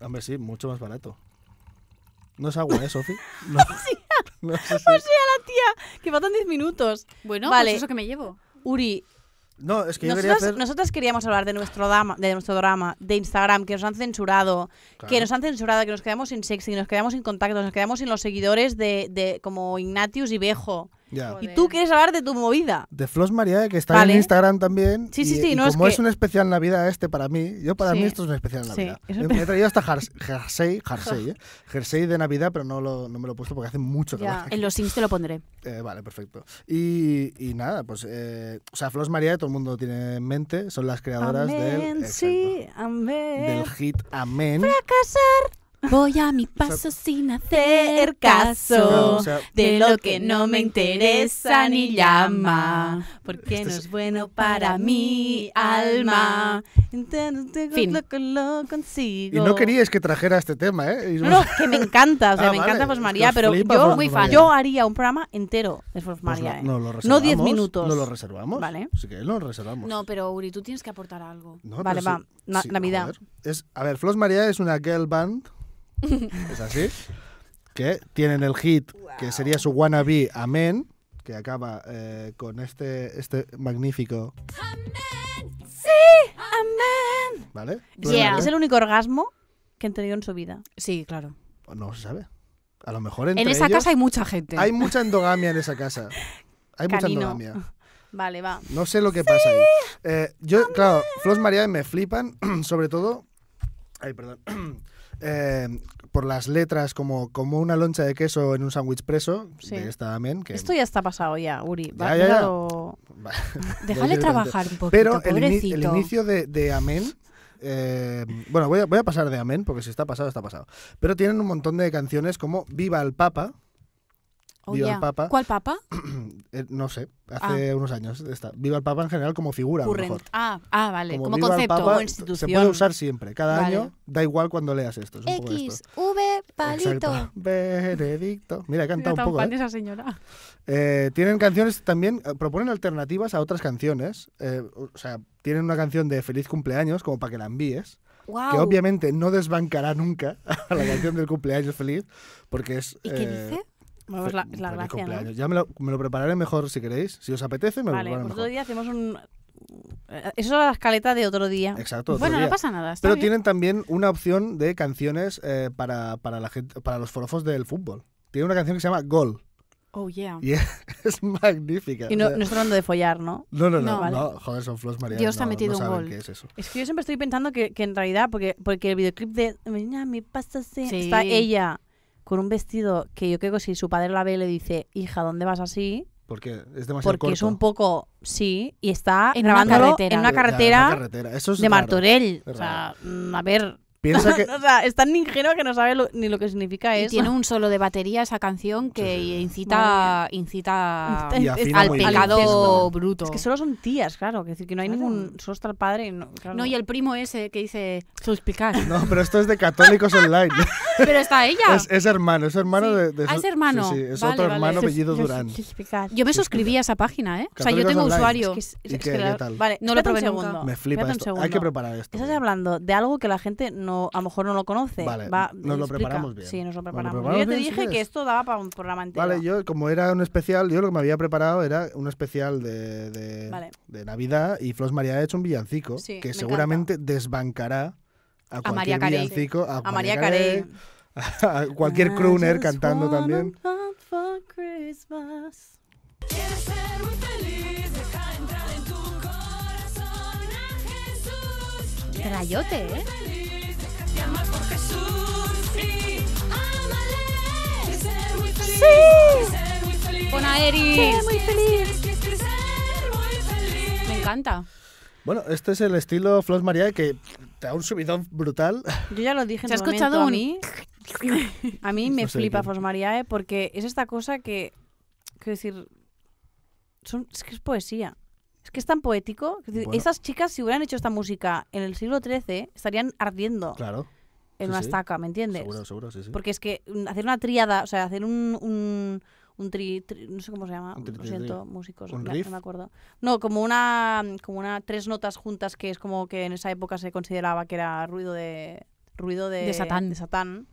[SPEAKER 3] Hombre, sí, mucho más barato. No es agua, ¿eh, Sofi? No. No sé
[SPEAKER 1] Pues
[SPEAKER 3] si-
[SPEAKER 1] que faltan 10 minutos.
[SPEAKER 2] Bueno,
[SPEAKER 1] Vale.
[SPEAKER 2] pues eso que me llevo.
[SPEAKER 1] Uri,
[SPEAKER 3] No, es que yo quería
[SPEAKER 1] nosotras,
[SPEAKER 3] hacer...
[SPEAKER 1] nosotras queríamos hablar de nuestro, dama, de nuestro drama, de Instagram, que nos han censurado, que
[SPEAKER 3] Claro.
[SPEAKER 1] nos han censurado, que nos quedamos sin sexy, que nos quedamos sin contactos, nos quedamos sin los seguidores de, de como Ignatius y Bejo.
[SPEAKER 3] Ya.
[SPEAKER 2] Joder.
[SPEAKER 1] Y tú quieres hablar de tu movida.
[SPEAKER 3] De Flos María, que está
[SPEAKER 1] Vale.
[SPEAKER 3] en Instagram también.
[SPEAKER 1] Sí, sí,
[SPEAKER 3] y-
[SPEAKER 1] sí,
[SPEAKER 3] y
[SPEAKER 1] no, es
[SPEAKER 3] como
[SPEAKER 1] que-
[SPEAKER 3] es un especial Navidad este para mí, yo para
[SPEAKER 1] Sí.
[SPEAKER 3] mí esto es un especial Navidad.
[SPEAKER 1] Sí, es
[SPEAKER 3] He-
[SPEAKER 1] un-
[SPEAKER 3] He traído hasta jars- jersey, jersey, ¿eh? jersey de Navidad, pero no, lo, no me lo he puesto porque hace mucho
[SPEAKER 1] Ya.
[SPEAKER 3] calor.
[SPEAKER 2] En los Sims te lo pondré.
[SPEAKER 3] Eh, vale, perfecto. Y, y nada, pues, eh, o sea, Flos María, todo el mundo tiene en mente, son las creadoras del,
[SPEAKER 1] Amén,
[SPEAKER 3] exacto,
[SPEAKER 1] sí, eh. amén.
[SPEAKER 3] del hit Amén.
[SPEAKER 2] Voy a mi paso sin hacer
[SPEAKER 3] Claro,
[SPEAKER 2] caso
[SPEAKER 3] o sea,
[SPEAKER 2] de lo que no me interesa ni llama.
[SPEAKER 1] Porque
[SPEAKER 3] Este
[SPEAKER 1] no
[SPEAKER 3] es-
[SPEAKER 1] es bueno para mi alma. Intento
[SPEAKER 2] Fin.
[SPEAKER 1] lo que lo consigo.
[SPEAKER 3] y no queríais que trajera este tema, ¿eh? Y-
[SPEAKER 1] No, no, que me encanta, o sea,
[SPEAKER 3] Ah,
[SPEAKER 1] me
[SPEAKER 3] vale,
[SPEAKER 1] encanta Fos
[SPEAKER 3] es que
[SPEAKER 1] María,
[SPEAKER 3] os
[SPEAKER 1] pero
[SPEAKER 3] flipa
[SPEAKER 1] yo,
[SPEAKER 3] Fos
[SPEAKER 2] Muy fan. María.
[SPEAKER 1] yo haría un programa entero de Fos
[SPEAKER 3] pues
[SPEAKER 1] María.
[SPEAKER 3] no,
[SPEAKER 1] ¿eh?
[SPEAKER 3] no lo
[SPEAKER 1] No 10
[SPEAKER 3] reservamos,
[SPEAKER 1] minutos.
[SPEAKER 3] No lo reservamos.
[SPEAKER 1] Vale.
[SPEAKER 3] Si queréis, lo reservamos.
[SPEAKER 2] No, pero Uri, tú tienes que aportar algo.
[SPEAKER 3] No,
[SPEAKER 1] Vale,
[SPEAKER 3] pero
[SPEAKER 1] va, na- Navidad.
[SPEAKER 3] joder. Es, a ver, Flos María es una girl band, es así, que tienen el hit que sería su wannabe Amén, que acaba eh, con este, este magnífico, ¿vale?
[SPEAKER 1] Yeah. Es el único orgasmo que han tenido en su vida.
[SPEAKER 2] Sí, claro.
[SPEAKER 3] No se sabe. A lo mejor entre
[SPEAKER 2] En esa
[SPEAKER 3] ellos
[SPEAKER 2] casa hay mucha gente.
[SPEAKER 3] hay mucha endogamia en esa casa. Hay mucha
[SPEAKER 1] Canino.
[SPEAKER 3] endogamia.
[SPEAKER 1] Vale, va.
[SPEAKER 3] No sé lo que pasa ahí. Eh, yo, claro, Flos Mariae me flipan, sobre todo. Ay, perdón. eh, por las letras, como, como una loncha de queso en un sándwich preso,
[SPEAKER 1] Sí.
[SPEAKER 3] de esta amén. Que,
[SPEAKER 1] Esto ya está pasado ya, Uri. Va,
[SPEAKER 3] Ya, ya, ya.
[SPEAKER 1] déjalo.
[SPEAKER 3] Va,
[SPEAKER 2] Déjale
[SPEAKER 3] Voy
[SPEAKER 2] trabajar un poquito,
[SPEAKER 3] Pero el, ini-
[SPEAKER 2] pobrecito.
[SPEAKER 3] el inicio de, de amén. eh, bueno, voy a, voy a pasar de amén, porque si está pasado, está pasado. Pero tienen un montón de canciones como Viva el Papa,
[SPEAKER 2] Oh,
[SPEAKER 3] Viva el
[SPEAKER 2] ya.
[SPEAKER 3] Papa.
[SPEAKER 2] ¿Cuál papa?
[SPEAKER 3] eh, no sé, hace unos años. Está. Viva el Papa en general como figura, a lo
[SPEAKER 1] Current.
[SPEAKER 3] mejor.
[SPEAKER 2] Ah, ah, vale, como,
[SPEAKER 3] Viva el
[SPEAKER 2] concepto.
[SPEAKER 3] Papa,
[SPEAKER 1] como
[SPEAKER 3] se
[SPEAKER 1] institución.
[SPEAKER 3] puede usar siempre, cada
[SPEAKER 2] Vale.
[SPEAKER 3] año, da igual cuando leas esto. es un poco esto.
[SPEAKER 2] X, V, palito.
[SPEAKER 3] Exacto. Benedicto. Mira, he cantado un poco. ¿eh?
[SPEAKER 2] esa señora.
[SPEAKER 3] Eh, tienen canciones también, eh, proponen alternativas a otras canciones. eh, o sea, tienen una canción de feliz cumpleaños como para que la envíes,
[SPEAKER 2] Wow.
[SPEAKER 3] que obviamente no desbancará nunca a la canción del cumpleaños feliz, porque es...
[SPEAKER 2] ¿Y qué
[SPEAKER 3] eh,
[SPEAKER 2] dice?
[SPEAKER 1] Bueno, es la, es la gracia,
[SPEAKER 3] feliz
[SPEAKER 1] ¿no?
[SPEAKER 3] cumpleaños. Ya me lo, me lo prepararé mejor si queréis. Si os apetece, me lo
[SPEAKER 1] Vale,
[SPEAKER 3] prepararé
[SPEAKER 1] pues otro
[SPEAKER 3] mejor.
[SPEAKER 1] día hacemos un... eh, Eso es la escaleta de otro día.
[SPEAKER 3] Exacto. otro
[SPEAKER 2] bueno,
[SPEAKER 3] día.
[SPEAKER 2] no pasa nada. Está
[SPEAKER 3] Pero
[SPEAKER 2] bien.
[SPEAKER 3] tienen también una opción de canciones eh, para, para, la gente, para los forofos del fútbol. Tiene una canción que se llama Gol.
[SPEAKER 2] Oh, yeah.
[SPEAKER 3] Y es, es magnífica.
[SPEAKER 1] Y
[SPEAKER 3] O
[SPEAKER 1] no,
[SPEAKER 3] sea,
[SPEAKER 1] no estoy hablando de follar, ¿no?
[SPEAKER 3] no, no, no,
[SPEAKER 2] no, vale.
[SPEAKER 3] no, Joder, son Flos María.
[SPEAKER 2] Dios te ha
[SPEAKER 3] no-
[SPEAKER 2] metido
[SPEAKER 3] no
[SPEAKER 2] un
[SPEAKER 3] saben
[SPEAKER 2] gol.
[SPEAKER 3] qué es eso.
[SPEAKER 1] Es que yo siempre estoy pensando que, que en realidad, porque, porque el videoclip de Mañana me pasa así,
[SPEAKER 2] Sí.
[SPEAKER 1] está ella con un vestido que yo creo que si su padre la ve le dice, hija, ¿dónde vas así?
[SPEAKER 3] Porque es demasiado
[SPEAKER 1] Porque
[SPEAKER 3] corto. Eh,
[SPEAKER 1] es un poco, sí, y está
[SPEAKER 2] En una
[SPEAKER 1] grabándolo
[SPEAKER 2] carretera.
[SPEAKER 1] en una
[SPEAKER 3] Ya,
[SPEAKER 1] carretera,
[SPEAKER 3] una carretera. Eso es
[SPEAKER 1] de
[SPEAKER 3] raro.
[SPEAKER 1] Martorell.
[SPEAKER 3] Es
[SPEAKER 1] O sea, mm, a ver,
[SPEAKER 3] Piensa que
[SPEAKER 1] o sea, es tan ingenuo que no sabe lo- ni lo que significa
[SPEAKER 2] Y
[SPEAKER 1] eso.
[SPEAKER 2] tiene un solo de batería esa canción que incita,
[SPEAKER 1] Madre
[SPEAKER 2] incita
[SPEAKER 1] Incita-
[SPEAKER 3] y afina
[SPEAKER 2] al
[SPEAKER 3] muy bien.
[SPEAKER 2] pecado
[SPEAKER 1] Al
[SPEAKER 2] bruto.
[SPEAKER 1] Es que solo son tías, claro, que decir que no hay
[SPEAKER 2] Claro.
[SPEAKER 1] ningún, solo está el padre, y no, claro.
[SPEAKER 2] No, y el primo ese que dice suspicar.
[SPEAKER 3] No, pero esto es de Católicos Online.
[SPEAKER 2] Pero está ella.
[SPEAKER 3] es, es hermano, es hermano
[SPEAKER 2] Sí.
[SPEAKER 3] de, de
[SPEAKER 2] Ah,
[SPEAKER 3] su-
[SPEAKER 2] es hermano.
[SPEAKER 3] Sí, sí, es
[SPEAKER 2] Vale,
[SPEAKER 3] otro
[SPEAKER 2] vale.
[SPEAKER 3] hermano
[SPEAKER 2] Sus-
[SPEAKER 3] apellido Durán.
[SPEAKER 2] Yo me suscribí a esa página, ¿eh? O sea, yo
[SPEAKER 3] Católicos
[SPEAKER 2] tengo
[SPEAKER 3] Online.
[SPEAKER 2] usuario.
[SPEAKER 1] Es que es-
[SPEAKER 3] ¿Y
[SPEAKER 1] es
[SPEAKER 3] qué-
[SPEAKER 1] que
[SPEAKER 3] qué
[SPEAKER 1] la-
[SPEAKER 3] tal?
[SPEAKER 1] Vale,
[SPEAKER 2] No lo
[SPEAKER 1] espérate un
[SPEAKER 2] probé nunca.
[SPEAKER 1] segundo,
[SPEAKER 3] Me flipa
[SPEAKER 1] espérate un
[SPEAKER 3] esto. Hay que
[SPEAKER 1] segundo.
[SPEAKER 3] preparar esto.
[SPEAKER 1] Estás
[SPEAKER 3] bien.
[SPEAKER 1] hablando de algo que la gente no, a lo mejor no lo conoce.
[SPEAKER 3] Vale,
[SPEAKER 1] Va,
[SPEAKER 3] nos lo
[SPEAKER 1] explica.
[SPEAKER 3] preparamos bien.
[SPEAKER 1] Sí, nos lo
[SPEAKER 3] Nos lo
[SPEAKER 1] preparamos.
[SPEAKER 3] preparamos
[SPEAKER 1] yo ya te
[SPEAKER 3] bien, si
[SPEAKER 1] dije que
[SPEAKER 3] quieres.
[SPEAKER 1] esto daba para un programa entero.
[SPEAKER 3] Vale, yo como era un especial, yo lo que me había preparado era un especial de, de,
[SPEAKER 1] Vale.
[SPEAKER 3] de Navidad y Flos María ha hecho un villancico
[SPEAKER 1] Sí,
[SPEAKER 3] que
[SPEAKER 1] me
[SPEAKER 3] seguramente desbancará a, cualquier
[SPEAKER 2] María Carey.
[SPEAKER 3] villancico, a,
[SPEAKER 1] a María Carey. Ah,
[SPEAKER 3] a cualquier crooner cantando también.
[SPEAKER 4] Quieres ser muy feliz, deja entrar en tu corazón a Jesús. Quieres
[SPEAKER 2] Rayote, ¿eh?
[SPEAKER 4] feliz, déjate amar por Jesús y ámale. Quieres ser muy feliz, quieres ser muy feliz.
[SPEAKER 2] Con Aeris.
[SPEAKER 4] Quieres, quieres, quieres, quieres ser muy feliz.
[SPEAKER 2] Me encanta.
[SPEAKER 3] Bueno, este es el estilo Flos María que te da un subidón brutal.
[SPEAKER 1] Yo ya lo dije en
[SPEAKER 2] ¿Se ha
[SPEAKER 1] su
[SPEAKER 2] escuchado
[SPEAKER 1] momento,
[SPEAKER 2] un-
[SPEAKER 1] a mí. A mí me
[SPEAKER 3] No sé de
[SPEAKER 1] flipa
[SPEAKER 3] quién.
[SPEAKER 1] Fos
[SPEAKER 2] ¿eh?
[SPEAKER 1] Mariae porque es esta cosa que. Quiero decir. son- es que es poesía. Es que es tan poético. Es decir,
[SPEAKER 3] Bueno.
[SPEAKER 1] Esas chicas, si hubieran hecho esta música en el siglo XIII, estarían ardiendo
[SPEAKER 3] Claro,
[SPEAKER 1] en
[SPEAKER 3] sí,
[SPEAKER 1] una
[SPEAKER 3] sí.
[SPEAKER 1] estaca, ¿me entiendes?
[SPEAKER 3] seguro, seguro, sí, sí.
[SPEAKER 1] Porque es que mm, hacer una tríada, o sea, hacer un, un, un tri, tri- no sé cómo se llama,
[SPEAKER 3] Un tri-
[SPEAKER 1] lo
[SPEAKER 3] tri-
[SPEAKER 1] siento, músicos,
[SPEAKER 3] ¿Un
[SPEAKER 1] no,
[SPEAKER 3] riff?
[SPEAKER 1] no me acuerdo. No, como una, como una tres notas juntas que es como que en esa época se consideraba que era ruido de ruido de,
[SPEAKER 2] De Satán.
[SPEAKER 1] de Satán.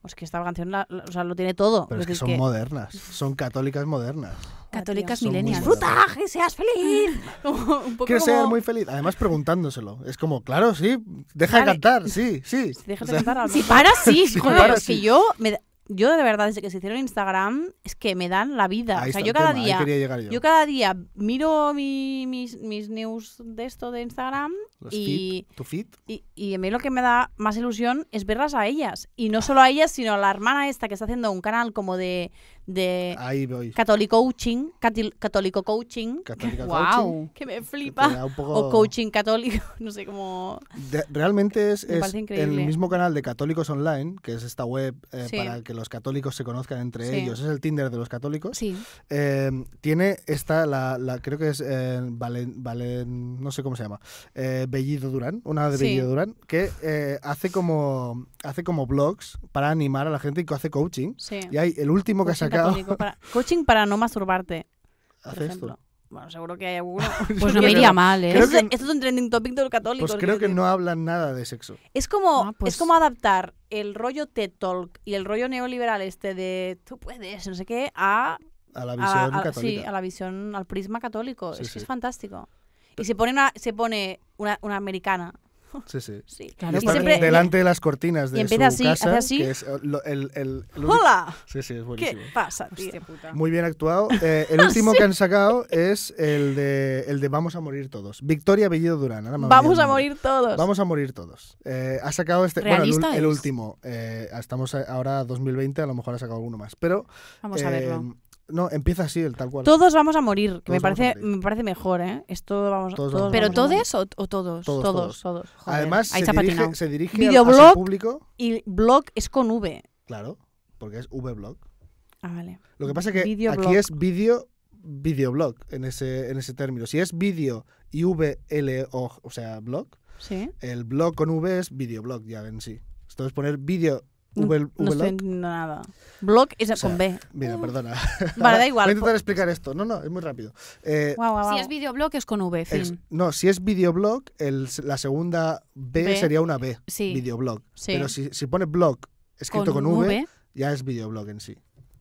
[SPEAKER 1] Pues que esta canción, la- la- o sea, lo tiene todo.
[SPEAKER 3] Pero es que
[SPEAKER 1] decir
[SPEAKER 3] son modernas, son católicas modernas.
[SPEAKER 2] Católicas
[SPEAKER 3] Son muy
[SPEAKER 2] milenias.
[SPEAKER 3] buenas.
[SPEAKER 1] ¡Disfruta, que seas feliz! Como un poco
[SPEAKER 3] Quiero ser
[SPEAKER 1] como-
[SPEAKER 3] muy feliz. Además preguntándoselo. Es como, claro, sí, deja de
[SPEAKER 1] Vale.
[SPEAKER 3] cantar, sí, sí.
[SPEAKER 1] Si dejas
[SPEAKER 3] O sea,
[SPEAKER 1] de cantar, a lo
[SPEAKER 2] Si
[SPEAKER 1] mejor-
[SPEAKER 2] para, sí.
[SPEAKER 3] Sí,
[SPEAKER 1] Joder,
[SPEAKER 3] para,
[SPEAKER 1] es que
[SPEAKER 3] sí.
[SPEAKER 1] yo, me da- yo de verdad, desde que se hicieron Instagram, es que me dan la vida.
[SPEAKER 3] ahí
[SPEAKER 1] o sea,
[SPEAKER 3] está
[SPEAKER 1] yo
[SPEAKER 3] el
[SPEAKER 1] cada
[SPEAKER 3] tema, ahí
[SPEAKER 1] día...
[SPEAKER 3] quería llegar yo.
[SPEAKER 1] Yo cada día miro mi- mis, mis news de esto de Instagram
[SPEAKER 3] Los
[SPEAKER 1] y-
[SPEAKER 3] fit, tu fit.
[SPEAKER 1] y, y a mí lo que me da más ilusión es verlas a ellas. Y no solo a ellas, sino a la hermana esta que está haciendo un canal como de, de
[SPEAKER 3] Ahí voy.
[SPEAKER 1] católico coaching, catil- católico coaching,
[SPEAKER 3] Católica coaching,
[SPEAKER 2] Wow.
[SPEAKER 1] que me
[SPEAKER 3] que te
[SPEAKER 1] flipa.
[SPEAKER 3] da un poco-
[SPEAKER 1] O coaching católico, no sé cómo...
[SPEAKER 3] De- realmente es,
[SPEAKER 1] Me
[SPEAKER 3] es
[SPEAKER 1] parece
[SPEAKER 3] el
[SPEAKER 1] increíble.
[SPEAKER 3] mismo canal de Católicos Online, que es esta web eh,
[SPEAKER 1] Sí.
[SPEAKER 3] para que los católicos se conozcan entre
[SPEAKER 1] Sí.
[SPEAKER 3] ellos. Es el Tinder de los católicos.
[SPEAKER 2] Sí.
[SPEAKER 3] Eh, tiene esta, la, la- creo que es eh, Valen, Valen- no sé cómo se llama, eh, Bellido Durán, una de
[SPEAKER 1] Sí.
[SPEAKER 3] Bellido Durán, que eh, hace, como, hace como blogs para animar a la gente y que hace coaching.
[SPEAKER 1] Sí.
[SPEAKER 3] Y hay el último que ha
[SPEAKER 1] Coaching
[SPEAKER 3] sacado.
[SPEAKER 1] católico para, coaching para no masturbarte, por
[SPEAKER 3] Hace
[SPEAKER 1] ejemplo.
[SPEAKER 3] esto.
[SPEAKER 1] Bueno, seguro que hay alguno.
[SPEAKER 2] Pues
[SPEAKER 3] Yo
[SPEAKER 2] no me
[SPEAKER 3] creo-
[SPEAKER 2] iría mal, ¿eh?
[SPEAKER 3] creo
[SPEAKER 1] Esto,
[SPEAKER 3] que-
[SPEAKER 1] esto es un trending topic de los católicos.
[SPEAKER 3] Pues
[SPEAKER 1] quiero
[SPEAKER 3] creo que
[SPEAKER 1] decir.
[SPEAKER 3] no hablan nada de sexo.
[SPEAKER 1] Es como,
[SPEAKER 2] Ah, pues-
[SPEAKER 1] es como adaptar el rollo TED Talk y el rollo neoliberal este de tú puedes, no sé qué, a
[SPEAKER 3] a la
[SPEAKER 1] a-
[SPEAKER 3] visión
[SPEAKER 1] a-
[SPEAKER 3] católica.
[SPEAKER 1] sí, a la visión, al prisma católico.
[SPEAKER 3] Sí,
[SPEAKER 1] es que
[SPEAKER 3] sí.
[SPEAKER 1] es fantástico. Y se pone una, se pone una, una americana.
[SPEAKER 3] Sí, sí.
[SPEAKER 1] Sí.
[SPEAKER 2] Claro,
[SPEAKER 1] y
[SPEAKER 3] y está
[SPEAKER 1] siempre-
[SPEAKER 3] delante de las cortinas de
[SPEAKER 1] y empieza
[SPEAKER 3] su
[SPEAKER 1] así, hace
[SPEAKER 3] casa,
[SPEAKER 1] así.
[SPEAKER 3] que es eh, lo- el, el- el único-
[SPEAKER 1] ¡Hola!
[SPEAKER 3] Sí, sí, es
[SPEAKER 1] ¿Qué
[SPEAKER 3] buenísimo. pues,
[SPEAKER 1] pasa, tío?
[SPEAKER 2] Hostia puta.
[SPEAKER 3] Muy bien actuado. Eh, el último que han sacado es el de, el de Vamos a morir todos. Victoria Bellido Durán. ahora me olvidé
[SPEAKER 1] Vamos
[SPEAKER 3] el
[SPEAKER 1] a
[SPEAKER 3] nombre.
[SPEAKER 1] morir todos.
[SPEAKER 3] Vamos a morir todos. Eh, ha sacado este. Bueno, el, ul-
[SPEAKER 2] Realista
[SPEAKER 3] el
[SPEAKER 2] es.
[SPEAKER 3] último. Eh, estamos a- ahora a 2020, a lo mejor ha sacado alguno más. Pero.
[SPEAKER 2] Vamos a
[SPEAKER 3] eh,
[SPEAKER 2] verlo.
[SPEAKER 3] No, empieza así, el tal cual.
[SPEAKER 1] Todos vamos a morir, que me
[SPEAKER 3] Todos vamos a
[SPEAKER 1] parece,
[SPEAKER 3] morir.
[SPEAKER 1] me parece mejor, ¿eh? Esto vamos,
[SPEAKER 3] Todos
[SPEAKER 1] todos
[SPEAKER 3] vamos a
[SPEAKER 2] ¿Pero
[SPEAKER 1] vamos a morir.
[SPEAKER 2] todes o, o todos?
[SPEAKER 3] Todos.
[SPEAKER 1] Todos, todos.
[SPEAKER 2] Joder,
[SPEAKER 3] Además,
[SPEAKER 2] ahí
[SPEAKER 3] se
[SPEAKER 2] se ha
[SPEAKER 3] dirige,
[SPEAKER 2] patinado.
[SPEAKER 3] se dirige al- a
[SPEAKER 1] Videoblog.
[SPEAKER 3] su público.
[SPEAKER 1] Y blog es con V.
[SPEAKER 3] Claro, porque es vblog.
[SPEAKER 1] Ah, vale.
[SPEAKER 3] Lo que pasa es que
[SPEAKER 1] Videoblog.
[SPEAKER 3] aquí es vídeo videoblog en ese, en ese término. Si es vídeo y VLO, o sea, blog,
[SPEAKER 1] Sí.
[SPEAKER 3] el blog con V es videoblog ya en sí. Esto es poner vídeo
[SPEAKER 1] No-
[SPEAKER 3] V,
[SPEAKER 1] No estoy
[SPEAKER 3] vlog.
[SPEAKER 1] entendiendo nada. Blog es
[SPEAKER 3] sea, eh,
[SPEAKER 1] con B.
[SPEAKER 3] Mira, perdona.
[SPEAKER 1] Vale, da
[SPEAKER 3] Voy a
[SPEAKER 1] igual. pues.
[SPEAKER 3] intentar explicar esto. No, no, es muy rápido. Eh,
[SPEAKER 1] Guau, guau,
[SPEAKER 2] Si
[SPEAKER 1] guau.
[SPEAKER 2] es videoblog es con V, fin.
[SPEAKER 3] ex- no, si es videoblog, el, la segunda B,
[SPEAKER 2] B.
[SPEAKER 3] sería una B,
[SPEAKER 2] Sí.
[SPEAKER 3] videoblog.
[SPEAKER 1] Sí.
[SPEAKER 3] Pero si, si pone blog escrito con, v, ya es videoblog en sí.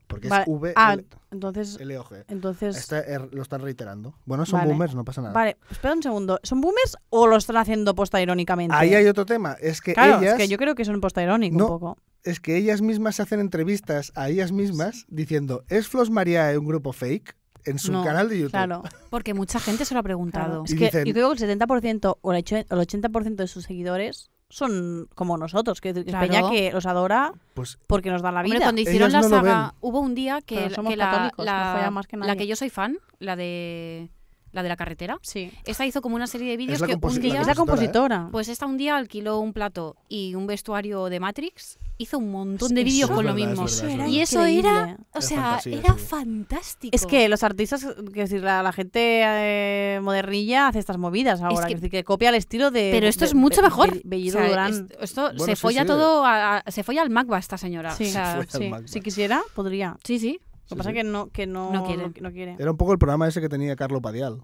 [SPEAKER 3] Porque
[SPEAKER 1] Vale.
[SPEAKER 3] es V,
[SPEAKER 1] Ah,
[SPEAKER 3] L,
[SPEAKER 1] entonces,
[SPEAKER 3] O, G.
[SPEAKER 1] entonces.
[SPEAKER 3] Está- er- lo están reiterando. Bueno, son
[SPEAKER 1] Vale.
[SPEAKER 3] boomers, no pasa nada.
[SPEAKER 1] Vale, espera un segundo. ¿Son boomers o lo están haciendo posta irónicamente?
[SPEAKER 3] Ahí hay otro tema. Es que,
[SPEAKER 1] claro,
[SPEAKER 3] ellas,
[SPEAKER 1] es que yo creo que son posta irónico
[SPEAKER 3] No.
[SPEAKER 1] un poco.
[SPEAKER 3] es que ellas mismas se hacen entrevistas a ellas mismas diciendo, ¿es Flos María un grupo fake? En su
[SPEAKER 1] No,
[SPEAKER 3] canal de YouTube.
[SPEAKER 1] Claro,
[SPEAKER 2] Porque mucha gente se lo ha preguntado.
[SPEAKER 1] claro. Es
[SPEAKER 3] Y
[SPEAKER 1] que
[SPEAKER 3] dicen-
[SPEAKER 1] yo creo que el 70% o el ocho- el 80% de sus seguidores son como nosotros, que es
[SPEAKER 2] Claro.
[SPEAKER 1] Peña que los adora
[SPEAKER 3] Pues
[SPEAKER 1] porque nos dan la
[SPEAKER 2] Hombre,
[SPEAKER 1] vida.
[SPEAKER 2] cuando hicieron
[SPEAKER 3] Ellas
[SPEAKER 2] la
[SPEAKER 3] no lo
[SPEAKER 2] saga,
[SPEAKER 3] ven.
[SPEAKER 2] hubo un día que,
[SPEAKER 1] Pero
[SPEAKER 2] la-
[SPEAKER 1] somos
[SPEAKER 2] que la,
[SPEAKER 1] católicos,
[SPEAKER 2] la-
[SPEAKER 1] nos follan más que
[SPEAKER 2] la
[SPEAKER 1] nadie.
[SPEAKER 2] que yo soy fan, la de la de la carretera,
[SPEAKER 1] Sí.
[SPEAKER 2] esta hizo como una serie de vídeos
[SPEAKER 3] la
[SPEAKER 2] que un
[SPEAKER 3] composi-
[SPEAKER 2] día
[SPEAKER 1] Es la
[SPEAKER 3] compositora,
[SPEAKER 1] compositora.
[SPEAKER 2] Pues esta un día alquiló un plato y un vestuario de Matrix, hizo un montón de
[SPEAKER 1] Es-
[SPEAKER 2] vídeos
[SPEAKER 1] eso
[SPEAKER 2] con
[SPEAKER 3] es
[SPEAKER 2] lo
[SPEAKER 3] verdad,
[SPEAKER 2] mismo.
[SPEAKER 3] es verdad, es verdad.
[SPEAKER 2] y eso era,
[SPEAKER 1] Increíble.
[SPEAKER 2] o
[SPEAKER 3] Es
[SPEAKER 2] sea,
[SPEAKER 3] fantasía,
[SPEAKER 2] era
[SPEAKER 3] sí.
[SPEAKER 2] fantástico.
[SPEAKER 1] Es que los artistas, que decir, la, la gente eh, modernilla hace estas movidas ahora, es
[SPEAKER 2] que-
[SPEAKER 1] decir, que copia el estilo de.
[SPEAKER 2] pero esto
[SPEAKER 1] de-
[SPEAKER 2] es mucho
[SPEAKER 1] de-
[SPEAKER 2] mejor.
[SPEAKER 1] de- Bellido
[SPEAKER 2] O sea,
[SPEAKER 1] Durán.
[SPEAKER 2] es- esto
[SPEAKER 3] Bueno,
[SPEAKER 2] se
[SPEAKER 3] sí,
[SPEAKER 2] folla
[SPEAKER 3] sí.
[SPEAKER 2] todo, a- a- se folla al Magba esta señora.
[SPEAKER 1] Sí.
[SPEAKER 2] O sea,
[SPEAKER 3] Ah, Se fue al
[SPEAKER 1] Sí,
[SPEAKER 3] magma.
[SPEAKER 1] si quisiera, podría.
[SPEAKER 2] sí, sí.
[SPEAKER 1] Lo que pasa es que no, que no,
[SPEAKER 2] No quiere.
[SPEAKER 1] no- no quiere.
[SPEAKER 3] Era un poco el programa ese que tenía Carlo Padial.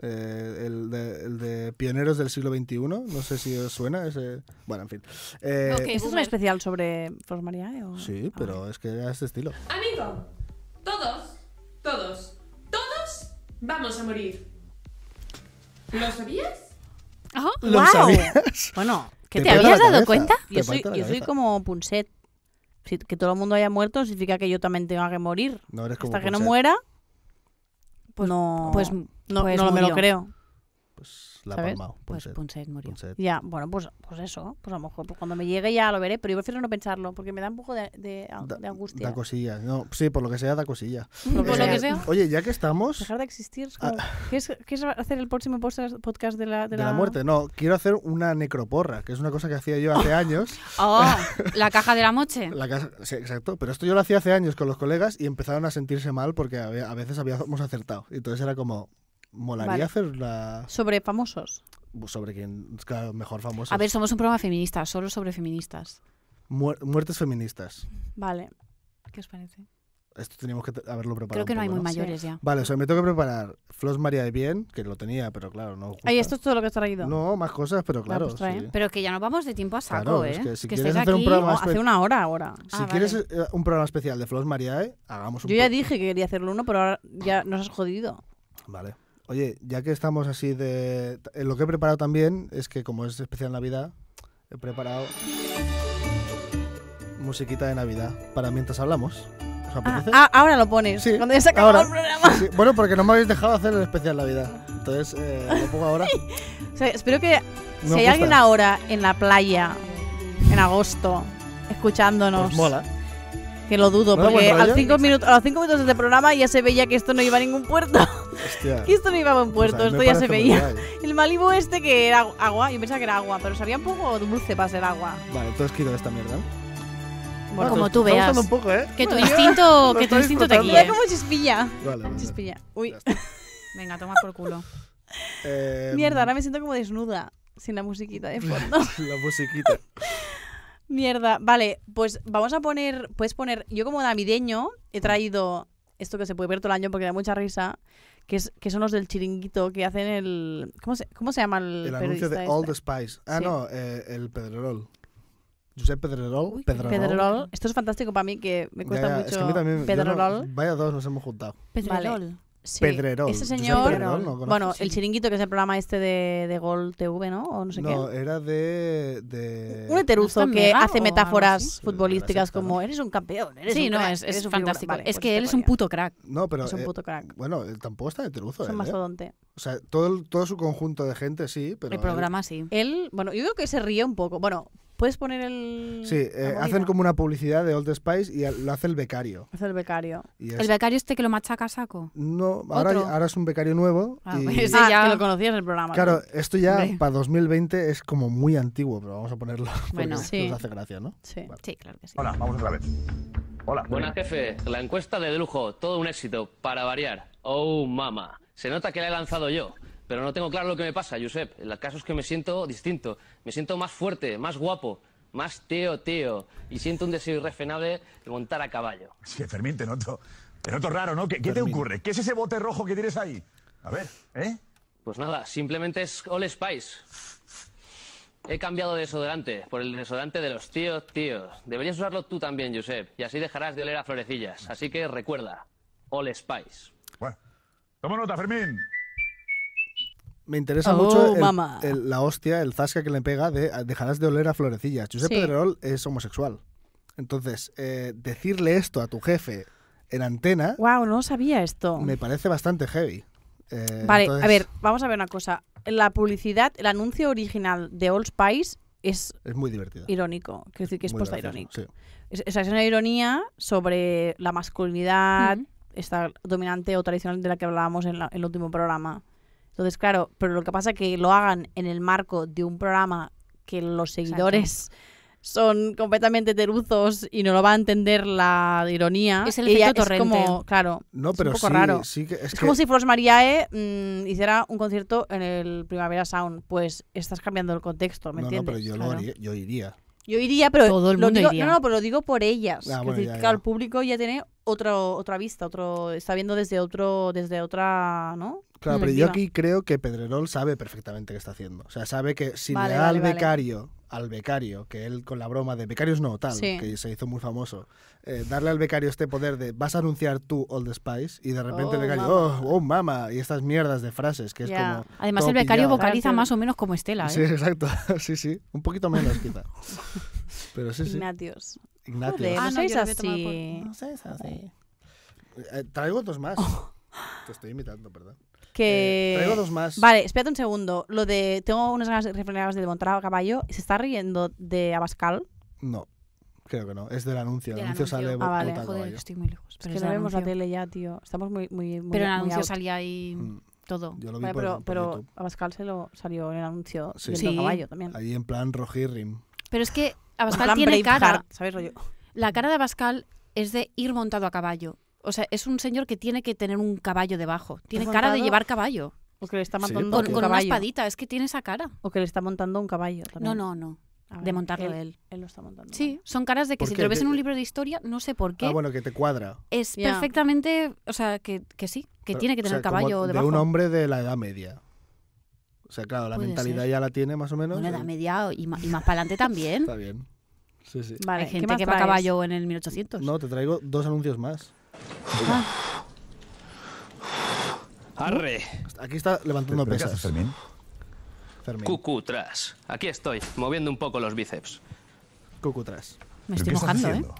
[SPEAKER 3] eh, el, de, el de Pioneros del siglo XXI. No sé si os suena ese. Bueno, en fin. Eh,
[SPEAKER 2] Ok.
[SPEAKER 1] ¿Esto es un
[SPEAKER 2] Boomer.
[SPEAKER 1] especial sobre Flos María? eh, o-
[SPEAKER 3] Sí, pero es que era este estilo.
[SPEAKER 4] Amigo, todos, todos, todos vamos a morir. ¿Lo sabías?
[SPEAKER 2] Ajá.
[SPEAKER 3] ¿Lo
[SPEAKER 1] ¡Guau!
[SPEAKER 3] sabías?
[SPEAKER 1] Bueno, que
[SPEAKER 2] ¿Te
[SPEAKER 1] te
[SPEAKER 3] parte la
[SPEAKER 2] habías dado
[SPEAKER 3] cabeza,
[SPEAKER 2] cuenta?
[SPEAKER 3] te
[SPEAKER 1] Yo soy,
[SPEAKER 3] parte la
[SPEAKER 1] yo soy
[SPEAKER 3] cabeza.
[SPEAKER 1] como Punset. Si- que todo el mundo haya muerto significa que yo también tenga que morir.
[SPEAKER 3] No eres como
[SPEAKER 1] Hasta que no
[SPEAKER 3] Ponset.
[SPEAKER 1] muera, pues no,
[SPEAKER 2] Pues,
[SPEAKER 1] no,
[SPEAKER 2] pues
[SPEAKER 1] no me lo
[SPEAKER 2] murió.
[SPEAKER 1] creo.
[SPEAKER 3] Pues la
[SPEAKER 1] ¿Sabes?
[SPEAKER 3] palmao,
[SPEAKER 2] Pues
[SPEAKER 3] Ponset,
[SPEAKER 2] Punset murió.
[SPEAKER 3] Ponset.
[SPEAKER 1] Ya, bueno, pues, pues eso. Pues a lo mejor pues cuando me llegue ya lo veré, pero yo prefiero no pensarlo porque me da un poco de, de-
[SPEAKER 3] Da-
[SPEAKER 1] de angustia.
[SPEAKER 3] Da cosilla. No, sí, por lo que sea, da cosilla. Eh,
[SPEAKER 1] Lo
[SPEAKER 2] Por lo
[SPEAKER 1] sea.
[SPEAKER 2] que sea.
[SPEAKER 3] Oye, ya que estamos.
[SPEAKER 1] Dejar de existir es como... ¿Qué es, qué es hacer el próximo podcast podcast de la, de
[SPEAKER 3] Ah. De la muerte, no. Quiero hacer una necroporra, que es una cosa que hacía yo hace años.
[SPEAKER 2] Oh, la caja de la moche.
[SPEAKER 3] La casa- sí, exacto. Pero esto yo lo hacía hace años con los colegas y empezaron a sentirse mal porque a, ve- a veces habíamos acertado. Y entonces era como, molaría
[SPEAKER 1] Vale.
[SPEAKER 3] hacer una
[SPEAKER 1] Sobre famosos.
[SPEAKER 3] sobre quien, claro, mejor famoso.
[SPEAKER 2] A ver, somos un programa feminista, solo sobre feministas.
[SPEAKER 3] muertes feministas.
[SPEAKER 1] Vale.
[SPEAKER 2] ¿Qué os
[SPEAKER 3] Pues
[SPEAKER 2] parece?
[SPEAKER 3] Esto teníamos que te- haberlo
[SPEAKER 2] Creo
[SPEAKER 3] preparado.
[SPEAKER 2] que
[SPEAKER 3] un
[SPEAKER 2] no hay
[SPEAKER 3] poco,
[SPEAKER 2] muy
[SPEAKER 1] Sí.
[SPEAKER 2] mayores ya.
[SPEAKER 3] Vale, o sea, me tengo que preparar Flos María de Bien, que lo tenía, pero claro, no. gusta.
[SPEAKER 1] Ay, esto es todo lo que has traído.
[SPEAKER 3] No, más cosas, pero claro.
[SPEAKER 1] pues trae.
[SPEAKER 3] sí.
[SPEAKER 2] Pero que ya nos vamos de tiempo a saco,
[SPEAKER 3] Claro,
[SPEAKER 2] ¿eh?
[SPEAKER 3] es que si
[SPEAKER 2] estáis
[SPEAKER 3] quieres hacer un
[SPEAKER 2] aquí-
[SPEAKER 1] No,
[SPEAKER 3] programa- más
[SPEAKER 1] Oh, hace
[SPEAKER 3] pe-
[SPEAKER 1] una hora ahora.
[SPEAKER 3] Si
[SPEAKER 2] Ah,
[SPEAKER 3] quieres
[SPEAKER 2] vale.
[SPEAKER 3] eh, un programa especial de Flos Mariae, hagamos un
[SPEAKER 1] Yo ya
[SPEAKER 3] po-
[SPEAKER 1] dije que quería hacerlo uno, pero ahora ya nos has jodido.
[SPEAKER 3] Vale. Oye, ya que estamos así de... eh, Lo que he preparado también es que como es especial Navidad, he preparado musiquita de Navidad para mientras hablamos. ¿Os
[SPEAKER 1] Ah,
[SPEAKER 3] apetece?
[SPEAKER 1] ah, ahora lo pones.
[SPEAKER 3] Sí,
[SPEAKER 1] cuando ya se acabó
[SPEAKER 3] ahora.
[SPEAKER 1] el programa.
[SPEAKER 3] Sí, bueno, porque no me habéis dejado hacer el especial Navidad. Entonces, eh, lo pongo ahora.
[SPEAKER 1] O sea, espero que
[SPEAKER 3] Me
[SPEAKER 1] si hay
[SPEAKER 3] gusta.
[SPEAKER 1] alguien ahora en la playa, en agosto, escuchándonos,
[SPEAKER 3] Pues mola.
[SPEAKER 1] que lo dudo,
[SPEAKER 3] ¿No da
[SPEAKER 1] porque
[SPEAKER 3] buen
[SPEAKER 1] al
[SPEAKER 3] rollo?
[SPEAKER 1] cinco minutos, a los cinco minutos del programa ya se veía que esto no iba a ningún puerto.
[SPEAKER 3] Hostia.
[SPEAKER 1] que esto no iba a buen
[SPEAKER 3] Pues a
[SPEAKER 1] puerto,
[SPEAKER 3] mí me
[SPEAKER 1] esto ya se
[SPEAKER 3] parece muy
[SPEAKER 1] veía.
[SPEAKER 3] guay.
[SPEAKER 1] El Malibu este que era agua, yo pensaba que era agua, pero sabía un poco dulce para ser agua.
[SPEAKER 3] Vale, entonces quito esta mierda.
[SPEAKER 1] Bueno,
[SPEAKER 2] como
[SPEAKER 3] pues,
[SPEAKER 2] tú
[SPEAKER 3] me está
[SPEAKER 2] veas.
[SPEAKER 3] gustando un poco, ¿eh?
[SPEAKER 2] Que tu
[SPEAKER 3] Bueno,
[SPEAKER 2] instinto,
[SPEAKER 3] lo
[SPEAKER 2] que tu
[SPEAKER 3] estoy
[SPEAKER 2] instinto te
[SPEAKER 3] disfrutando.
[SPEAKER 1] mira
[SPEAKER 2] guíe.
[SPEAKER 1] cómo chispilla.
[SPEAKER 3] Vale, vale.
[SPEAKER 1] Chispilla. Uy,
[SPEAKER 3] Ya está.
[SPEAKER 2] Venga, toma por culo.
[SPEAKER 3] Eh,
[SPEAKER 1] mierda, ahora me siento como desnuda, sin la musiquita de fondo.
[SPEAKER 3] La musiquita.
[SPEAKER 1] Mierda, vale, pues vamos a poner, puedes poner, yo como navideño he traído esto que se puede ver todo el año porque da mucha risa, que, es, que son los del chiringuito que hacen el... ¿Cómo se, cómo se llama el,
[SPEAKER 3] El anuncio
[SPEAKER 1] periodista
[SPEAKER 3] de
[SPEAKER 1] este?
[SPEAKER 3] All the Spice. Ah,
[SPEAKER 1] Sí.
[SPEAKER 3] no, eh, el Pedrerol. Josep Pedrerol.
[SPEAKER 2] Uy,
[SPEAKER 3] Pedrerol.
[SPEAKER 1] Pedrerol. Esto es fantástico para mí que me
[SPEAKER 3] Ya,
[SPEAKER 1] cuesta
[SPEAKER 3] ya,
[SPEAKER 1] mucho.
[SPEAKER 3] es que a mí también, yo no-
[SPEAKER 1] Pedrerol.
[SPEAKER 3] vaya dos nos hemos juntado.
[SPEAKER 1] Pedrerol. Sí.
[SPEAKER 3] Pedrerol.
[SPEAKER 1] Ese
[SPEAKER 3] Josep
[SPEAKER 1] señor.
[SPEAKER 3] Pedrerol, ¿no lo
[SPEAKER 1] bueno,
[SPEAKER 3] conoces?
[SPEAKER 1] el chiringuito que es el programa este de, de Gol TV, ¿no? O no sé
[SPEAKER 3] No,
[SPEAKER 1] qué.
[SPEAKER 3] era de. de-
[SPEAKER 1] Un heteruso
[SPEAKER 2] ¿No está
[SPEAKER 1] que
[SPEAKER 2] Mega o
[SPEAKER 1] hace
[SPEAKER 2] algo
[SPEAKER 1] metáforas
[SPEAKER 2] así?
[SPEAKER 1] futbolísticas
[SPEAKER 3] Sí, la secta,
[SPEAKER 1] como eres un campeón, eres
[SPEAKER 2] Sí,
[SPEAKER 1] un
[SPEAKER 2] no,
[SPEAKER 1] crack,
[SPEAKER 2] es, es
[SPEAKER 1] eres un figura".
[SPEAKER 2] fantástico.
[SPEAKER 1] Vale,
[SPEAKER 2] es
[SPEAKER 1] pues
[SPEAKER 2] que él
[SPEAKER 1] te
[SPEAKER 2] es un
[SPEAKER 1] coño.
[SPEAKER 2] puto crack.
[SPEAKER 3] No, pero.
[SPEAKER 1] Es un
[SPEAKER 3] eh,
[SPEAKER 1] puto crack.
[SPEAKER 3] bueno, él tampoco está heteruzo.
[SPEAKER 1] Es un
[SPEAKER 3] él, ¿eh?
[SPEAKER 1] mastodonte.
[SPEAKER 3] O sea, todo, el- todo su conjunto de gente sí, pero.
[SPEAKER 2] el
[SPEAKER 3] él-
[SPEAKER 2] programa sí.
[SPEAKER 1] Él, bueno, yo creo que se ríe un poco. Bueno, ¿puedes poner el.
[SPEAKER 3] Sí, eh,
[SPEAKER 1] la
[SPEAKER 3] hacen
[SPEAKER 1] movida?
[SPEAKER 3] como una publicidad de Old Spice y lo hace el becario.
[SPEAKER 1] Hace el becario.
[SPEAKER 3] Y es-
[SPEAKER 2] El becario este que lo machaca a saco.
[SPEAKER 3] no, ahora,
[SPEAKER 2] otro.
[SPEAKER 3] ahora es un becario nuevo.
[SPEAKER 2] Ah,
[SPEAKER 3] y-
[SPEAKER 2] pues,
[SPEAKER 1] Ah,
[SPEAKER 2] ya-
[SPEAKER 1] que lo conocías en el programa.
[SPEAKER 3] Claro, esto ya
[SPEAKER 2] Hombre.
[SPEAKER 3] para 2020 es como muy antiguo, pero vamos a ponerlo. porque
[SPEAKER 2] Bueno,
[SPEAKER 3] nos
[SPEAKER 1] sí.
[SPEAKER 3] hace gracia, ¿no?
[SPEAKER 1] Sí.
[SPEAKER 2] Sí, claro que sí.
[SPEAKER 5] Hola, Ah, vamos otra vez. Hola.
[SPEAKER 6] Buenas, jefe. La encuesta de lujo, todo un éxito, para variar. Oh, mama. Se nota que la he lanzado yo, pero no tengo claro lo que me pasa, Josep. El caso es que me siento distinto. Me siento más fuerte, más guapo, más tío, tío. Y siento un deseo irrefrenable de montar a caballo.
[SPEAKER 5] Sí, Fermín, te noto, te noto raro, ¿no? ¿Qué, qué te
[SPEAKER 3] Fermín.
[SPEAKER 5] ocurre? ¿Qué es ese bote rojo que tienes ahí? A ver, ¿eh?
[SPEAKER 6] Pues nada, simplemente es All Spice. He cambiado de desodorante por el desodorante de los tíos, tíos. Deberías usarlo tú también, Josep, y así dejarás de oler a florecillas. Así que recuerda, All Spice.
[SPEAKER 5] Bueno. Toma nota, Fermín.
[SPEAKER 3] Me interesa
[SPEAKER 1] Oh,
[SPEAKER 3] mucho el-
[SPEAKER 1] mamá.
[SPEAKER 3] el- la hostia, el zasca que le pega de "Ah, dejarás de oler a florecillas. Josep
[SPEAKER 1] Sí.
[SPEAKER 3] Pedrerol es homosexual. Entonces, eh, decirle esto a tu jefe en antena
[SPEAKER 1] Wow, no sabía esto.
[SPEAKER 3] me parece bastante heavy. Eh,
[SPEAKER 1] Vale,
[SPEAKER 3] entonces,
[SPEAKER 1] a ver, vamos a ver una cosa. La publicidad, el anuncio original de Old Spice es
[SPEAKER 3] Es muy divertido.
[SPEAKER 1] irónico. Quiero decir que es
[SPEAKER 3] muy
[SPEAKER 1] posta
[SPEAKER 3] gracioso,
[SPEAKER 1] irónico.
[SPEAKER 3] sí.
[SPEAKER 1] Es, o sea, es una ironía sobre la masculinidad,
[SPEAKER 2] Ujú.
[SPEAKER 1] esta dominante o tradicional de la que hablábamos en, la- el último programa. Entonces, claro, pero lo que pasa es que lo hagan en el marco de un programa que los seguidores son completamente teruzos y no lo va a entender la ironía.
[SPEAKER 2] Es el
[SPEAKER 1] y ya
[SPEAKER 2] efecto
[SPEAKER 1] es como-
[SPEAKER 2] torrente.
[SPEAKER 1] claro,
[SPEAKER 3] No,
[SPEAKER 1] es
[SPEAKER 3] pero
[SPEAKER 1] un poco
[SPEAKER 3] sí,
[SPEAKER 1] raro.
[SPEAKER 3] sí que es,
[SPEAKER 1] Es
[SPEAKER 3] que-
[SPEAKER 1] como si Flos Mariae mm, hiciera un concierto en el Primavera Sound. Pues estás cambiando el contexto, ¿me
[SPEAKER 3] no, no,
[SPEAKER 1] entiendes?
[SPEAKER 3] pero yo, lo
[SPEAKER 2] Claro.
[SPEAKER 3] haría- yo iría.
[SPEAKER 1] Yo iría, pero
[SPEAKER 2] Todo el
[SPEAKER 1] lo
[SPEAKER 2] mundo
[SPEAKER 1] digo-
[SPEAKER 2] iría.
[SPEAKER 1] No, no, pero lo digo por ellas.
[SPEAKER 3] Ah,
[SPEAKER 1] Quiero
[SPEAKER 3] bueno,
[SPEAKER 1] decir
[SPEAKER 3] ya,
[SPEAKER 1] que, claro,
[SPEAKER 3] ya.
[SPEAKER 1] el público ya tiene otro, otra vista, otro, está viendo desde otro, desde otra, ¿no?
[SPEAKER 3] Claro, pero yo
[SPEAKER 1] Perspectiva.
[SPEAKER 3] aquí creo que Pedrerol sabe perfectamente qué está haciendo. O sea, sabe que si
[SPEAKER 1] Vale,
[SPEAKER 3] le da
[SPEAKER 1] vale,
[SPEAKER 3] al
[SPEAKER 1] vale.
[SPEAKER 3] becario, al becario, que él con la broma de becarios no, tal,
[SPEAKER 1] Sí.
[SPEAKER 3] que se hizo muy famoso, eh, darle al becario este poder de vas a anunciar tú Old Spice y de repente
[SPEAKER 1] Oh,
[SPEAKER 3] el becario,
[SPEAKER 1] mama.
[SPEAKER 3] oh, oh, mama, y estas mierdas de frases que es
[SPEAKER 1] Ya.
[SPEAKER 3] como.
[SPEAKER 2] Además,
[SPEAKER 3] todo
[SPEAKER 2] el becario
[SPEAKER 3] pillado.
[SPEAKER 2] vocaliza
[SPEAKER 1] Claro,
[SPEAKER 2] más o menos como Estela. ¿eh?
[SPEAKER 3] Sí, exacto. sí, sí. Un poquito menos, quizá. Pero sí, sí.
[SPEAKER 1] Ignatius.
[SPEAKER 3] Ignatius.
[SPEAKER 1] Joder, no
[SPEAKER 2] Ah, no,
[SPEAKER 1] seáis
[SPEAKER 2] yo lo había tomado
[SPEAKER 1] así.
[SPEAKER 3] sé, es así. Eh, traigo dos más. Te estoy imitando, perdón.
[SPEAKER 1] Que...
[SPEAKER 3] Eh, traigo dos más.
[SPEAKER 1] Vale, espérate un segundo. Lo de tengo unas ganas refrenadas de montar a caballo. ¿Se está riendo de Abascal?
[SPEAKER 3] No, creo que no. Es del anuncio. El
[SPEAKER 2] Del anuncio.
[SPEAKER 3] anuncio, sale
[SPEAKER 1] Ah,
[SPEAKER 3] bo-
[SPEAKER 1] vale.
[SPEAKER 3] bota a
[SPEAKER 2] Joder,
[SPEAKER 3] caballo.
[SPEAKER 2] estoy muy lejos.
[SPEAKER 1] Es
[SPEAKER 2] Pero
[SPEAKER 1] que
[SPEAKER 2] es
[SPEAKER 1] no
[SPEAKER 2] el
[SPEAKER 1] vemos la
[SPEAKER 2] anuncio.
[SPEAKER 1] tele ya, tío. Estamos muy, muy, muy
[SPEAKER 2] Pero en el
[SPEAKER 1] muy
[SPEAKER 2] anuncio
[SPEAKER 1] out.
[SPEAKER 2] salía ahí
[SPEAKER 3] Mm,
[SPEAKER 2] todo.
[SPEAKER 3] Yo lo vi
[SPEAKER 1] Vale,
[SPEAKER 3] por-
[SPEAKER 1] pero,
[SPEAKER 3] por
[SPEAKER 1] pero
[SPEAKER 3] YouTube.
[SPEAKER 1] Abascal se lo salió en el anuncio
[SPEAKER 3] Sí.
[SPEAKER 1] viendo
[SPEAKER 2] Sí.
[SPEAKER 1] caballo también.
[SPEAKER 3] Ahí en plan rojirrim.
[SPEAKER 2] Pero es que
[SPEAKER 1] En
[SPEAKER 2] Abascal
[SPEAKER 1] plan
[SPEAKER 2] tiene cara.
[SPEAKER 1] Braveheart, ¿sabes? rollo?
[SPEAKER 2] La cara de Abascal es de ir montado a caballo. O sea, es un señor que tiene que tener un caballo debajo. Tiene
[SPEAKER 1] ¿Has
[SPEAKER 2] cara de
[SPEAKER 1] montado?
[SPEAKER 2] llevar caballo.
[SPEAKER 1] O que le está
[SPEAKER 3] Sí,
[SPEAKER 1] matando
[SPEAKER 2] Con,
[SPEAKER 3] porque-
[SPEAKER 1] un
[SPEAKER 2] con una
[SPEAKER 1] caballo.
[SPEAKER 2] espadita. Es que tiene esa cara.
[SPEAKER 1] O que le está montando un caballo también.
[SPEAKER 2] No, no, no.
[SPEAKER 1] Ah,
[SPEAKER 2] De
[SPEAKER 1] vale.
[SPEAKER 2] montarlo
[SPEAKER 1] él.
[SPEAKER 2] él.
[SPEAKER 1] Él lo está montando.
[SPEAKER 2] Sí, son caras de que
[SPEAKER 3] ¿Por
[SPEAKER 2] si
[SPEAKER 3] qué?
[SPEAKER 2] te lo ves en
[SPEAKER 3] ¿Qué-
[SPEAKER 2] un libro de historia, no sé por qué.
[SPEAKER 3] Ah, bueno, que te cuadra.
[SPEAKER 2] Es
[SPEAKER 1] Ya.
[SPEAKER 2] perfectamente. O sea, que, que sí. Que
[SPEAKER 3] Pero,
[SPEAKER 2] tiene que
[SPEAKER 3] o sea,
[SPEAKER 2] tener
[SPEAKER 3] como
[SPEAKER 2] caballo
[SPEAKER 3] de
[SPEAKER 2] debajo.
[SPEAKER 3] un hombre de la Edad Media. O sea, claro, la
[SPEAKER 2] Puede
[SPEAKER 3] mentalidad
[SPEAKER 2] ser.
[SPEAKER 3] ya la tiene más o menos.
[SPEAKER 2] Una
[SPEAKER 3] y
[SPEAKER 2] edad media y ma- y más, para adelante también.
[SPEAKER 3] Está bien. Sí, sí.
[SPEAKER 1] Vale, Vale,
[SPEAKER 2] Hay
[SPEAKER 1] ¿qué
[SPEAKER 2] gente
[SPEAKER 1] más
[SPEAKER 2] que va a
[SPEAKER 1] traes?
[SPEAKER 2] caballo en el 1800.
[SPEAKER 3] No, te traigo dos anuncios más.
[SPEAKER 6] Arre.
[SPEAKER 3] Aquí está levantando
[SPEAKER 5] ¿Pero qué haces,
[SPEAKER 3] pesas.
[SPEAKER 5] Fermín?
[SPEAKER 3] Fermín.
[SPEAKER 6] Cucu tras. Aquí estoy, moviendo un poco los bíceps.
[SPEAKER 3] Cucutras.
[SPEAKER 2] Me
[SPEAKER 5] ¿Pero
[SPEAKER 2] estoy
[SPEAKER 5] qué estás
[SPEAKER 2] mojando, ¿eh?
[SPEAKER 5] haciendo?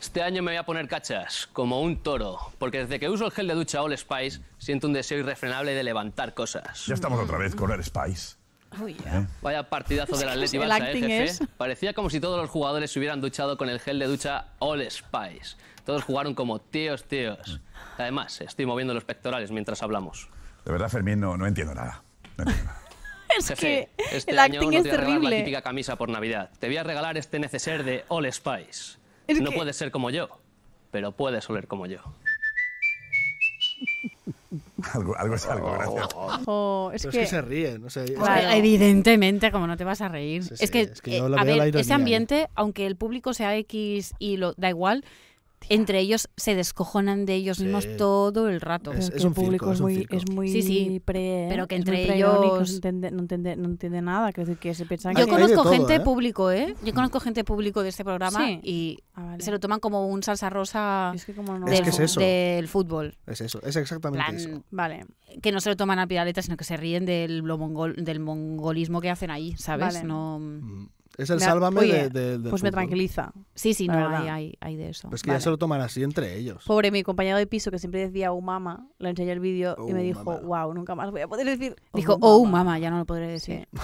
[SPEAKER 6] Este año me voy a poner cachas, como un toro, porque desde que uso el gel de ducha All Spice siento un deseo irrefrenable de levantar cosas.
[SPEAKER 5] Ya estamos otra vez con el Spice.
[SPEAKER 6] Vaya partidazo del Atleti
[SPEAKER 1] el
[SPEAKER 6] Barça,
[SPEAKER 1] acting
[SPEAKER 6] eh, jefe.
[SPEAKER 1] es-
[SPEAKER 6] Parecía como si todos los jugadores se hubieran duchado con el gel de ducha All Spice. Todos jugaron como tíos, tíos. Además, estoy moviendo los pectorales mientras hablamos.
[SPEAKER 5] De verdad, Fermín, no, no entiendo nada. No entiendo nada.
[SPEAKER 1] Es
[SPEAKER 6] Jefe,
[SPEAKER 1] que
[SPEAKER 6] este
[SPEAKER 1] el
[SPEAKER 6] año
[SPEAKER 1] acting
[SPEAKER 6] no
[SPEAKER 1] es
[SPEAKER 6] te voy a regalar la
[SPEAKER 1] terrible.
[SPEAKER 6] típica camisa por Navidad. Te voy a regalar este neceser de All Spice.
[SPEAKER 1] Es
[SPEAKER 6] no
[SPEAKER 1] que-
[SPEAKER 6] puedes ser como yo, pero puedes oler como yo.
[SPEAKER 5] Algo, algo es algo, gracias.
[SPEAKER 1] Oh, es
[SPEAKER 3] Pero
[SPEAKER 1] que...
[SPEAKER 3] es que se ríen. O sea, es-
[SPEAKER 1] Claro.
[SPEAKER 2] Hombre, Evidentemente, como no te vas a reír.
[SPEAKER 3] Sí, sí,
[SPEAKER 2] es que,
[SPEAKER 3] es que yo
[SPEAKER 2] eh,
[SPEAKER 3] lo
[SPEAKER 2] a
[SPEAKER 3] veo la
[SPEAKER 2] ver,
[SPEAKER 3] ironía
[SPEAKER 2] ese
[SPEAKER 3] ahí.
[SPEAKER 2] ambiente, aunque el público sea X y lo da igual, entre ellos se descojonan de ellos mismos
[SPEAKER 3] Sí.
[SPEAKER 2] todo el rato.
[SPEAKER 3] Es-
[SPEAKER 1] que
[SPEAKER 3] un
[SPEAKER 1] el público
[SPEAKER 3] circo,
[SPEAKER 1] es,
[SPEAKER 3] es un
[SPEAKER 1] muy,
[SPEAKER 3] circo.
[SPEAKER 1] es muy
[SPEAKER 2] Sí, sí,
[SPEAKER 1] pre-
[SPEAKER 2] pero que
[SPEAKER 1] es muy
[SPEAKER 2] entre
[SPEAKER 1] preirónico,
[SPEAKER 2] ellos-
[SPEAKER 1] no entiende, no entiende- no entiende nada, quiero decir que se piensa que...
[SPEAKER 2] Yo
[SPEAKER 3] con-
[SPEAKER 2] conozco
[SPEAKER 3] todo,
[SPEAKER 2] gente
[SPEAKER 3] ¿eh?
[SPEAKER 2] público, ¿eh? Yo conozco gente público de este programa
[SPEAKER 1] Sí.
[SPEAKER 2] y
[SPEAKER 1] Ah, vale.
[SPEAKER 2] se lo toman como un salsa rosa
[SPEAKER 1] Es que como no...
[SPEAKER 3] Es
[SPEAKER 2] del,
[SPEAKER 3] que es
[SPEAKER 2] fu-
[SPEAKER 3] eso.
[SPEAKER 2] del fútbol.
[SPEAKER 3] Es eso, es exactamente
[SPEAKER 2] Plan,
[SPEAKER 3] eso.
[SPEAKER 1] Vale,
[SPEAKER 2] Que no se lo toman a piraleta, sino que se ríen del, lo mongol- del mongolismo que hacen ahí, ¿sabes?
[SPEAKER 1] Vale.
[SPEAKER 2] No...
[SPEAKER 3] Mm. Es el
[SPEAKER 1] Me-
[SPEAKER 3] sálvame
[SPEAKER 1] oye,
[SPEAKER 3] de, de- del
[SPEAKER 1] pues me
[SPEAKER 3] fútbol.
[SPEAKER 1] tranquiliza.
[SPEAKER 2] Sí, sí,
[SPEAKER 1] La
[SPEAKER 2] no,
[SPEAKER 1] verdad.
[SPEAKER 2] hay, hay, hay de eso.
[SPEAKER 3] Pero es Pues que
[SPEAKER 1] Vale.
[SPEAKER 3] ya se lo toman así entre ellos.
[SPEAKER 1] Pobre mi compañero de piso que siempre decía oh mama, le enseñé el vídeo y me
[SPEAKER 3] Oh,
[SPEAKER 1] dijo,
[SPEAKER 3] mama.
[SPEAKER 1] wow, nunca más voy a poder decir.
[SPEAKER 2] Dijo, oh, mamá, ya no lo podré decir.
[SPEAKER 1] Sí.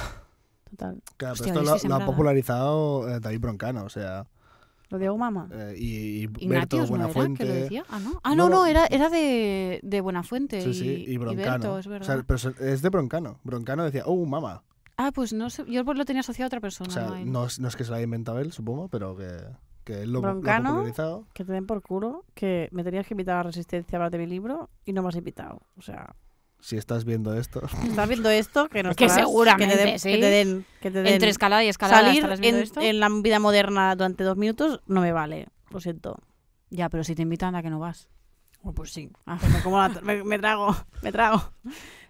[SPEAKER 1] Total.
[SPEAKER 3] Claro, pero
[SPEAKER 2] Hostia,
[SPEAKER 3] esto
[SPEAKER 2] yo
[SPEAKER 3] lo,
[SPEAKER 2] estoy
[SPEAKER 3] lo ha
[SPEAKER 2] sembrada.
[SPEAKER 3] popularizado eh, David Broncano, o sea,
[SPEAKER 1] Lo de oh mama.
[SPEAKER 3] eh, y, y Berto
[SPEAKER 2] Ignatius, ¿no era que lo
[SPEAKER 3] Buenafuente.
[SPEAKER 2] decía? Ah, no, ah,
[SPEAKER 3] No,
[SPEAKER 2] no,
[SPEAKER 3] no.
[SPEAKER 2] no, era, era de, de Buenafuente
[SPEAKER 3] sí,
[SPEAKER 2] y,
[SPEAKER 3] sí, y
[SPEAKER 2] y Berto,
[SPEAKER 3] Broncano.
[SPEAKER 2] es
[SPEAKER 3] o
[SPEAKER 2] verdad.
[SPEAKER 3] sea, pero se- es de Broncano. Broncano decía, oh, mamá.
[SPEAKER 2] ah, pues no sé, yo lo tenía asociado a otra persona.
[SPEAKER 3] O sea,
[SPEAKER 2] no hay-
[SPEAKER 3] no, es- no es que se lo haya inventado él, supongo, pero que, que él lo, lo
[SPEAKER 1] Broncano.
[SPEAKER 3] ha popularizado.
[SPEAKER 1] Que te den por culo, que me tenías que invitar a Resistencia a hablar de mi libro y no me has invitado. O sea,
[SPEAKER 3] Si estás viendo esto.
[SPEAKER 1] estás viendo esto, que no
[SPEAKER 2] Que
[SPEAKER 1] estarás,
[SPEAKER 2] seguramente,
[SPEAKER 1] que te den,
[SPEAKER 2] sí.
[SPEAKER 1] que te den, que te den.
[SPEAKER 2] Entre escalada y escalada,
[SPEAKER 1] Salir
[SPEAKER 2] ¿estarás viendo
[SPEAKER 1] en,
[SPEAKER 2] esto?
[SPEAKER 1] en la vida moderna durante dos minutos no me vale. Lo siento.
[SPEAKER 2] Ya, pero si te invitan, ¿a que no vas? Oh, Ah,
[SPEAKER 1] pues sí. me, como la- me- me trago, me trago.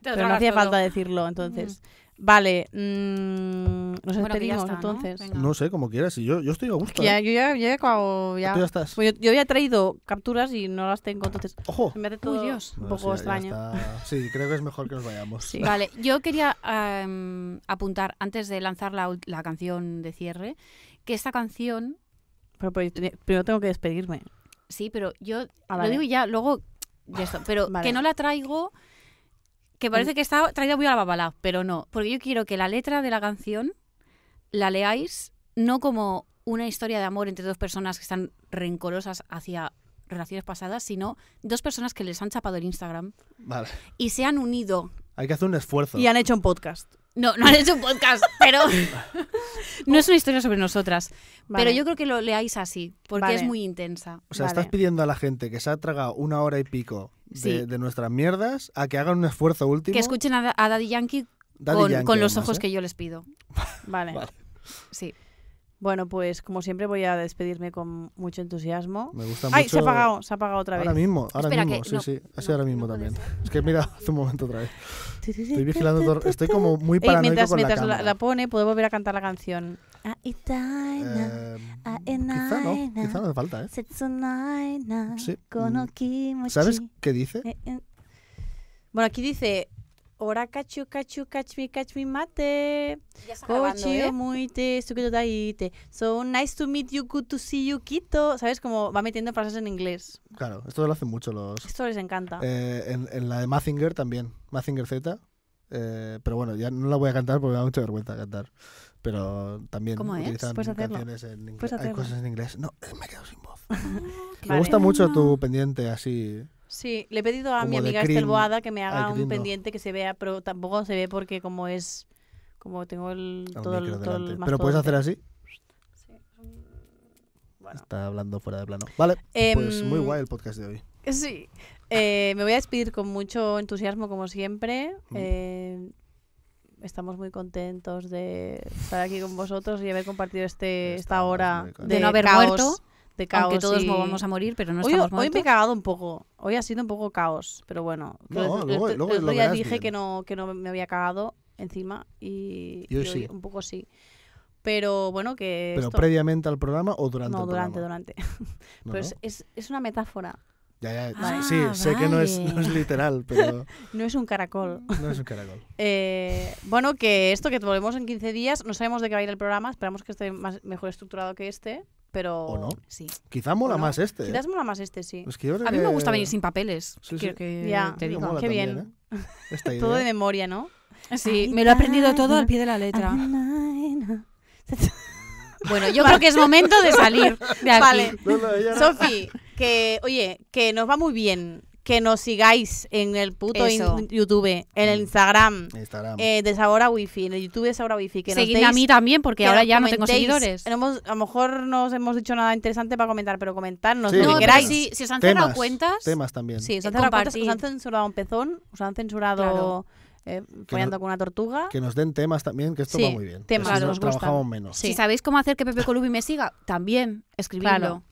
[SPEAKER 1] Pero no hacía falta decirlo, entonces. Vale, mm, nos
[SPEAKER 2] Bueno, que ya
[SPEAKER 1] despedimos
[SPEAKER 2] está, ¿no?
[SPEAKER 1] entonces.
[SPEAKER 2] Venga.
[SPEAKER 3] No sé, como quieras. Y yo, yo estoy a gusto.
[SPEAKER 1] Que ya,
[SPEAKER 3] ¿eh?
[SPEAKER 1] yo ya, yo ya, acabo, ya-
[SPEAKER 3] Tú ya estás.
[SPEAKER 1] Pues yo, yo había traído capturas y no las tengo, entonces
[SPEAKER 3] Ojo.
[SPEAKER 1] se me hace todo
[SPEAKER 2] Dios.
[SPEAKER 1] un
[SPEAKER 3] Bueno,
[SPEAKER 1] poco
[SPEAKER 3] sí, ya- ya
[SPEAKER 1] extraño.
[SPEAKER 3] está. Sí, creo que es mejor que nos vayamos.
[SPEAKER 1] Sí.
[SPEAKER 2] Vale, yo quería em, apuntar, antes de lanzar la, ul- la canción de cierre, que esta canción,
[SPEAKER 1] Pero, pero yo tenía- primero tengo que despedirme.
[SPEAKER 2] sí, pero yo
[SPEAKER 1] Ah,
[SPEAKER 2] lo
[SPEAKER 1] vale. Ah,
[SPEAKER 2] digo ya, luego de esto, pero
[SPEAKER 1] Vale. Mm.
[SPEAKER 2] que no la traigo, que parece que está traída muy a la babalá, pero no, porque yo quiero que la letra de la canción la leáis no como una historia de amor entre dos personas que están rencorosas hacia relaciones pasadas, sino dos personas que les han chapado el Instagram
[SPEAKER 3] Vale.
[SPEAKER 2] y se han unido
[SPEAKER 3] Hay que hacer un esfuerzo.
[SPEAKER 1] Y han hecho un podcast.
[SPEAKER 2] No, no han hecho un podcast, pero no es una historia sobre nosotras.
[SPEAKER 1] Vale.
[SPEAKER 2] Pero yo creo que lo leáis así, porque
[SPEAKER 1] Vale.
[SPEAKER 2] es muy intensa.
[SPEAKER 3] O sea,
[SPEAKER 1] Vale.
[SPEAKER 3] estás pidiendo a la gente que se ha tragado una hora y pico de,
[SPEAKER 2] Sí.
[SPEAKER 3] de nuestras mierdas a que hagan un esfuerzo último.
[SPEAKER 2] Que escuchen a, Da- a Daddy Yankee
[SPEAKER 3] Daddy
[SPEAKER 2] con,
[SPEAKER 3] Yankee,
[SPEAKER 2] con los
[SPEAKER 3] además,
[SPEAKER 2] ojos
[SPEAKER 3] ¿eh?
[SPEAKER 2] que yo les pido.
[SPEAKER 1] Vale.
[SPEAKER 3] Vale.
[SPEAKER 2] Sí.
[SPEAKER 1] Bueno, pues como siempre voy a despedirme con mucho entusiasmo.
[SPEAKER 3] Me gusta
[SPEAKER 1] ¡Ay!
[SPEAKER 3] mucho.
[SPEAKER 1] Se ha apagado, se ha apagado otra vez.
[SPEAKER 3] Ahora mismo, ahora
[SPEAKER 2] Espera,
[SPEAKER 3] mismo,
[SPEAKER 2] que-
[SPEAKER 3] sí,
[SPEAKER 2] no,
[SPEAKER 3] sí, ha
[SPEAKER 2] no,
[SPEAKER 3] sido ahora mismo
[SPEAKER 2] no puede
[SPEAKER 3] también. Es que mira, hace un momento otra vez. Estoy vigilando todo, estoy como muy
[SPEAKER 1] Ey,
[SPEAKER 3] paranoico
[SPEAKER 1] mientras
[SPEAKER 3] con
[SPEAKER 1] mientras
[SPEAKER 3] la
[SPEAKER 1] la,
[SPEAKER 3] cámara.
[SPEAKER 1] la pone, puedo volver a cantar la canción.
[SPEAKER 3] Eh, quizá no, quizá no hace falta, ¿eh? Sí. mm, ¿Sabes qué
[SPEAKER 2] Eh.
[SPEAKER 3] dice?
[SPEAKER 1] eh, Bueno, aquí dice... Ora cachu cachu catch me catch me mate.
[SPEAKER 2] Ya ¿eh? está
[SPEAKER 1] Kochi omuite suketo daite. So nice to meet you, good to see you, Kito. ¿Sabes? Como va metiendo frases en inglés.
[SPEAKER 3] Claro, esto lo hacen mucho los.
[SPEAKER 1] Esto les encanta.
[SPEAKER 3] Eh, en, en la de Mazinger también, Mazinger Z. eh, pero bueno, ya no la voy a cantar porque me da mucha vergüenza cantar. Pero también
[SPEAKER 2] ¿Cómo es?
[SPEAKER 3] utilizan
[SPEAKER 1] Puedes Pues hacerlo.
[SPEAKER 3] canciones en inglés.
[SPEAKER 1] Puedes
[SPEAKER 3] Hay
[SPEAKER 1] hacerlo.
[SPEAKER 3] cosas en inglés. No, eh, me he quedado sin voz. Me
[SPEAKER 1] Vale.
[SPEAKER 3] gusta mucho tu pendiente así.
[SPEAKER 1] Sí, le he pedido a mi
[SPEAKER 3] Como de
[SPEAKER 1] amiga Estel
[SPEAKER 3] crin-
[SPEAKER 1] Boada que me haga
[SPEAKER 3] Ay,
[SPEAKER 1] un
[SPEAKER 3] crin no.
[SPEAKER 1] pendiente que se vea, pero tampoco se ve porque como es... Como tengo el...
[SPEAKER 3] a un
[SPEAKER 1] Todo el,
[SPEAKER 3] micro
[SPEAKER 1] todo el
[SPEAKER 3] delante.
[SPEAKER 1] más
[SPEAKER 3] Pero puedes
[SPEAKER 1] todo-
[SPEAKER 3] hacer así.
[SPEAKER 1] Bueno.
[SPEAKER 3] Está hablando fuera de plano. Vale, pues muy
[SPEAKER 1] Em,
[SPEAKER 3] guay el podcast de hoy.
[SPEAKER 1] Sí. Eh, me voy a despedir con mucho entusiasmo, como siempre.
[SPEAKER 3] Mm.
[SPEAKER 1] Eh, estamos muy contentos de estar aquí con vosotros y haber compartido este, esta
[SPEAKER 3] Estamos
[SPEAKER 1] hora
[SPEAKER 3] muy
[SPEAKER 1] de,
[SPEAKER 3] contentos.
[SPEAKER 2] De no haber
[SPEAKER 1] caos,
[SPEAKER 2] muerto,
[SPEAKER 1] de caos
[SPEAKER 2] Aunque todos
[SPEAKER 1] y-
[SPEAKER 2] nos vamos a morir, pero no
[SPEAKER 1] hoy,
[SPEAKER 2] estamos
[SPEAKER 1] hoy me he
[SPEAKER 2] muertos.
[SPEAKER 1] cagado un poco. Hoy ha sido un poco caos, pero bueno.
[SPEAKER 3] No,
[SPEAKER 1] Pero el-
[SPEAKER 3] luego-
[SPEAKER 1] el,
[SPEAKER 3] luego
[SPEAKER 1] el otro
[SPEAKER 3] lo
[SPEAKER 1] día
[SPEAKER 3] verás
[SPEAKER 1] dije
[SPEAKER 3] bien.
[SPEAKER 1] que no que no me había cagado encima y,
[SPEAKER 3] Y hoy sí.
[SPEAKER 1] un poco sí. Pero bueno, que
[SPEAKER 3] Pero
[SPEAKER 1] esto-
[SPEAKER 3] previamente al programa o durante
[SPEAKER 1] no,
[SPEAKER 3] el
[SPEAKER 1] durante,
[SPEAKER 3] programa.
[SPEAKER 1] durante. Pues
[SPEAKER 3] No,
[SPEAKER 1] Pero
[SPEAKER 3] no.
[SPEAKER 1] es- es- es una metáfora,
[SPEAKER 3] Ya, ya,
[SPEAKER 2] Ah,
[SPEAKER 3] sí, sé que no es,
[SPEAKER 2] vale.
[SPEAKER 3] no es literal, pero
[SPEAKER 1] no es un caracol.
[SPEAKER 3] no es un caracol.
[SPEAKER 1] Eh, bueno, que esto, que volvemos en 15 días, no sabemos de qué va a ir el programa, esperamos que esté más, mejor estructurado que este, pero...
[SPEAKER 3] ¿O no? Pues
[SPEAKER 2] Sí.
[SPEAKER 3] Quizá mola
[SPEAKER 1] no.
[SPEAKER 3] más este. ¿eh?
[SPEAKER 1] Quizás mola más este, sí.
[SPEAKER 3] Es que yo creo
[SPEAKER 2] A mí me
[SPEAKER 3] que-
[SPEAKER 2] gusta venir sin papeles.
[SPEAKER 3] Sí,
[SPEAKER 2] quiero
[SPEAKER 3] sí.
[SPEAKER 2] que
[SPEAKER 1] Ya.
[SPEAKER 2] te
[SPEAKER 3] Sí,
[SPEAKER 2] diga.
[SPEAKER 3] mola
[SPEAKER 1] qué
[SPEAKER 3] también,
[SPEAKER 1] bien.
[SPEAKER 3] ¿eh? Esta
[SPEAKER 1] Todo de
[SPEAKER 3] idea.
[SPEAKER 1] memoria, ¿no?
[SPEAKER 2] Sí, me lo he aprendido todo al pie de la letra. Bueno, yo creo que es momento de salir de aquí.
[SPEAKER 1] Vale.
[SPEAKER 3] No, no, ella no.
[SPEAKER 1] Sofi, que, oye, que nos va muy bien, que nos sigáis en el puto
[SPEAKER 2] Eso.
[SPEAKER 1] in- YouTube, en el Instagram,
[SPEAKER 3] Instagram.
[SPEAKER 1] eh, de Sabora Wifi, en el YouTube de Sabora Wifi, que nos
[SPEAKER 2] Seguidme
[SPEAKER 1] deis-
[SPEAKER 2] a mí también, porque
[SPEAKER 1] que
[SPEAKER 2] ahora
[SPEAKER 1] nos
[SPEAKER 2] ya no tengo
[SPEAKER 1] comentéis.
[SPEAKER 2] seguidores.
[SPEAKER 1] No hemos- a lo mejor no os hemos dicho nada interesante para comentar, pero comentarnos
[SPEAKER 3] Sí,
[SPEAKER 1] lo
[SPEAKER 2] No,
[SPEAKER 1] que
[SPEAKER 2] pero
[SPEAKER 1] queráis.
[SPEAKER 2] si, si os han cerrado
[SPEAKER 3] temas,
[SPEAKER 2] cuentas,
[SPEAKER 3] temas también.
[SPEAKER 1] Sí, os
[SPEAKER 2] Eh,
[SPEAKER 1] han, cerrado cuentas, os
[SPEAKER 2] compartir.
[SPEAKER 1] han censurado un pezón, os han censurado
[SPEAKER 2] Claro.
[SPEAKER 1] eh, follando
[SPEAKER 3] no-
[SPEAKER 1] con una tortuga.
[SPEAKER 3] Que nos den temas también, que esto
[SPEAKER 1] Sí,
[SPEAKER 3] va muy bien.
[SPEAKER 1] temas,
[SPEAKER 3] Así
[SPEAKER 1] nos
[SPEAKER 3] nos
[SPEAKER 1] gustan.
[SPEAKER 3] trabajamos menos.
[SPEAKER 1] Sí.
[SPEAKER 2] si sabéis cómo hacer que Pepe Colubi me siga, también escribidlo.
[SPEAKER 1] Claro.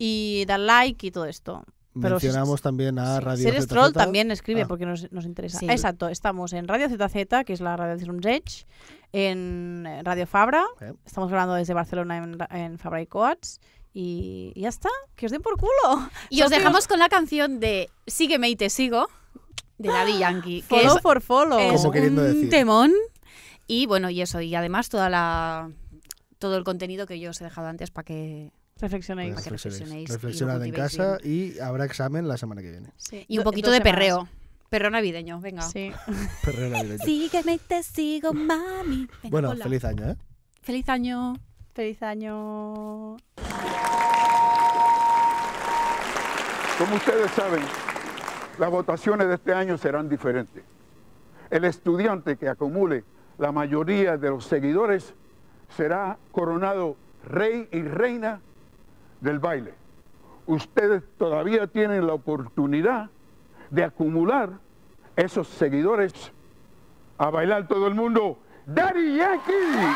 [SPEAKER 1] y dar like y todo esto. Pero si-
[SPEAKER 3] Mencionamos también a
[SPEAKER 1] si-
[SPEAKER 3] Ah, Radio
[SPEAKER 1] si eres
[SPEAKER 3] ZZ.
[SPEAKER 1] troll también escribe
[SPEAKER 3] Ah.
[SPEAKER 1] porque nos, nos interesa.
[SPEAKER 2] Sí.
[SPEAKER 1] Exacto, estamos en Radio ZZ, que es la radio de Srunzech, en eh, Radio Fabra,
[SPEAKER 3] Eh.
[SPEAKER 1] estamos grabando desde Barcelona en, ra- en Fabra y Coats y y ya está, que os den por culo.
[SPEAKER 2] Y os
[SPEAKER 1] Solo
[SPEAKER 2] dejamos con la canción de Sígueme y te sigo, de Daddy Yankee, que
[SPEAKER 1] Follow
[SPEAKER 2] es,
[SPEAKER 1] for follow.
[SPEAKER 2] es
[SPEAKER 3] Como queriendo
[SPEAKER 2] un
[SPEAKER 3] decir.
[SPEAKER 2] temón. Y bueno, y eso, y además toda la todo el contenido que yo os he dejado antes para que...
[SPEAKER 1] Reflexionéis.
[SPEAKER 2] Para que reflexionéis y
[SPEAKER 3] Reflexionéis.
[SPEAKER 2] lo
[SPEAKER 3] Reflexionad en
[SPEAKER 2] cultivéis
[SPEAKER 3] casa y habrá examen la semana que viene.
[SPEAKER 2] Y un
[SPEAKER 1] Do-
[SPEAKER 2] poquito
[SPEAKER 1] dos
[SPEAKER 2] de
[SPEAKER 1] semanas.
[SPEAKER 2] perreo. Perreo navideño, venga.
[SPEAKER 1] Sí.
[SPEAKER 3] Perreo navideño.
[SPEAKER 2] Sígueme y te sigo, mami. Venga,
[SPEAKER 3] bueno,
[SPEAKER 2] hola.
[SPEAKER 3] feliz año, ¿eh?
[SPEAKER 2] feliz año.
[SPEAKER 1] Feliz año.
[SPEAKER 7] Como ustedes saben, las votaciones de este año serán diferentes. El estudiante que acumule la mayoría de los seguidores será coronado rey y reina del baile. Ustedes todavía tienen la oportunidad de acumular esos seguidores a bailar todo el mundo. ¡Daddy Yankee!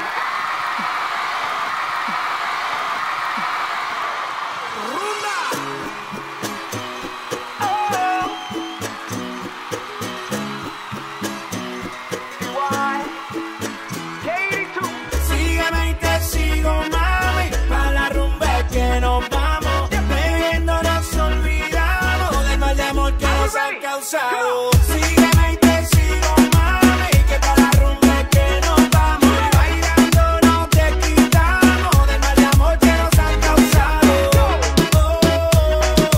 [SPEAKER 8] Sígueme y te sigo, mami, pa' la rumba que nos vamos. Bebiendo nos olvidamos del mal de amor que nos han causado. Sígueme y te sigo, mami, que pa' la rumba que nos vamos. Y bailando nos desquitamos del mal de amor que nos han causado. Oh, oh, oh,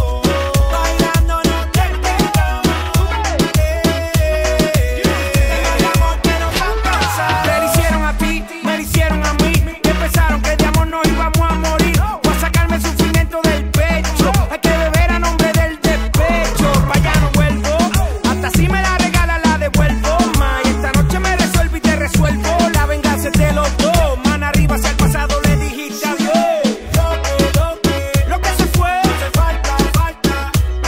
[SPEAKER 8] oh. Bailando nos desquitamos. Eh, del mal de amor que nos han causado. Te lo hicieron a ti, me lo hicieron a mí. Que pensaron que de amor no íbamos a morir. Voy a sacarme el sufrimiento del pecho. Hay que beber a nombre del despecho. Pa' allá no vuelvo. Hasta si me la regala, la devuelvo. Ma, y esta noche me resuelvo y te resuelvo. La venganza es de los dos. Mano arriba hacia el pasado le dijiste adiós. Lo que, lo que se fue. Hace falta, falta.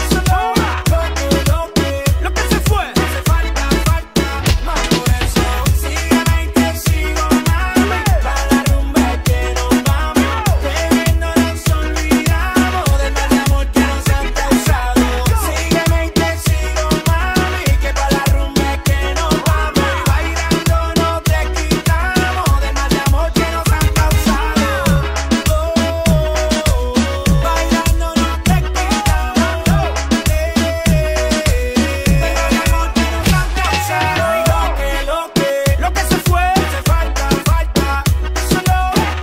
[SPEAKER 8] Eso no va. Lo que, lo que se fue. Hace falta, falta. Más por eso. Sígueme y te sigo, mami. Pa' la rumba que nos vamos. Bebiendo nos olvidamos del mal de amor que nos han causado. Sígueme y te sigo, mami. Que pa' la rumba que nos vamos. Y bailando nos desquitamos del mal de amor que nos han causado. Oh, oh, oh. Bailando nos desquitamos. Eh, del mal de amor que nos han causado. Y lo que, lo que, lo que se fue. Hace falta, falta. Solo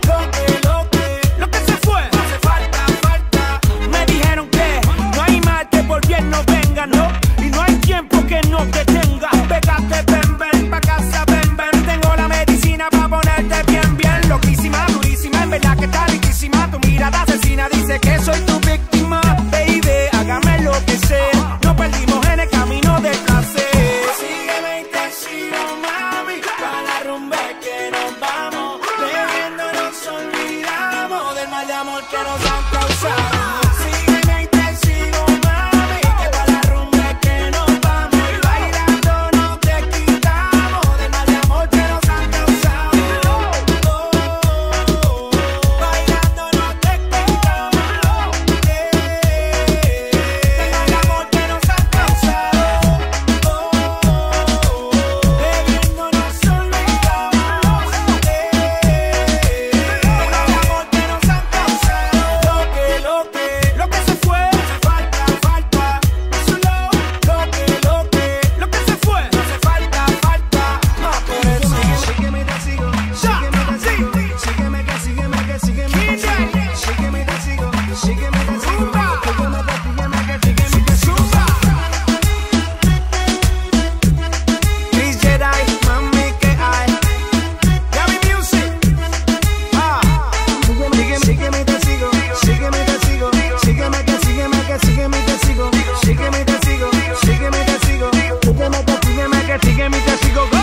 [SPEAKER 8] lo que, lo que, lo que se fue. Hace falta, falta. Me dijeron que no hay más que volver, no venga, no. Y no hay tiempo que no te tenga. Pégate, ven, ven, pa' casa, ven, ven. Tengo la medicina pa' ponerte bien, bien. Loquísima, durísima, en verdad que está riquísima. Tu mirada asesina dice que soy tu víctima. Baby, hágame lo que sea. Nos perdimos en el camino del placer. Sígueme y te sigo, mami. Pa' la rumba que nos vamos. Bebiendo nos olvidamos del mal de amor que nos han causado. Sígueme y te sigo, mami. Que pa' la rumba que nos vamos. Y bailando nos desquitamos del mal de amor que nos han causado. Oh, oh, oh, oh. Bailando nos desquitamos. Eh, del mal de amor que nos han causado. Oh, oh, oh. Bebiendo nos olvidamos. Eh, del mal de amor que nos han causado. Lo que, lo que, lo que se fue. Hace falta, falta. Solo lo que, lo que, lo que se fue. Hace falta, falta. Más por eso. Sígueme, te sigo. Sígueme, te sigo. Sígueme, que sígueme, que sígueme. Sígueme, te sigo. Sígueme, te sigo. Sígueme, te sígueme, que sígueme, que sigo. Please Jedi, mami, que hay. Gabby Music. Ah. Sígueme, sígueme y te sigo. Sígueme y te sigo. Sígueme que sígueme que sígueme y te sigo. Sígueme y te sigo. Sígueme y te sigo. Sígueme que sígueme que sígueme y te sigo. Go.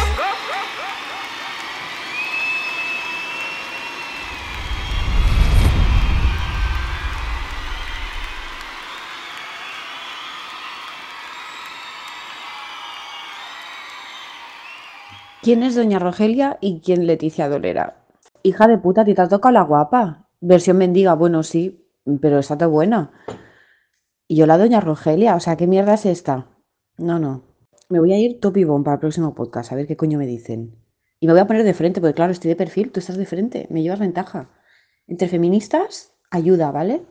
[SPEAKER 9] ¿Quién es Doña Rogelia y quién Leticia Dolera? Hija de puta, a ti te has tocado la guapa. Versión mendiga, bueno, sí.
[SPEAKER 2] pero está todo bueno. Y yo la doña Rogelia, o sea, ¿qué mierda es esta? No, no. Me voy a ir topibón para el próximo podcast, a ver qué coño me dicen. Y me voy a poner de frente, porque claro, estoy de perfil, tú estás de frente, me llevas ventaja. Entre feministas, ayuda, ¿vale?